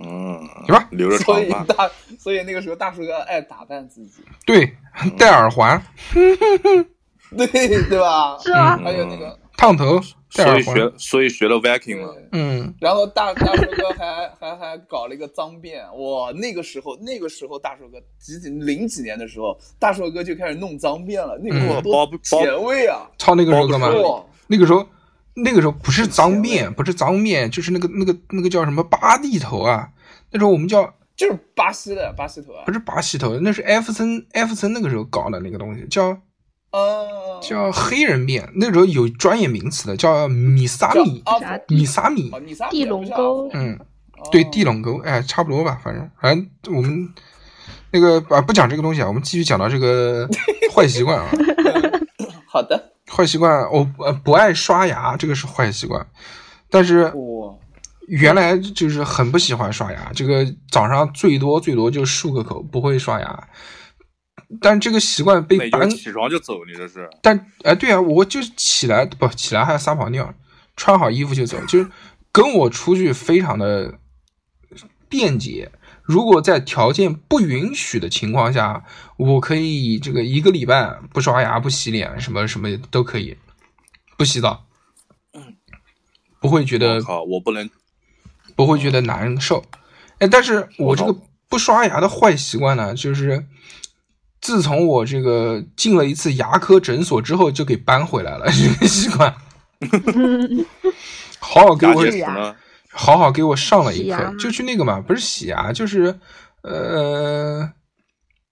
[SPEAKER 6] 嗯，
[SPEAKER 1] 行吧
[SPEAKER 6] 留着长
[SPEAKER 2] 所以
[SPEAKER 6] 发，
[SPEAKER 2] 大，所以那个时候大叔哥爱打扮自己，
[SPEAKER 1] 对，
[SPEAKER 6] 嗯
[SPEAKER 1] 戴耳环、
[SPEAKER 2] 对对吧？
[SPEAKER 4] 是啊
[SPEAKER 1] 嗯
[SPEAKER 4] 吗？
[SPEAKER 2] 还有那个，
[SPEAKER 1] 烫头、戴
[SPEAKER 6] 所
[SPEAKER 1] 耳
[SPEAKER 6] 以
[SPEAKER 1] 环，
[SPEAKER 6] 学，所以学了 Viking 了。
[SPEAKER 2] 对
[SPEAKER 1] 嗯，
[SPEAKER 2] 然后大大叔哥还还还搞了一个脏辫，哇，那个时候那个时候大叔哥几几零几年的时候，大叔哥就开始弄脏辫了，那个时候
[SPEAKER 6] 嗯包
[SPEAKER 2] 多
[SPEAKER 6] 不包
[SPEAKER 2] 前卫啊！
[SPEAKER 1] 操那个时候干嘛？
[SPEAKER 2] 哇，
[SPEAKER 1] 那个时候，那个时候不是脏
[SPEAKER 2] 是前
[SPEAKER 1] 辫，不是脏辫，就是那个那个那个叫什么巴蒂头啊？那时候我们叫
[SPEAKER 2] 就是巴西的巴西头啊
[SPEAKER 1] 不，是巴西头，那是艾弗森艾弗森那个时候搞的那个东西，叫
[SPEAKER 2] 嗯，
[SPEAKER 1] 叫黑人辫。那时候有专业名词的，叫米萨
[SPEAKER 2] 叫
[SPEAKER 6] 哦
[SPEAKER 1] 米
[SPEAKER 2] 阿
[SPEAKER 4] 啥
[SPEAKER 2] 福
[SPEAKER 1] 米萨米
[SPEAKER 2] 哦，，你仨比
[SPEAKER 4] 地
[SPEAKER 2] 较不哦
[SPEAKER 4] 龙
[SPEAKER 2] 像
[SPEAKER 4] 沟，
[SPEAKER 1] 嗯，对，
[SPEAKER 6] 哦
[SPEAKER 1] 地垄
[SPEAKER 2] 龙
[SPEAKER 1] 沟，哎，差不多吧，反正反正我们那个啊不讲这个东西啊，我们继续讲到这个 坏习惯啊。
[SPEAKER 2] 好的，
[SPEAKER 1] 坏习惯，我、呃不爱刷牙，这个是坏习惯。但是
[SPEAKER 2] 哇，
[SPEAKER 1] 原来就是很不喜欢刷牙，这个早上最多最多就漱个口，不会刷牙。但这个习惯
[SPEAKER 6] 那
[SPEAKER 1] 被
[SPEAKER 6] 你就
[SPEAKER 1] 搬
[SPEAKER 6] 是，起床就走，你这是？
[SPEAKER 1] 但哎、对啊，我就起来不起来还要撒泡尿，穿好衣服就走，就是跟我出去非常的便捷。如果在条件不允许的情况下，我可以这个一个礼拜不刷牙、不洗脸，什么什么都可以，不洗澡，不会觉
[SPEAKER 6] 我
[SPEAKER 1] 得
[SPEAKER 6] 靠，我不能，
[SPEAKER 1] 不会觉得难受。哎，但是我这个不刷牙的坏习惯呢，就是自从我这个进了一次牙科诊所之后，就给搬回来了这个习惯。好好给
[SPEAKER 6] 牙
[SPEAKER 1] 我
[SPEAKER 6] 结石呢？
[SPEAKER 1] 好好给我上了一
[SPEAKER 4] 洗牙
[SPEAKER 1] 课
[SPEAKER 4] 吗，
[SPEAKER 1] 就去那个嘛，不是洗牙，就是呃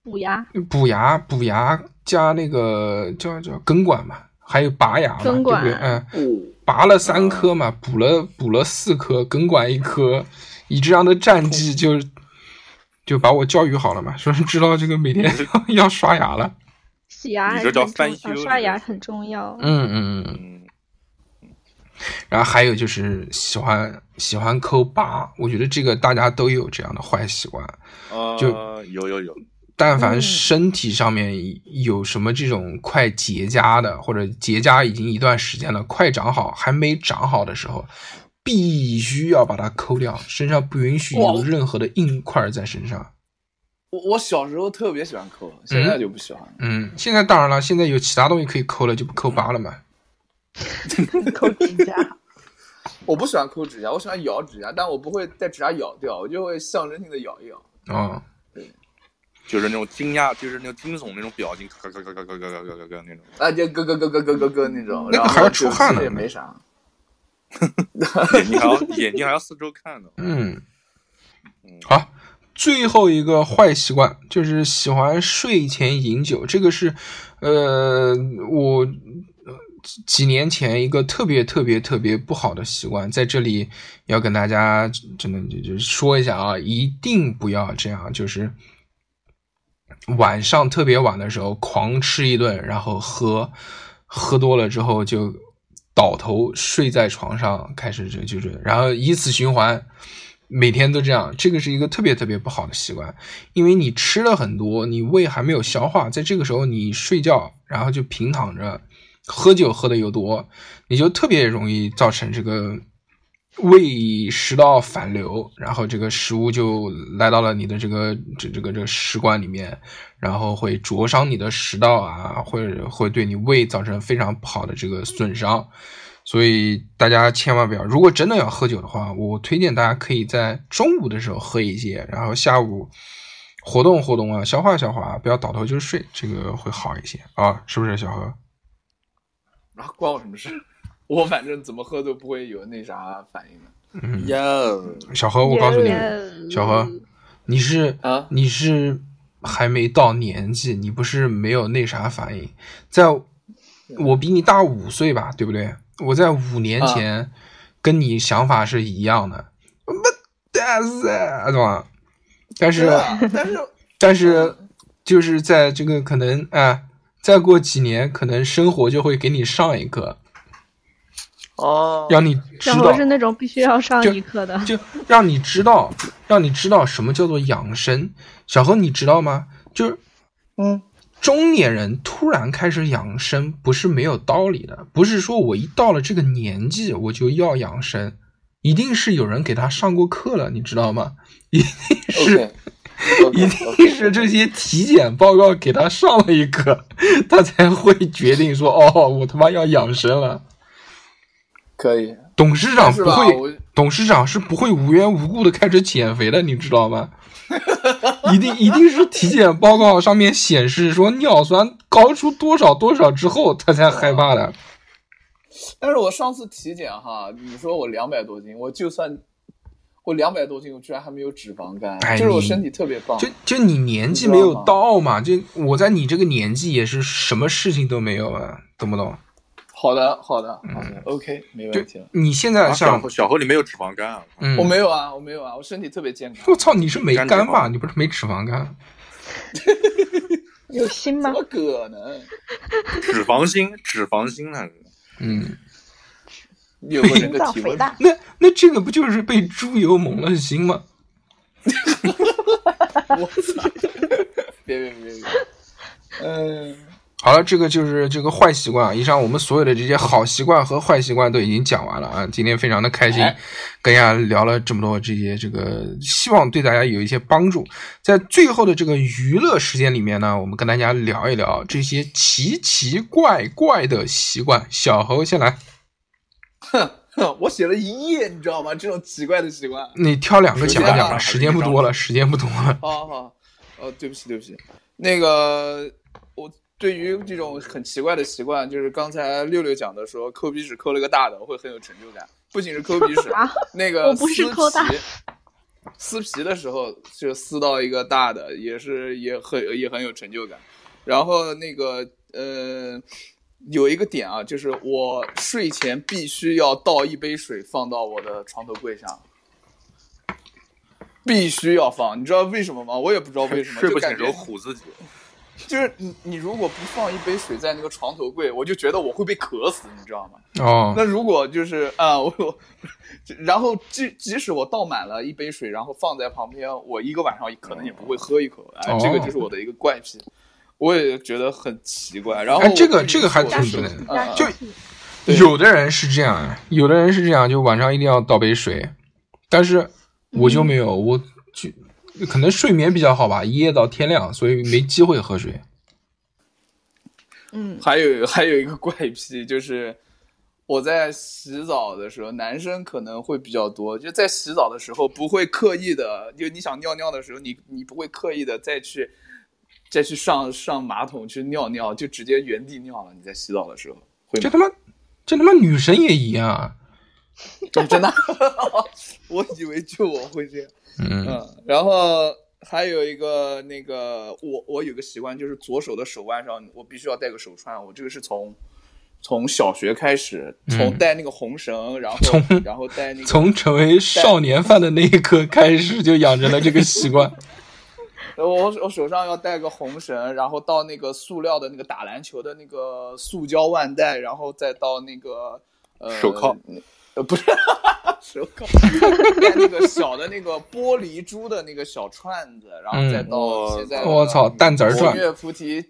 [SPEAKER 4] 补牙、
[SPEAKER 1] 补牙、补牙加那个叫叫根管嘛，还有拔牙嘛，
[SPEAKER 4] 根管
[SPEAKER 1] 对不对？嗯，
[SPEAKER 6] 哦，
[SPEAKER 1] 拔了三颗嘛，补了补了四颗，根管一颗，以这样的战绩就就把我教育好了嘛，说是知道这个每天 要要刷牙了。
[SPEAKER 4] 洗牙
[SPEAKER 6] 你
[SPEAKER 4] 还
[SPEAKER 6] 这
[SPEAKER 4] 是
[SPEAKER 6] 叫
[SPEAKER 4] 很重
[SPEAKER 6] 翻
[SPEAKER 4] 要，
[SPEAKER 6] 修
[SPEAKER 4] 刷牙很重要。
[SPEAKER 1] 嗯嗯嗯。
[SPEAKER 6] 嗯，
[SPEAKER 1] 然后还有就是喜欢喜欢抠拔，我觉得这个大家都有这样的坏习惯。
[SPEAKER 6] 啊，
[SPEAKER 1] 就
[SPEAKER 6] 有有有，
[SPEAKER 1] 但凡身体上面有什么这种快结痂的，或者结痂已经一段时间了，快长好还没长好的时候，必须要把它抠掉，身上不允许有
[SPEAKER 2] 哇
[SPEAKER 1] 任何的硬块在身上。
[SPEAKER 2] 我我小时候特别喜欢抠，现在就不喜欢了。
[SPEAKER 1] 嗯，现在当然了，现在有其他东西可以抠了，就不抠疤了嘛。
[SPEAKER 3] 抠指甲，
[SPEAKER 2] 我不喜欢抠指甲，我喜欢咬指甲，但我不会带指甲咬掉，我就会象征性的咬一咬。
[SPEAKER 1] 哦，
[SPEAKER 6] 就是那种惊讶，就是那种惊悚那种表情，咯咯咯咯咯咯咯咯咯咯那种。
[SPEAKER 2] 啊，就咯咯咯咯咯咯咯那种，
[SPEAKER 1] 嗯那个
[SPEAKER 2] 然后
[SPEAKER 1] 还要出汗呢
[SPEAKER 2] 就其实也没啥。
[SPEAKER 6] 眼睛还要眼睛还要四周看呢。
[SPEAKER 1] 嗯，好，最后一个坏习惯就是喜欢睡前饮酒，这个是，呃，我呃几几年前一个特别特别特别不好的习惯，在这里要跟大家真的就就说一下啊，一定不要这样，就是。晚上特别晚的时候狂吃一顿，然后喝，喝多了之后就倒头睡在床上，开始这就是，然后以此循环，每天都这样。这个是一个特别特别不好的习惯，因为你吃了很多，你胃还没有消化，在这个时候你睡觉，然后就平躺着，喝酒喝的又多，你就特别容易造成这个胃食道反流，然后这个食物就来到了你的这个这这个这个食管里面，然后会灼伤你的食道啊，或者会对你胃造成非常不好的这个损伤。所以大家千万不要，如果真的要喝酒的话，我推荐大家可以在中午的时候喝一些，然后下午活动活动啊，消化消化，不要倒头就睡，这个会好一些啊，是不是小何？
[SPEAKER 2] 啊，关我什么事？ 我反正怎么喝都不会有那啥反应的。
[SPEAKER 1] 嗯，
[SPEAKER 6] 哟，
[SPEAKER 1] 小何，我告诉你，
[SPEAKER 4] Yeah
[SPEAKER 1] 小何，你是
[SPEAKER 2] 嗯啊
[SPEAKER 1] 你是还没到年纪，你不是没有那啥反应，在
[SPEAKER 2] 嗯
[SPEAKER 1] 我比你大五岁吧，对不对？我在五年
[SPEAKER 2] 啊
[SPEAKER 1] 前跟你想法是一样的，我不但是懂吧？但是
[SPEAKER 2] 啊但是
[SPEAKER 1] 但是就是在这个可能啊、再过几年可能生活就会给你上一课，
[SPEAKER 2] 哦，
[SPEAKER 1] 让你知
[SPEAKER 4] 然
[SPEAKER 1] 道
[SPEAKER 4] 后是那种必须要上
[SPEAKER 1] 就
[SPEAKER 4] 一课的，
[SPEAKER 1] 就让你知道，让你知道什么叫做养生。小何，你知道吗？就是
[SPEAKER 2] 嗯，
[SPEAKER 1] 中年人突然开始养生，不是没有道理的，不是说我一到了这个年纪我就要养生，一定是有人给他上过课了，你知道吗？一定是。
[SPEAKER 2] OK，
[SPEAKER 1] 一定是这些体检报告给他上了一课，他才会决定说：“哦，我他妈要养生了。
[SPEAKER 2] 可以。”
[SPEAKER 1] 董事长
[SPEAKER 2] 是
[SPEAKER 1] 不
[SPEAKER 2] 吧
[SPEAKER 1] 会
[SPEAKER 2] 我，
[SPEAKER 1] 董事长是不会无缘无故的开始减肥的，你知道吗？ 一定一定是体检报告上面显示说尿酸高出多少多少之后，他才害怕的。
[SPEAKER 2] 哦但是我上次体检哈，你说我两百多斤，我就算我两百多斤，我居然还没有脂肪肝，
[SPEAKER 1] 哎
[SPEAKER 2] 就是我
[SPEAKER 1] 你
[SPEAKER 2] 身体特别棒。
[SPEAKER 1] 就就你年纪没有到嘛，就我在你这个年纪也是什么事情都没有啊，懂不懂？
[SPEAKER 2] 好的，好的，好的，OK，没
[SPEAKER 1] 嗯就
[SPEAKER 2] 问题了。
[SPEAKER 1] 你现
[SPEAKER 6] 啊
[SPEAKER 1] 在
[SPEAKER 6] 小
[SPEAKER 1] 像
[SPEAKER 6] 何，小何你没有脂肪肝啊？
[SPEAKER 1] 嗯
[SPEAKER 2] 我没有啊，我没有啊，我身体特别健康
[SPEAKER 1] 我。操，你是没
[SPEAKER 6] 干
[SPEAKER 1] 肝
[SPEAKER 6] 脂
[SPEAKER 1] 吧？
[SPEAKER 6] 肪
[SPEAKER 1] 你不是没脂肪肝？
[SPEAKER 3] 有心
[SPEAKER 2] 怎
[SPEAKER 3] 吗？
[SPEAKER 2] 么可能？
[SPEAKER 6] 脂肪心，脂肪心他是。
[SPEAKER 1] 嗯，
[SPEAKER 2] 有过 这
[SPEAKER 3] 心
[SPEAKER 2] 个
[SPEAKER 3] 脏
[SPEAKER 2] 提
[SPEAKER 3] 肥
[SPEAKER 2] 问？
[SPEAKER 3] 大，
[SPEAKER 1] 那那这个不就是被猪油蒙了心吗？
[SPEAKER 2] 我操！别别别别！嗯，
[SPEAKER 1] 好了，这个就是这个坏习惯啊。以上我们所有的这些好习惯和坏习惯都已经讲完了啊。今天非常的开心，跟大家聊了这么多这些这个，希望对大家有一些帮助。在最后的这个娱乐时间里面呢，我们跟大家聊一聊这些奇奇怪怪的习惯。小猴先来，
[SPEAKER 2] 我写了一页，你知道吗？这种奇怪的习惯。
[SPEAKER 1] 你挑两个讲一讲吧，时
[SPEAKER 6] 时
[SPEAKER 1] 间
[SPEAKER 6] 间
[SPEAKER 1] 不
[SPEAKER 6] 不
[SPEAKER 1] 多
[SPEAKER 6] 多
[SPEAKER 1] 了，时间不多了。
[SPEAKER 2] 好好好，呃，对不起对不起，那个我对于这种很奇怪的习惯，就是刚才六六讲的说抠鼻屎抠了个大的，我会很有成就感。不仅是抠鼻屎， 那个
[SPEAKER 4] 啊我不是
[SPEAKER 2] 撕
[SPEAKER 4] 抠大
[SPEAKER 2] 皮，撕皮的时候就撕到一个大的，也是也很也很有成就感。然后那个呃，有一个点啊，就是我睡前必须要倒一杯水放到我的床头柜上，必须要放。你知道为什么吗？我也不知道为什么，
[SPEAKER 6] 睡
[SPEAKER 2] 就
[SPEAKER 6] 不
[SPEAKER 2] 感
[SPEAKER 6] 醒时
[SPEAKER 2] 觉
[SPEAKER 6] 候唬自己。
[SPEAKER 2] 就是你你如果不放一杯水在那个床头柜，我就觉得我会被渴死，你知道吗？
[SPEAKER 1] 哦
[SPEAKER 2] 那如果就是啊，我我，然后即即使我倒满了一杯水，然后放在旁边，我一个晚上可能也不会喝一口，哎，这个
[SPEAKER 1] 哦
[SPEAKER 2] 就是我的一个怪癖，我也觉得很奇怪。然后
[SPEAKER 1] 哎
[SPEAKER 2] 我
[SPEAKER 1] 这个
[SPEAKER 2] 对于
[SPEAKER 1] 这个还
[SPEAKER 2] 我
[SPEAKER 1] 挺
[SPEAKER 2] 手
[SPEAKER 1] 对
[SPEAKER 2] 机
[SPEAKER 1] 的
[SPEAKER 2] 啊啊
[SPEAKER 1] 就
[SPEAKER 2] 对
[SPEAKER 1] 有的人是这样啊，有的人是这样，就晚上一定要倒杯水，但是我就没有，
[SPEAKER 2] 嗯
[SPEAKER 1] 我就可能睡眠比较好吧，一夜到天亮，所以没机会喝水。
[SPEAKER 4] 嗯，
[SPEAKER 2] 还有还有一个怪癖就是，我在洗澡的时候，男生可能会比较多，就在洗澡的时候不会刻意的，就你想尿尿的时候，你你不会刻意的再去再去上上马桶去尿尿，就直接原地尿了。你在洗澡的时候会
[SPEAKER 1] 这
[SPEAKER 2] 吗？
[SPEAKER 1] 他妈，这他妈女神也一样啊！
[SPEAKER 2] 真真的， 我以为就我会这样。
[SPEAKER 1] 嗯，
[SPEAKER 2] 嗯，然后还有一个那个，我我有个习惯，就是左手的手腕上我必须要戴个手串，我这个是从从小学开始，从
[SPEAKER 1] 嗯
[SPEAKER 2] 戴那个红绳，然后
[SPEAKER 1] 从
[SPEAKER 2] 然后戴那个，
[SPEAKER 1] 从成为少年犯的那一刻开始，就养成了这个习 惯。
[SPEAKER 2] 我我手上要戴个红绳，然后到那个塑料的那个打篮球的那个塑胶腕带，然后再到那个呃
[SPEAKER 6] 手铐，
[SPEAKER 2] 呃不是手铐，戴那个小的那个玻璃珠的那个小串子，然后再
[SPEAKER 1] 嗯
[SPEAKER 2] 到现在的
[SPEAKER 1] 我操，蛋子儿
[SPEAKER 2] 新
[SPEAKER 1] 转，
[SPEAKER 2] 月菩提，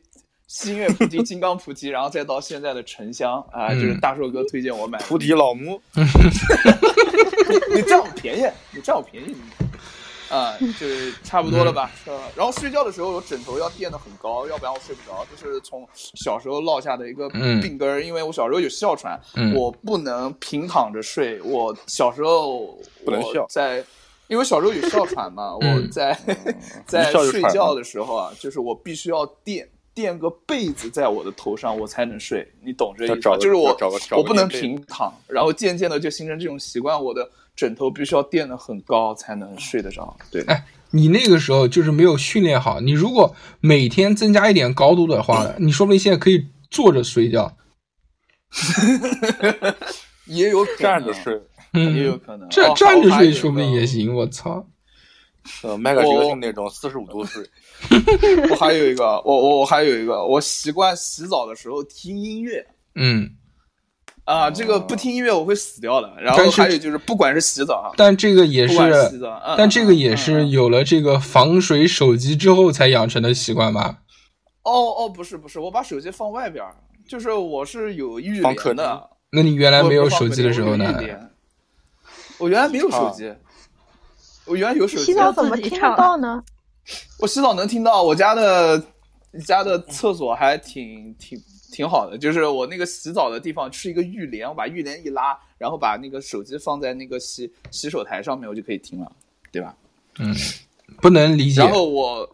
[SPEAKER 2] 新月菩提，金刚菩提，然后再到现在的沉香啊，
[SPEAKER 1] 嗯
[SPEAKER 2] 就是大硕哥推荐我买的。
[SPEAKER 6] 菩提老母，
[SPEAKER 2] 你占我便宜，你占我便宜。啊、就是差不多了
[SPEAKER 6] 嗯
[SPEAKER 2] 吧。是吧然后睡觉的时候，我枕头要垫得很高，要不然我睡不着。这是从小时候落下的一个
[SPEAKER 1] 嗯
[SPEAKER 2] 病根儿，因为我小时候有哮喘，
[SPEAKER 1] 嗯
[SPEAKER 2] 我不能平躺着睡。我小时候
[SPEAKER 6] 不能
[SPEAKER 2] 我
[SPEAKER 6] 笑
[SPEAKER 2] 在因为小时候有哮喘嘛，
[SPEAKER 1] 嗯
[SPEAKER 2] 我在 在
[SPEAKER 6] 一笑就
[SPEAKER 2] 睡
[SPEAKER 6] 喘
[SPEAKER 2] 觉
[SPEAKER 6] 了
[SPEAKER 2] 的时候啊，就是我必须要垫垫个被子在我的头上，我才能睡。你懂这意思
[SPEAKER 6] 要找
[SPEAKER 2] 吗？
[SPEAKER 6] 个
[SPEAKER 2] 就是我
[SPEAKER 6] 要找个找个
[SPEAKER 2] 我不能
[SPEAKER 6] 垫被
[SPEAKER 2] 平躺，然后渐渐的就形成这种习惯，我的枕头必须要垫得很高才
[SPEAKER 1] 嗯
[SPEAKER 2] 能睡得着。对，
[SPEAKER 1] 哎你那个时候就是没有训练好。你如果每天增加一点高度的话，
[SPEAKER 2] 嗯
[SPEAKER 1] 你说不定现在可以坐着睡觉。
[SPEAKER 2] 也有可能
[SPEAKER 6] 站着，睡，
[SPEAKER 2] 也
[SPEAKER 1] 嗯
[SPEAKER 2] 有，可能
[SPEAKER 1] 站
[SPEAKER 2] 哦
[SPEAKER 1] 站着
[SPEAKER 2] 还
[SPEAKER 1] 睡
[SPEAKER 2] 有一个
[SPEAKER 1] 说不定也行。我操，
[SPEAKER 6] 呃，麦克杰克
[SPEAKER 2] 我
[SPEAKER 6] 逊那种四十五 度睡，
[SPEAKER 2] 我还有一个，我我我还有一个，我习惯洗澡的时候听音乐。
[SPEAKER 1] 嗯。
[SPEAKER 2] 啊，这个不听音乐我会死掉的。然后
[SPEAKER 1] 哦但是
[SPEAKER 2] 还有就是，不管是洗澡啊，
[SPEAKER 1] 但这个也
[SPEAKER 2] 不
[SPEAKER 1] 是
[SPEAKER 2] 管洗澡嗯，
[SPEAKER 1] 但这个也
[SPEAKER 2] 嗯
[SPEAKER 1] 是
[SPEAKER 2] 嗯
[SPEAKER 1] 有了这个防水手机之后才养成的习惯吧？
[SPEAKER 2] 哦哦，不是不是，我把手机放外边儿，就是我是有预
[SPEAKER 6] 放
[SPEAKER 2] 联
[SPEAKER 6] 客
[SPEAKER 2] 的
[SPEAKER 6] 厅。
[SPEAKER 1] 那你原来
[SPEAKER 2] 我
[SPEAKER 1] 没有
[SPEAKER 2] 不放
[SPEAKER 1] 手
[SPEAKER 2] 客
[SPEAKER 1] 机
[SPEAKER 2] 厅
[SPEAKER 1] 的时候呢
[SPEAKER 2] 我有？预联我原来没有手
[SPEAKER 6] 啊
[SPEAKER 2] 机，我原来有手机
[SPEAKER 3] 洗，澡怎么听得到呢？
[SPEAKER 2] 我洗澡能听到我家的家的厕所还挺挺挺好的，就是我那个洗澡的地方是一个浴帘，我把浴帘一拉，然后把那个手机放在那个洗洗手台上面，我就可以听了，对吧？
[SPEAKER 1] 嗯，不能理解
[SPEAKER 2] 然。后我，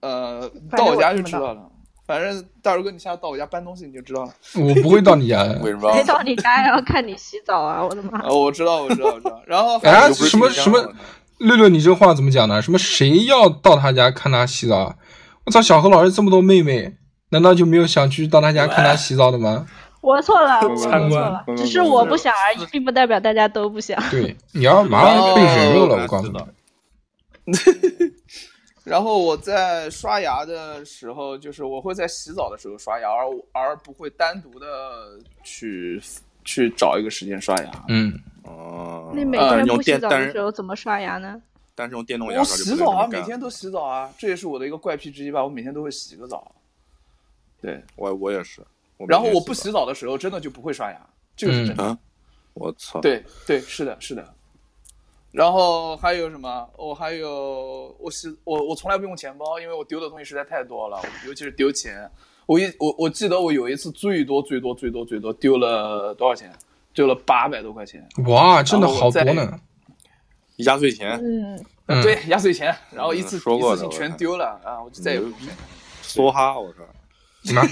[SPEAKER 2] 呃，
[SPEAKER 3] 反正
[SPEAKER 2] 到我家
[SPEAKER 3] 我
[SPEAKER 2] 就
[SPEAKER 3] 听
[SPEAKER 2] 知
[SPEAKER 3] 不到
[SPEAKER 2] 道了。反正大如哥，你下次到我家搬东西你就知道了。
[SPEAKER 1] 我不会到你 家的
[SPEAKER 6] 为。什么
[SPEAKER 4] 谁？到你家要看你洗澡啊？我的妈！
[SPEAKER 2] 啊，我知道，我知道，我知道。然后
[SPEAKER 1] 哎
[SPEAKER 2] 还有
[SPEAKER 6] 又不是
[SPEAKER 1] 什么
[SPEAKER 6] 新疆
[SPEAKER 1] 什么
[SPEAKER 6] 的
[SPEAKER 1] 六六，你这话怎么讲呢？什么谁要到他家看他洗澡啊？我操，小何老师这么多妹妹，难道就没有想去到他家看他洗澡的吗？
[SPEAKER 4] 我错 了，我
[SPEAKER 1] 参观
[SPEAKER 4] 我错了，只是我不想而已，并不代表大家都不想。
[SPEAKER 1] 对，你要马上被人肉了，
[SPEAKER 6] 哦
[SPEAKER 1] 我告诉你。
[SPEAKER 2] 然后我在刷牙的时候，就是我会在洗澡的时候刷牙，而我而不会单独的去去找一个时间刷牙。
[SPEAKER 1] 嗯，
[SPEAKER 6] 哦，
[SPEAKER 4] 那每
[SPEAKER 2] 呃
[SPEAKER 4] 天
[SPEAKER 6] 但是用
[SPEAKER 4] 不洗
[SPEAKER 6] 电，
[SPEAKER 4] 澡
[SPEAKER 6] 但
[SPEAKER 4] 的时
[SPEAKER 6] 是
[SPEAKER 4] 候怎么刷牙呢？
[SPEAKER 6] 但是用电动牙
[SPEAKER 2] 我
[SPEAKER 6] 刷就
[SPEAKER 2] 洗
[SPEAKER 6] 不能
[SPEAKER 2] 澡啊，
[SPEAKER 6] 这么
[SPEAKER 2] 每
[SPEAKER 6] 干
[SPEAKER 2] 天都洗澡啊，这也是我的一个怪癖之一吧。我每天都会洗个澡，对
[SPEAKER 6] 我我也是。每
[SPEAKER 2] 然后
[SPEAKER 6] 天
[SPEAKER 2] 我不洗澡的时候，真的就不会刷牙，这个是真的。
[SPEAKER 6] 啊，我操！，
[SPEAKER 2] 对对，是的，是的。然后还有什么？我、还有我洗我我从来不用钱包，因为我丢的东西实在太多了，尤其是丢钱。我一我我记得我有一次最多最多最多最多丢了多少钱？丢了八百多块钱。啊
[SPEAKER 1] 哇，真的
[SPEAKER 2] 然后
[SPEAKER 1] 好
[SPEAKER 2] 再
[SPEAKER 1] 多 呢。
[SPEAKER 6] 压岁钱
[SPEAKER 3] 嗯，
[SPEAKER 1] 嗯，
[SPEAKER 2] 对，压岁钱，然后一次、
[SPEAKER 6] 嗯说过
[SPEAKER 2] 一
[SPEAKER 6] 的
[SPEAKER 2] 次性
[SPEAKER 6] 我
[SPEAKER 2] 全
[SPEAKER 6] 看
[SPEAKER 2] 丢了啊！我就再也不用钱。
[SPEAKER 6] 梭哈，我操！
[SPEAKER 1] 妈，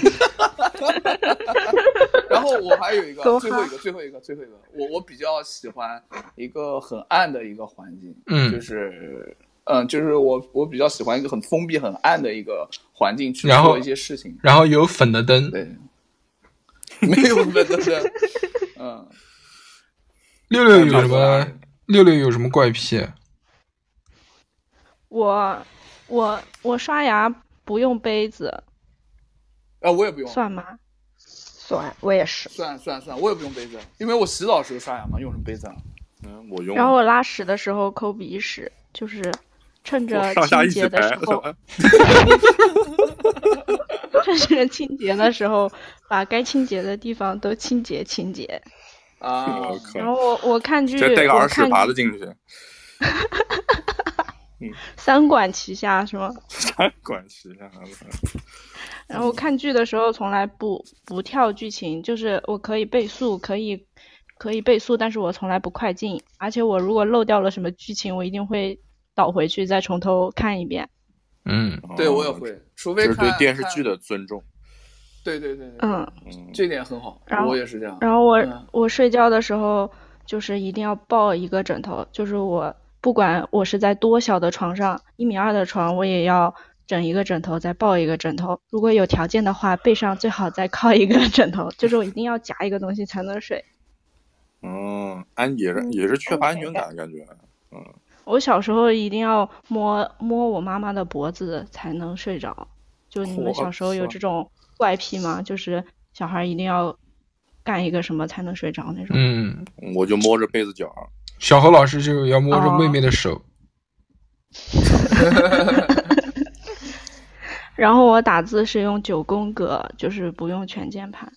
[SPEAKER 2] 然后我还有一个
[SPEAKER 3] 都哈
[SPEAKER 2] 最后一个最后一个最后一个，我我比较喜欢一个很暗的一个环境，
[SPEAKER 1] 嗯
[SPEAKER 2] 就是嗯，就是我我比较喜欢一个很封闭、很暗的一个环境去
[SPEAKER 1] 然后
[SPEAKER 2] 做一些事情。
[SPEAKER 1] 然后有粉的灯，
[SPEAKER 2] 对， 没有没有没有，嗯，
[SPEAKER 1] 六六有
[SPEAKER 6] 差
[SPEAKER 1] 什
[SPEAKER 6] 不
[SPEAKER 1] 么
[SPEAKER 6] 多了？
[SPEAKER 2] 啊
[SPEAKER 1] 六六有什么怪癖？
[SPEAKER 4] 我我我刷牙不用杯子，
[SPEAKER 2] 啊，我也不用，
[SPEAKER 4] 算吗？
[SPEAKER 5] 算，我也是。
[SPEAKER 2] 算算算，我也不用杯子，因为我洗澡的时候刷牙嘛，用什么杯子啊？
[SPEAKER 6] 嗯，我用
[SPEAKER 4] 然后我拉屎的时候抠鼻屎，就是趁着
[SPEAKER 6] 我上下
[SPEAKER 4] 清
[SPEAKER 6] 一起啊
[SPEAKER 4] 洁的
[SPEAKER 6] 排
[SPEAKER 4] 时， 候，趁着清洁的时候把该清洁的地方都清洁清洁。
[SPEAKER 2] 啊，
[SPEAKER 6] 我
[SPEAKER 4] 然
[SPEAKER 6] 靠！
[SPEAKER 4] 后我我看剧，
[SPEAKER 6] 再带个
[SPEAKER 4] 我
[SPEAKER 6] 耳屎
[SPEAKER 4] 看
[SPEAKER 6] 耙子进去，
[SPEAKER 4] 三管齐下是吗？
[SPEAKER 6] 啥啊管其 他的？
[SPEAKER 4] 然后看剧的时候从来不不跳剧情，就是我可以倍速，可以可以倍速，但是我从来不快进，而且我如果漏掉了什么剧情，我一定会倒回去再从头看一遍。
[SPEAKER 1] 嗯，
[SPEAKER 2] 对我也
[SPEAKER 6] 哦，
[SPEAKER 2] 会，除
[SPEAKER 6] 这
[SPEAKER 2] 非
[SPEAKER 6] 是对
[SPEAKER 2] 看
[SPEAKER 6] 电视剧，
[SPEAKER 2] 看
[SPEAKER 6] 的尊重。
[SPEAKER 2] 对对对对，
[SPEAKER 4] 嗯，
[SPEAKER 6] 嗯，
[SPEAKER 2] 这点很好
[SPEAKER 4] 然，后
[SPEAKER 2] 我也是这样。
[SPEAKER 4] 然后我、
[SPEAKER 2] 嗯
[SPEAKER 4] 我睡觉的时候就是一定要抱一个枕头，就是我不管我是在多小的床上，一米二的床，我也要。枕一个枕头，再抱一个枕头。如果有条件的话，背上最好再靠一个 枕头，就是我一定要夹一个东西才能睡。
[SPEAKER 6] 嗯，安也是也是缺乏安全感，感觉。
[SPEAKER 4] 我小时候一定要摸摸我妈妈的脖子才能睡着。就你们小时候有这种怪癖吗？就是小孩一定要干一个什么才能睡着那种。
[SPEAKER 1] 嗯，
[SPEAKER 6] 我就摸着被子角儿，
[SPEAKER 1] 小何老师就要摸着
[SPEAKER 4] 哦
[SPEAKER 1] 妹妹的手，
[SPEAKER 4] 然后我打字是用九宫格，就是不用全键盘。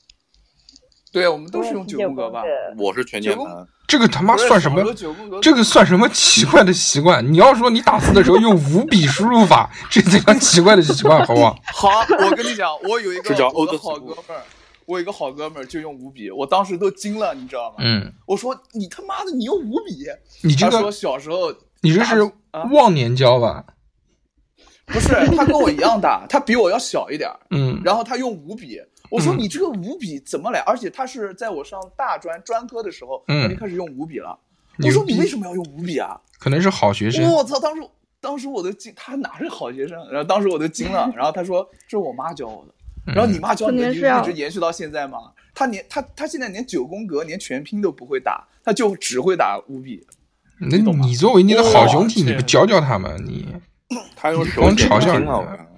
[SPEAKER 2] 对，我们都是用九宫格吧？
[SPEAKER 6] 我是全键盘，
[SPEAKER 1] 这个他妈
[SPEAKER 2] 不是
[SPEAKER 1] 算什么
[SPEAKER 2] 小时？候九宫格
[SPEAKER 1] 这个算什么奇怪的习惯？你要说你打字的时候用五笔输入法， 这才叫奇怪的习惯，好不好？
[SPEAKER 2] 好，我跟你讲，我有一个
[SPEAKER 6] 这叫
[SPEAKER 2] 我的
[SPEAKER 6] old
[SPEAKER 2] 好哥
[SPEAKER 6] school
[SPEAKER 2] 们儿，我有一个好哥们儿就用五笔，我当时都惊了，你知道吗？
[SPEAKER 1] 嗯，
[SPEAKER 2] 我说你他妈的你用五笔，
[SPEAKER 1] 你这
[SPEAKER 2] 他说
[SPEAKER 1] 个
[SPEAKER 2] 小时候
[SPEAKER 1] 你这是
[SPEAKER 2] 啊
[SPEAKER 1] 忘年交吧？
[SPEAKER 2] 不是他跟我一样大，他比我要小一点儿，
[SPEAKER 1] 嗯，
[SPEAKER 2] 然后他用五笔。我说
[SPEAKER 1] 嗯
[SPEAKER 2] 你这个五笔怎么来？而且他是在我上大专专科的时候，
[SPEAKER 1] 嗯
[SPEAKER 2] 他就开始用五笔了。
[SPEAKER 1] 牛
[SPEAKER 2] 我说
[SPEAKER 1] 逼
[SPEAKER 2] 你为什么要用五笔啊？
[SPEAKER 1] 可能是好学生。
[SPEAKER 2] 我操！当时当时我都惊，他哪是好学生？然后当时我都惊 了。然后他说这是我妈教我的。
[SPEAKER 1] 嗯
[SPEAKER 2] 然后你妈教你的，
[SPEAKER 4] 关键
[SPEAKER 2] 你
[SPEAKER 4] 是要
[SPEAKER 2] 一直延续到现在吗？他连他他现在连九宫格、连全拼都不会打，他就只会打五笔。
[SPEAKER 1] 那
[SPEAKER 2] 你懂啊吗
[SPEAKER 1] 你作为你的好兄弟，
[SPEAKER 2] 哇
[SPEAKER 1] 你不教教他们？你
[SPEAKER 6] 他用手
[SPEAKER 1] 光
[SPEAKER 6] 写
[SPEAKER 1] 嘲笑
[SPEAKER 6] 拼
[SPEAKER 1] 人
[SPEAKER 6] 啊
[SPEAKER 1] 家
[SPEAKER 6] 我看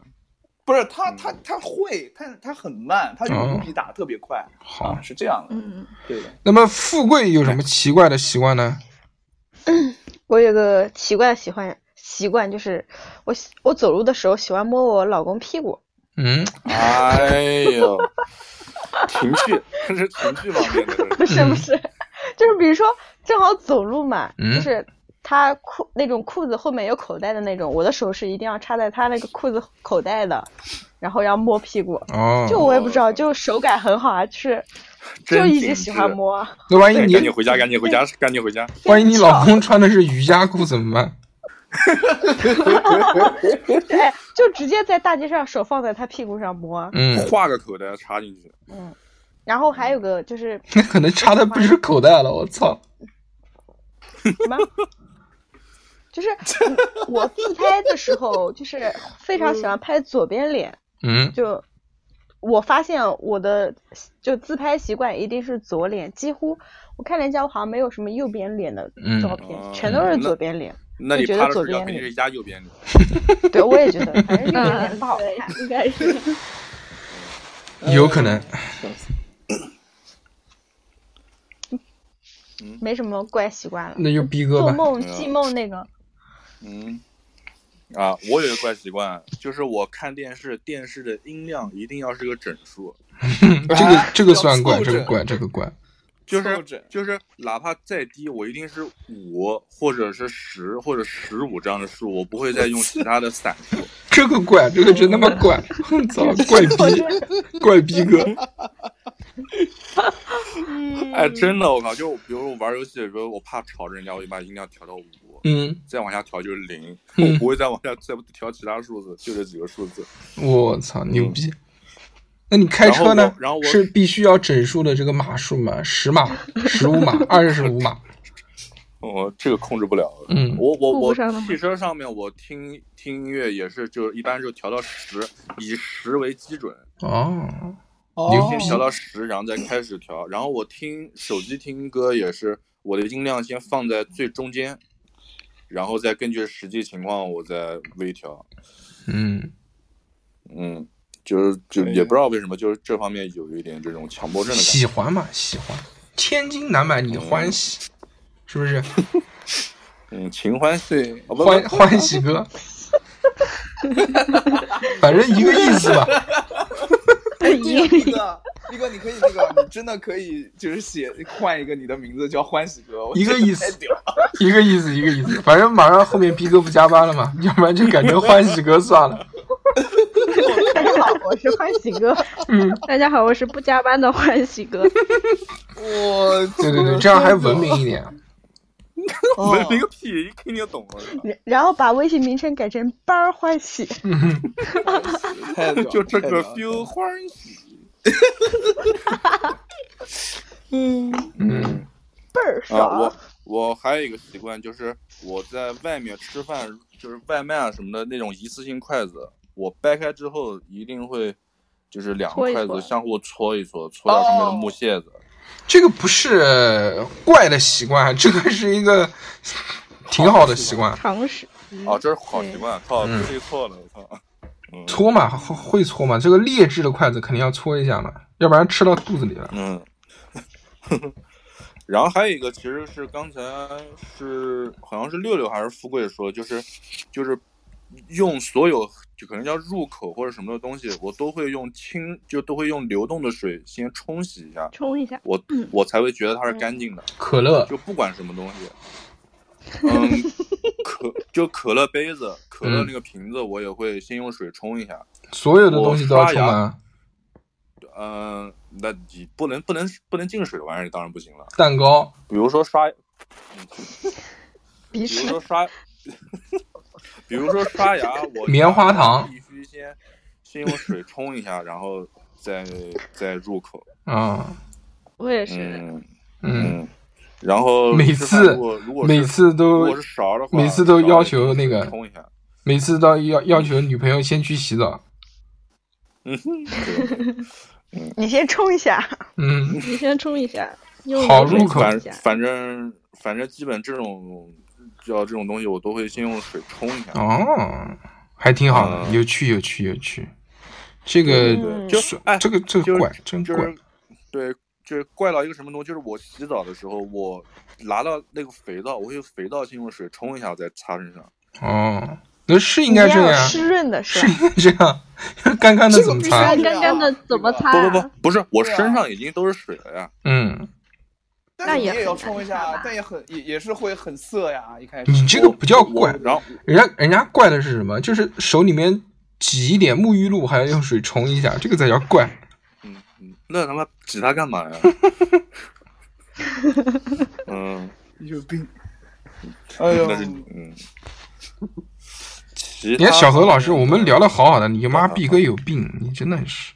[SPEAKER 2] 不是他
[SPEAKER 4] 嗯
[SPEAKER 2] 他他会，但他很慢，他用五笔打得特别快。
[SPEAKER 1] 哦好
[SPEAKER 2] 啊，。是这样的，
[SPEAKER 4] 嗯，
[SPEAKER 2] 对的。
[SPEAKER 1] 那么富贵有什么奇怪的习惯呢？
[SPEAKER 5] 我有个奇怪的喜欢习惯，就是我喜我走路的时候喜欢摸我老公屁股。
[SPEAKER 1] 嗯，
[SPEAKER 6] 哎呦，情趣，这是情趣方面的这
[SPEAKER 5] 不
[SPEAKER 6] 是。
[SPEAKER 5] 是不是，
[SPEAKER 2] 嗯
[SPEAKER 5] 就是比如说正好走路嘛，
[SPEAKER 1] 嗯
[SPEAKER 5] 就是他裤那种裤子后面有口袋的那种，我的手是一定要插在他那个裤子口袋的，然后要摸屁股。就
[SPEAKER 1] 哦，
[SPEAKER 5] 我也不知道，就手感很好啊，就是就
[SPEAKER 6] 真
[SPEAKER 5] 一
[SPEAKER 6] 精
[SPEAKER 5] 直喜欢
[SPEAKER 6] 致
[SPEAKER 5] 摸。
[SPEAKER 1] 那万一
[SPEAKER 6] 哎赶
[SPEAKER 1] 你
[SPEAKER 6] 紧回家，赶紧回家，赶紧回家。
[SPEAKER 1] 万一你老公穿的是瑜伽裤怎么办？
[SPEAKER 5] 对， 就直接在大街上手放在他屁股上摸。
[SPEAKER 1] 嗯，
[SPEAKER 6] 画个口袋插进去，
[SPEAKER 5] 嗯，然后还有个 就是
[SPEAKER 1] 那可能插的不是口袋了，我操！
[SPEAKER 5] 什么？就是嗯我自拍的时候，就是非常喜欢拍左边脸。
[SPEAKER 1] 嗯，
[SPEAKER 5] 就我发现我的就自拍习惯一定是左脸，几乎我看人家我好像没有什么右边脸的
[SPEAKER 1] 嗯
[SPEAKER 5] 照片，
[SPEAKER 6] 哦
[SPEAKER 5] 全都是左边脸。
[SPEAKER 6] 那你
[SPEAKER 5] 我觉得
[SPEAKER 6] 趴着
[SPEAKER 5] 左
[SPEAKER 6] 睡觉
[SPEAKER 5] 边
[SPEAKER 6] 肯定是压右边的。
[SPEAKER 5] 对，我也觉 得，反正右边脸不好
[SPEAKER 4] 对
[SPEAKER 5] 看。，
[SPEAKER 4] 应该是。
[SPEAKER 1] 有可能。
[SPEAKER 5] 没什么怪习惯了。
[SPEAKER 1] 那就逼哥
[SPEAKER 5] 做
[SPEAKER 1] 吧。
[SPEAKER 5] 梦、记梦那个，
[SPEAKER 6] 嗯，啊，我有一个怪习惯，就是我看电视，电视的音量一定要是个整数，
[SPEAKER 1] 这个这个算怪，
[SPEAKER 2] 要凑
[SPEAKER 1] 这个
[SPEAKER 2] 整
[SPEAKER 1] 怪，这个怪。
[SPEAKER 6] 就是
[SPEAKER 2] 凑整
[SPEAKER 6] 就是哪怕再低，我一定是五或者是十或者十五这样的数，我不会再用其他的散数。
[SPEAKER 1] 这个怪，这个真他妈 怪！我操，怪逼，怪逼哥！
[SPEAKER 6] 哎，真的，我靠，就比如我玩游戏的时候，我怕吵着人家，我就把音量调到五，
[SPEAKER 1] 嗯，
[SPEAKER 6] 再往下调就是零，
[SPEAKER 1] 嗯
[SPEAKER 6] 我不会再往下再调其他数字，就这几个数字。
[SPEAKER 1] 我操，牛逼！那你开车呢？
[SPEAKER 6] 然后我然后我
[SPEAKER 1] 是必须要整数的这个码数吗？十码、十五码、二十五码？
[SPEAKER 6] 我这个控制不了。
[SPEAKER 1] 嗯
[SPEAKER 6] 我我
[SPEAKER 4] 顾不
[SPEAKER 6] 我
[SPEAKER 4] 上的吗
[SPEAKER 6] 汽车上面我听听音乐也是，就是一般就调到十，以十为基准，
[SPEAKER 1] 哦，
[SPEAKER 2] 哦
[SPEAKER 6] 先调到十，然后再开始调。然后我听手机听歌也是，我的音量先放在最中间，然后再根据实际情况我再微调。
[SPEAKER 1] 嗯，
[SPEAKER 6] 嗯，就是就
[SPEAKER 2] 哎呀
[SPEAKER 6] 也不知道为什么，就是这方面有一点这种强迫症的感觉。
[SPEAKER 1] 喜欢嘛，喜欢，千金难买你欢喜，是不是？
[SPEAKER 6] 嗯，秦欢喜，哦不不
[SPEAKER 1] 欢欢喜哥，反正一个意思吧。
[SPEAKER 2] 对呀，逼哥，逼哥，你可以那个，你真的可以就是写换一个你的名字叫欢喜哥，我
[SPEAKER 1] 一个
[SPEAKER 2] 觉得
[SPEAKER 1] 意思
[SPEAKER 2] 太屌 了。
[SPEAKER 1] 一个意思，一个意思。反正马上后面逼哥不加班了嘛，要不然就改成欢喜哥算了。
[SPEAKER 3] 大家好，我是欢喜 哥。
[SPEAKER 4] 嗯大家好，我是不加班的欢喜哥。
[SPEAKER 2] 我
[SPEAKER 1] 对对对，这样还文明一点。啊
[SPEAKER 6] 没
[SPEAKER 2] 哦
[SPEAKER 6] 没个屁，一听就懂了，
[SPEAKER 3] 然然后把微信名称改成班儿欢喜，
[SPEAKER 1] 嗯
[SPEAKER 2] 太屌了
[SPEAKER 6] 就这
[SPEAKER 2] 太
[SPEAKER 6] 个
[SPEAKER 2] 屌了
[SPEAKER 6] feel 欢喜。
[SPEAKER 1] 嗯
[SPEAKER 3] 倍儿
[SPEAKER 6] 啊，
[SPEAKER 3] 爽
[SPEAKER 6] 我。我还有一个习惯，就是我在外面吃饭，就是外卖啊什么的那种一次性筷子，我掰开之后一定会，就是两
[SPEAKER 4] 搓
[SPEAKER 6] 个
[SPEAKER 4] 一
[SPEAKER 6] 筷
[SPEAKER 4] 搓哦嗯
[SPEAKER 6] 子相互搓一搓，搓到上面的木屑子。，
[SPEAKER 1] 这个不是怪的习惯，这个是一个挺好的习惯。
[SPEAKER 4] 常 识，
[SPEAKER 6] 哦，这是好习惯，靠，
[SPEAKER 1] 嗯
[SPEAKER 6] 背错了，我操！
[SPEAKER 1] 搓嘛，会会搓嘛，这个劣质的筷子肯定要搓一下嘛，要不然吃到肚子里了。
[SPEAKER 6] 嗯。 然后还有一个，其实是刚才是好像是六六还是富贵说，就是就是用所有就可能叫入口或者什么的东西，我都会用清就都会用流动的水先冲洗一下，
[SPEAKER 4] 冲一下。
[SPEAKER 6] 我
[SPEAKER 4] 嗯
[SPEAKER 6] 我才会觉得它是干净的，
[SPEAKER 1] 可乐，
[SPEAKER 6] 就不管什么东 西，嗯，可就可乐杯子、可乐那个瓶子，我也会先用水冲一下。
[SPEAKER 1] 所有的东西都要
[SPEAKER 6] 我
[SPEAKER 1] 冲
[SPEAKER 6] 刷牙
[SPEAKER 1] 完，
[SPEAKER 6] 嗯，那你不能不能不能进水玩意儿当然不行了。
[SPEAKER 1] 蛋糕，
[SPEAKER 6] 比如说 刷，
[SPEAKER 3] 鼻
[SPEAKER 6] 比如
[SPEAKER 3] 屎
[SPEAKER 6] 说刷， 比如说刷牙，我
[SPEAKER 1] 棉花糖
[SPEAKER 6] 必须先先用水冲一下， 然后再再入口。
[SPEAKER 1] 啊，
[SPEAKER 4] 我也是，
[SPEAKER 6] 嗯
[SPEAKER 1] 嗯，
[SPEAKER 6] 嗯，然后
[SPEAKER 1] 每
[SPEAKER 6] 吃饭
[SPEAKER 1] 次
[SPEAKER 6] 如果如果是
[SPEAKER 1] 每次
[SPEAKER 6] 如
[SPEAKER 1] 都
[SPEAKER 6] 果是勺的话，
[SPEAKER 1] 每次都
[SPEAKER 6] 勺
[SPEAKER 1] 要
[SPEAKER 6] 也
[SPEAKER 1] 求
[SPEAKER 6] 是
[SPEAKER 1] 那个
[SPEAKER 6] 冲一下。
[SPEAKER 1] 每次都要要求女朋友先去洗澡，
[SPEAKER 6] 嗯哼，对
[SPEAKER 3] 你先冲一下，
[SPEAKER 1] 嗯，
[SPEAKER 4] 你先冲一下，用
[SPEAKER 1] 好
[SPEAKER 4] 流水
[SPEAKER 1] 哦入口
[SPEAKER 4] 冲
[SPEAKER 6] 反
[SPEAKER 4] 一下。
[SPEAKER 6] 反正反正基本这种叫这种东西，我都会先用水冲一下。
[SPEAKER 1] 哦，还挺好的，
[SPEAKER 6] 嗯
[SPEAKER 1] 有趣有趣有趣。这
[SPEAKER 6] 对
[SPEAKER 1] 个
[SPEAKER 6] 对，就
[SPEAKER 1] 算
[SPEAKER 6] 哎，
[SPEAKER 1] 这个这
[SPEAKER 6] 就
[SPEAKER 1] 个
[SPEAKER 6] 是
[SPEAKER 1] 怪，真
[SPEAKER 6] 就
[SPEAKER 1] 怪，
[SPEAKER 6] 是对，就是怪到一个什么东西，就是我洗澡的时候，我拿到那个肥皂，我会用肥皂先用水冲一下，再擦身上。
[SPEAKER 1] 哦，那是应
[SPEAKER 3] 你
[SPEAKER 1] 该
[SPEAKER 3] 要
[SPEAKER 1] 这样，
[SPEAKER 3] 湿润的是
[SPEAKER 1] 是
[SPEAKER 3] 吧？
[SPEAKER 1] 应该 这样， 干干的怎么
[SPEAKER 2] 这个
[SPEAKER 1] 擦
[SPEAKER 2] 必？须
[SPEAKER 4] 干干的怎么擦、
[SPEAKER 6] 不
[SPEAKER 4] 啊？
[SPEAKER 6] 不不，不是，我
[SPEAKER 2] 对啊
[SPEAKER 6] 身上已经都是水了呀。
[SPEAKER 1] 嗯，
[SPEAKER 2] 但是你
[SPEAKER 4] 那也
[SPEAKER 2] 也要
[SPEAKER 4] 很
[SPEAKER 2] 冲一
[SPEAKER 4] 难看
[SPEAKER 2] 下
[SPEAKER 4] 吧，
[SPEAKER 2] 但也很也也是会很涩呀，一开始。
[SPEAKER 1] 你这个不叫
[SPEAKER 6] 我
[SPEAKER 1] 怪，
[SPEAKER 6] 然后
[SPEAKER 1] 人家人家怪的是什么？就是手里面挤一点沐浴露，还要用水冲一下，这个才叫怪。
[SPEAKER 6] 嗯，嗯，那他妈挤它 干嘛呀？嗯，
[SPEAKER 2] 有病。哎呦
[SPEAKER 6] 那，是嗯。其
[SPEAKER 1] 你看
[SPEAKER 6] 他
[SPEAKER 1] 小何
[SPEAKER 6] 方
[SPEAKER 1] 老师，
[SPEAKER 6] 面
[SPEAKER 1] 我们聊的好好的，你妈
[SPEAKER 6] 嗯
[SPEAKER 1] 逼哥有病，你真的是。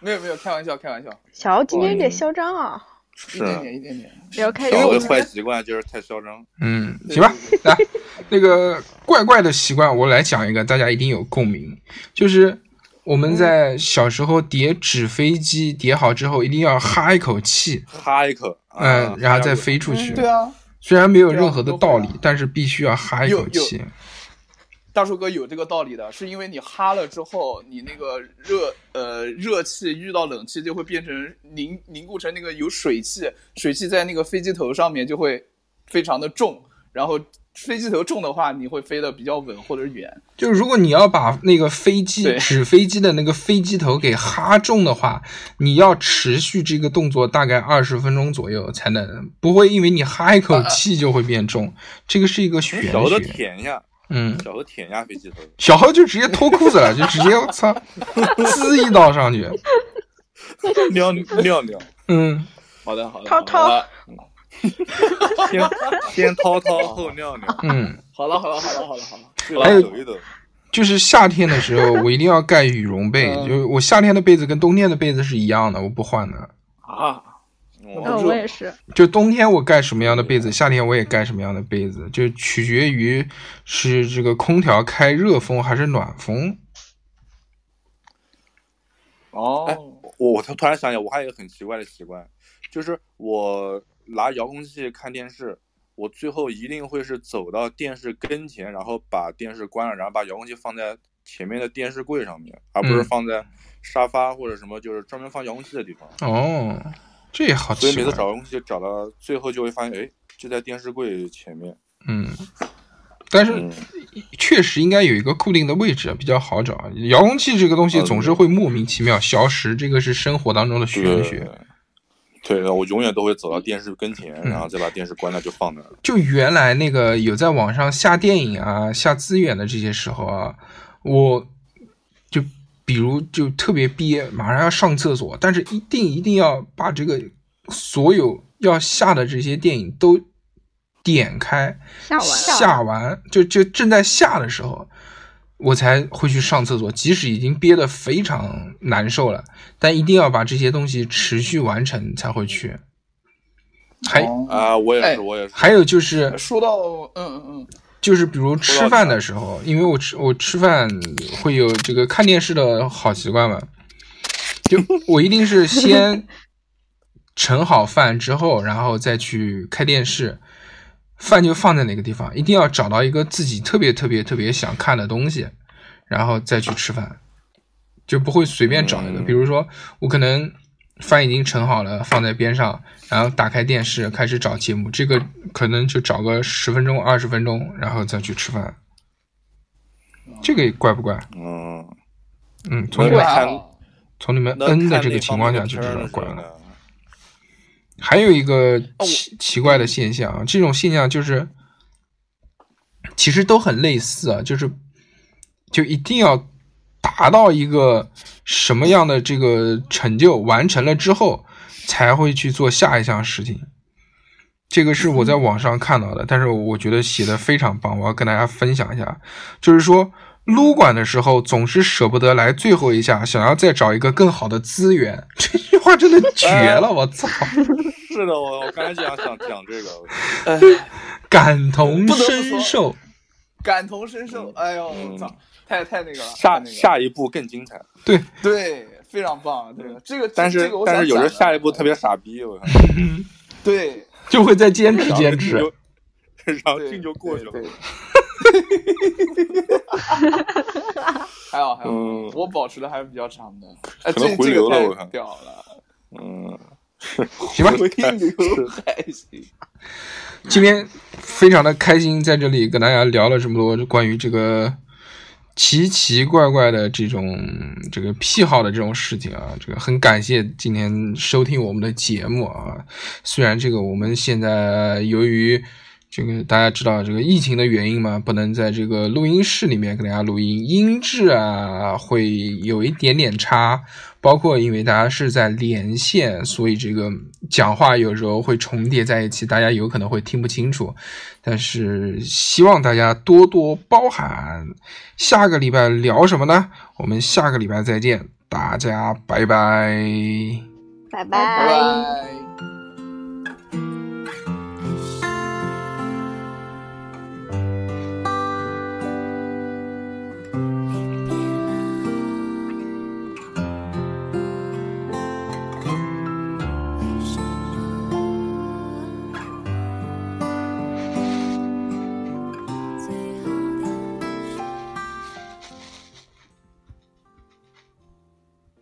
[SPEAKER 2] 没有没有，开玩笑开玩笑，
[SPEAKER 3] 小今天有点嚣张啊！
[SPEAKER 2] 一
[SPEAKER 6] 是
[SPEAKER 2] 点点一点点。
[SPEAKER 4] 聊开
[SPEAKER 6] 小
[SPEAKER 4] 心
[SPEAKER 6] 的坏习惯就是太嚣张。
[SPEAKER 1] 嗯，行吧，来， 那个怪怪的习惯，我来讲一个，大家一定有共鸣，就是我们
[SPEAKER 2] 嗯
[SPEAKER 1] 在小时候叠纸飞机，叠好之后一定要哈一口气，
[SPEAKER 6] 哈一口，
[SPEAKER 1] 嗯、
[SPEAKER 6] 啊
[SPEAKER 1] 然后再飞出去。
[SPEAKER 2] 对啊，
[SPEAKER 1] 虽然没有
[SPEAKER 2] 对啊
[SPEAKER 1] 任何的
[SPEAKER 2] 都会
[SPEAKER 1] 道
[SPEAKER 2] 啊
[SPEAKER 1] 理，但是必须要哈一
[SPEAKER 2] 有
[SPEAKER 1] 口
[SPEAKER 2] 有
[SPEAKER 1] 气。
[SPEAKER 2] 大树哥有这个道理的，是因为你哈了之后，你那个热呃热气遇到冷气就会变成凝凝固成那个有水汽，水汽在那个飞机头上面就会非常的重，然后飞机头重的话，你会飞得比较稳或者远。
[SPEAKER 1] 就是如果你要把那个飞机
[SPEAKER 2] 对
[SPEAKER 1] 纸飞机的那个飞机头给哈中的话，你要持续这个动作大概二十分钟左右才能，不会因为你哈一口
[SPEAKER 2] 啊
[SPEAKER 1] 气就会变重。这个是一个玄
[SPEAKER 6] 小的
[SPEAKER 1] 学，
[SPEAKER 6] 舔一下，
[SPEAKER 1] 嗯，
[SPEAKER 6] 小的舔一下飞机头。
[SPEAKER 1] 小何就直接脱裤子 了，就直接我操，滋一刀上去，
[SPEAKER 6] 尿尿尿，
[SPEAKER 1] 嗯，
[SPEAKER 2] 好的，好的，
[SPEAKER 3] 涛涛
[SPEAKER 2] 好了，
[SPEAKER 6] 先 先掏掏后尿尿，
[SPEAKER 1] 嗯，
[SPEAKER 2] 好了，好了，好了，好了，好了。
[SPEAKER 6] 最后抖一抖。
[SPEAKER 1] 就是夏天的时候，我一定要盖羽绒被，
[SPEAKER 2] 嗯
[SPEAKER 1] 就是我夏天的被子跟冬天的被子是一样的，我不换的。
[SPEAKER 2] 啊，
[SPEAKER 4] 嗯、
[SPEAKER 6] 我
[SPEAKER 4] 我也是，
[SPEAKER 1] 就冬天我盖什么样的
[SPEAKER 6] 嗯
[SPEAKER 1] 被子，夏天我也盖什么样的被子，就取决于是这个空调开热风还是暖风。
[SPEAKER 2] 哦，
[SPEAKER 6] 我我突然想起来，我还有一个很奇怪的习惯，就是我拿遥控器看电视，我最后一定会是走到电视跟前，然后把电视关了，然后把遥控器放在前面的电视柜上面，而不是
[SPEAKER 1] 嗯
[SPEAKER 6] 放在沙发或者什么就是专门放遥控器的地方。
[SPEAKER 1] 哦，这也好
[SPEAKER 6] 所以
[SPEAKER 1] 奇
[SPEAKER 6] 每次
[SPEAKER 1] 怪。
[SPEAKER 6] 找遥控器找到最后就会发现，哎，就在电视柜前面。
[SPEAKER 1] 嗯，但是
[SPEAKER 6] 嗯，
[SPEAKER 1] 确实应该有一个固定的位置比较好找。遥控器这个东西
[SPEAKER 6] 嗯
[SPEAKER 1] 总是会莫名其妙消失，这个是生活当中的玄学。嗯
[SPEAKER 6] 对，对，我永远都会走到电视跟前，然后再把电视关了就放那儿。
[SPEAKER 1] 就原来那个有在网上下电影啊、下资源的这些时候啊，我就比如就特别憋，马上要上厕所，但是一定一定要把这个所有要下的这些电影都点开，
[SPEAKER 3] 下完了
[SPEAKER 1] 下完就就正在下的时候，我才会去上厕所。即使已经憋得非常难受了，但一定要把这些东西持续完成才会去。还、
[SPEAKER 2] 哦
[SPEAKER 6] 啊，我也
[SPEAKER 2] 哎
[SPEAKER 6] 是，我也是。
[SPEAKER 1] 还有就是
[SPEAKER 3] 呃
[SPEAKER 2] 说到嗯嗯嗯，
[SPEAKER 1] 就是比如吃饭的时候，因为我吃我吃饭会有这个看电视的好习惯嘛，就我一定是先盛好饭之后，然后再去开电视，饭就放在哪个地方，一定要找到一个自己特别特别特别想看的东西，然后再去吃饭，就不会随便找一个。
[SPEAKER 6] 嗯
[SPEAKER 1] 比如说，我可能饭已经盛好了，放在边上，然后打开电视开始找节目，这个可能就找个十分钟、二十分钟，然后再去吃饭。这个怪不怪？
[SPEAKER 6] 嗯，
[SPEAKER 1] 嗯，从你
[SPEAKER 6] 对
[SPEAKER 1] 们
[SPEAKER 6] 啊
[SPEAKER 1] 从你们
[SPEAKER 6] 那
[SPEAKER 1] N 的
[SPEAKER 6] 看
[SPEAKER 1] 这个
[SPEAKER 6] 那
[SPEAKER 1] 情
[SPEAKER 6] 方
[SPEAKER 1] 况下
[SPEAKER 6] 面的
[SPEAKER 1] 就
[SPEAKER 6] 片
[SPEAKER 1] 知
[SPEAKER 6] 儿
[SPEAKER 1] 道
[SPEAKER 6] 的时
[SPEAKER 1] 怪
[SPEAKER 6] 候
[SPEAKER 1] 了。
[SPEAKER 6] 呢
[SPEAKER 1] 还有一个
[SPEAKER 6] 我
[SPEAKER 1] 奇奇怪的现象，啊，这种现象就是，其实都很类似啊，就是就一定要达到一个什么样的这个成就，完成了之后才会去做下一项事情。这个是我在网上看到的，但是我觉得写的非常棒，我要跟大家分享一下。就是说，撸管的时候总是舍不得来最后一下，想要再找一个更好的资源。这句话真的绝了，我操！
[SPEAKER 6] 是的，我我刚才就想想讲这个，
[SPEAKER 1] 感同
[SPEAKER 2] 不得不
[SPEAKER 1] 身
[SPEAKER 2] 说
[SPEAKER 1] 受。
[SPEAKER 2] 感同身受，哎呦，
[SPEAKER 6] 嗯
[SPEAKER 2] 我操，太太那个了，太
[SPEAKER 6] 下
[SPEAKER 2] 那个了
[SPEAKER 6] 下一步更精彩，
[SPEAKER 2] 对，非常棒，对，这个
[SPEAKER 6] 嗯但
[SPEAKER 2] 这
[SPEAKER 6] 是
[SPEAKER 2] 个我想
[SPEAKER 6] 但是有时候
[SPEAKER 2] 讲的
[SPEAKER 6] 下一步特别傻逼，我看，
[SPEAKER 2] 对，
[SPEAKER 1] 就会再坚持
[SPEAKER 6] 然 后
[SPEAKER 1] 坚
[SPEAKER 6] 劲
[SPEAKER 1] 持
[SPEAKER 6] 就， 然后
[SPEAKER 2] 对
[SPEAKER 6] 劲就过去
[SPEAKER 2] 对
[SPEAKER 6] 了
[SPEAKER 2] 对。 还好还好，
[SPEAKER 6] 嗯
[SPEAKER 2] 我保持的还是比较长的，哎，
[SPEAKER 6] 可能
[SPEAKER 2] 这
[SPEAKER 6] 回
[SPEAKER 2] 这
[SPEAKER 6] 流
[SPEAKER 2] 个
[SPEAKER 6] 了
[SPEAKER 2] 太
[SPEAKER 6] 我看
[SPEAKER 2] 屌了，
[SPEAKER 6] 嗯，
[SPEAKER 1] 行吧？
[SPEAKER 2] 回流还行，
[SPEAKER 1] 今天非常的开心，在这里跟大家聊了这么多关于这个奇奇怪怪的这种这个癖好的这种事情啊，这个很感谢今天收听我们的节目啊。虽然这个我们现在由于这个大家知道这个疫情的原因嘛，不能在这个录音室里面给大家录音，音质啊会有一点点差，包括因为大家是在连线，所以这个讲话有时候会重叠在一起，大家有可能会听不清楚。但是希望大家多多包涵。下个礼拜聊什么呢？我们下个礼拜再见，大家拜拜。
[SPEAKER 2] 拜
[SPEAKER 5] 拜拜。
[SPEAKER 2] 拜。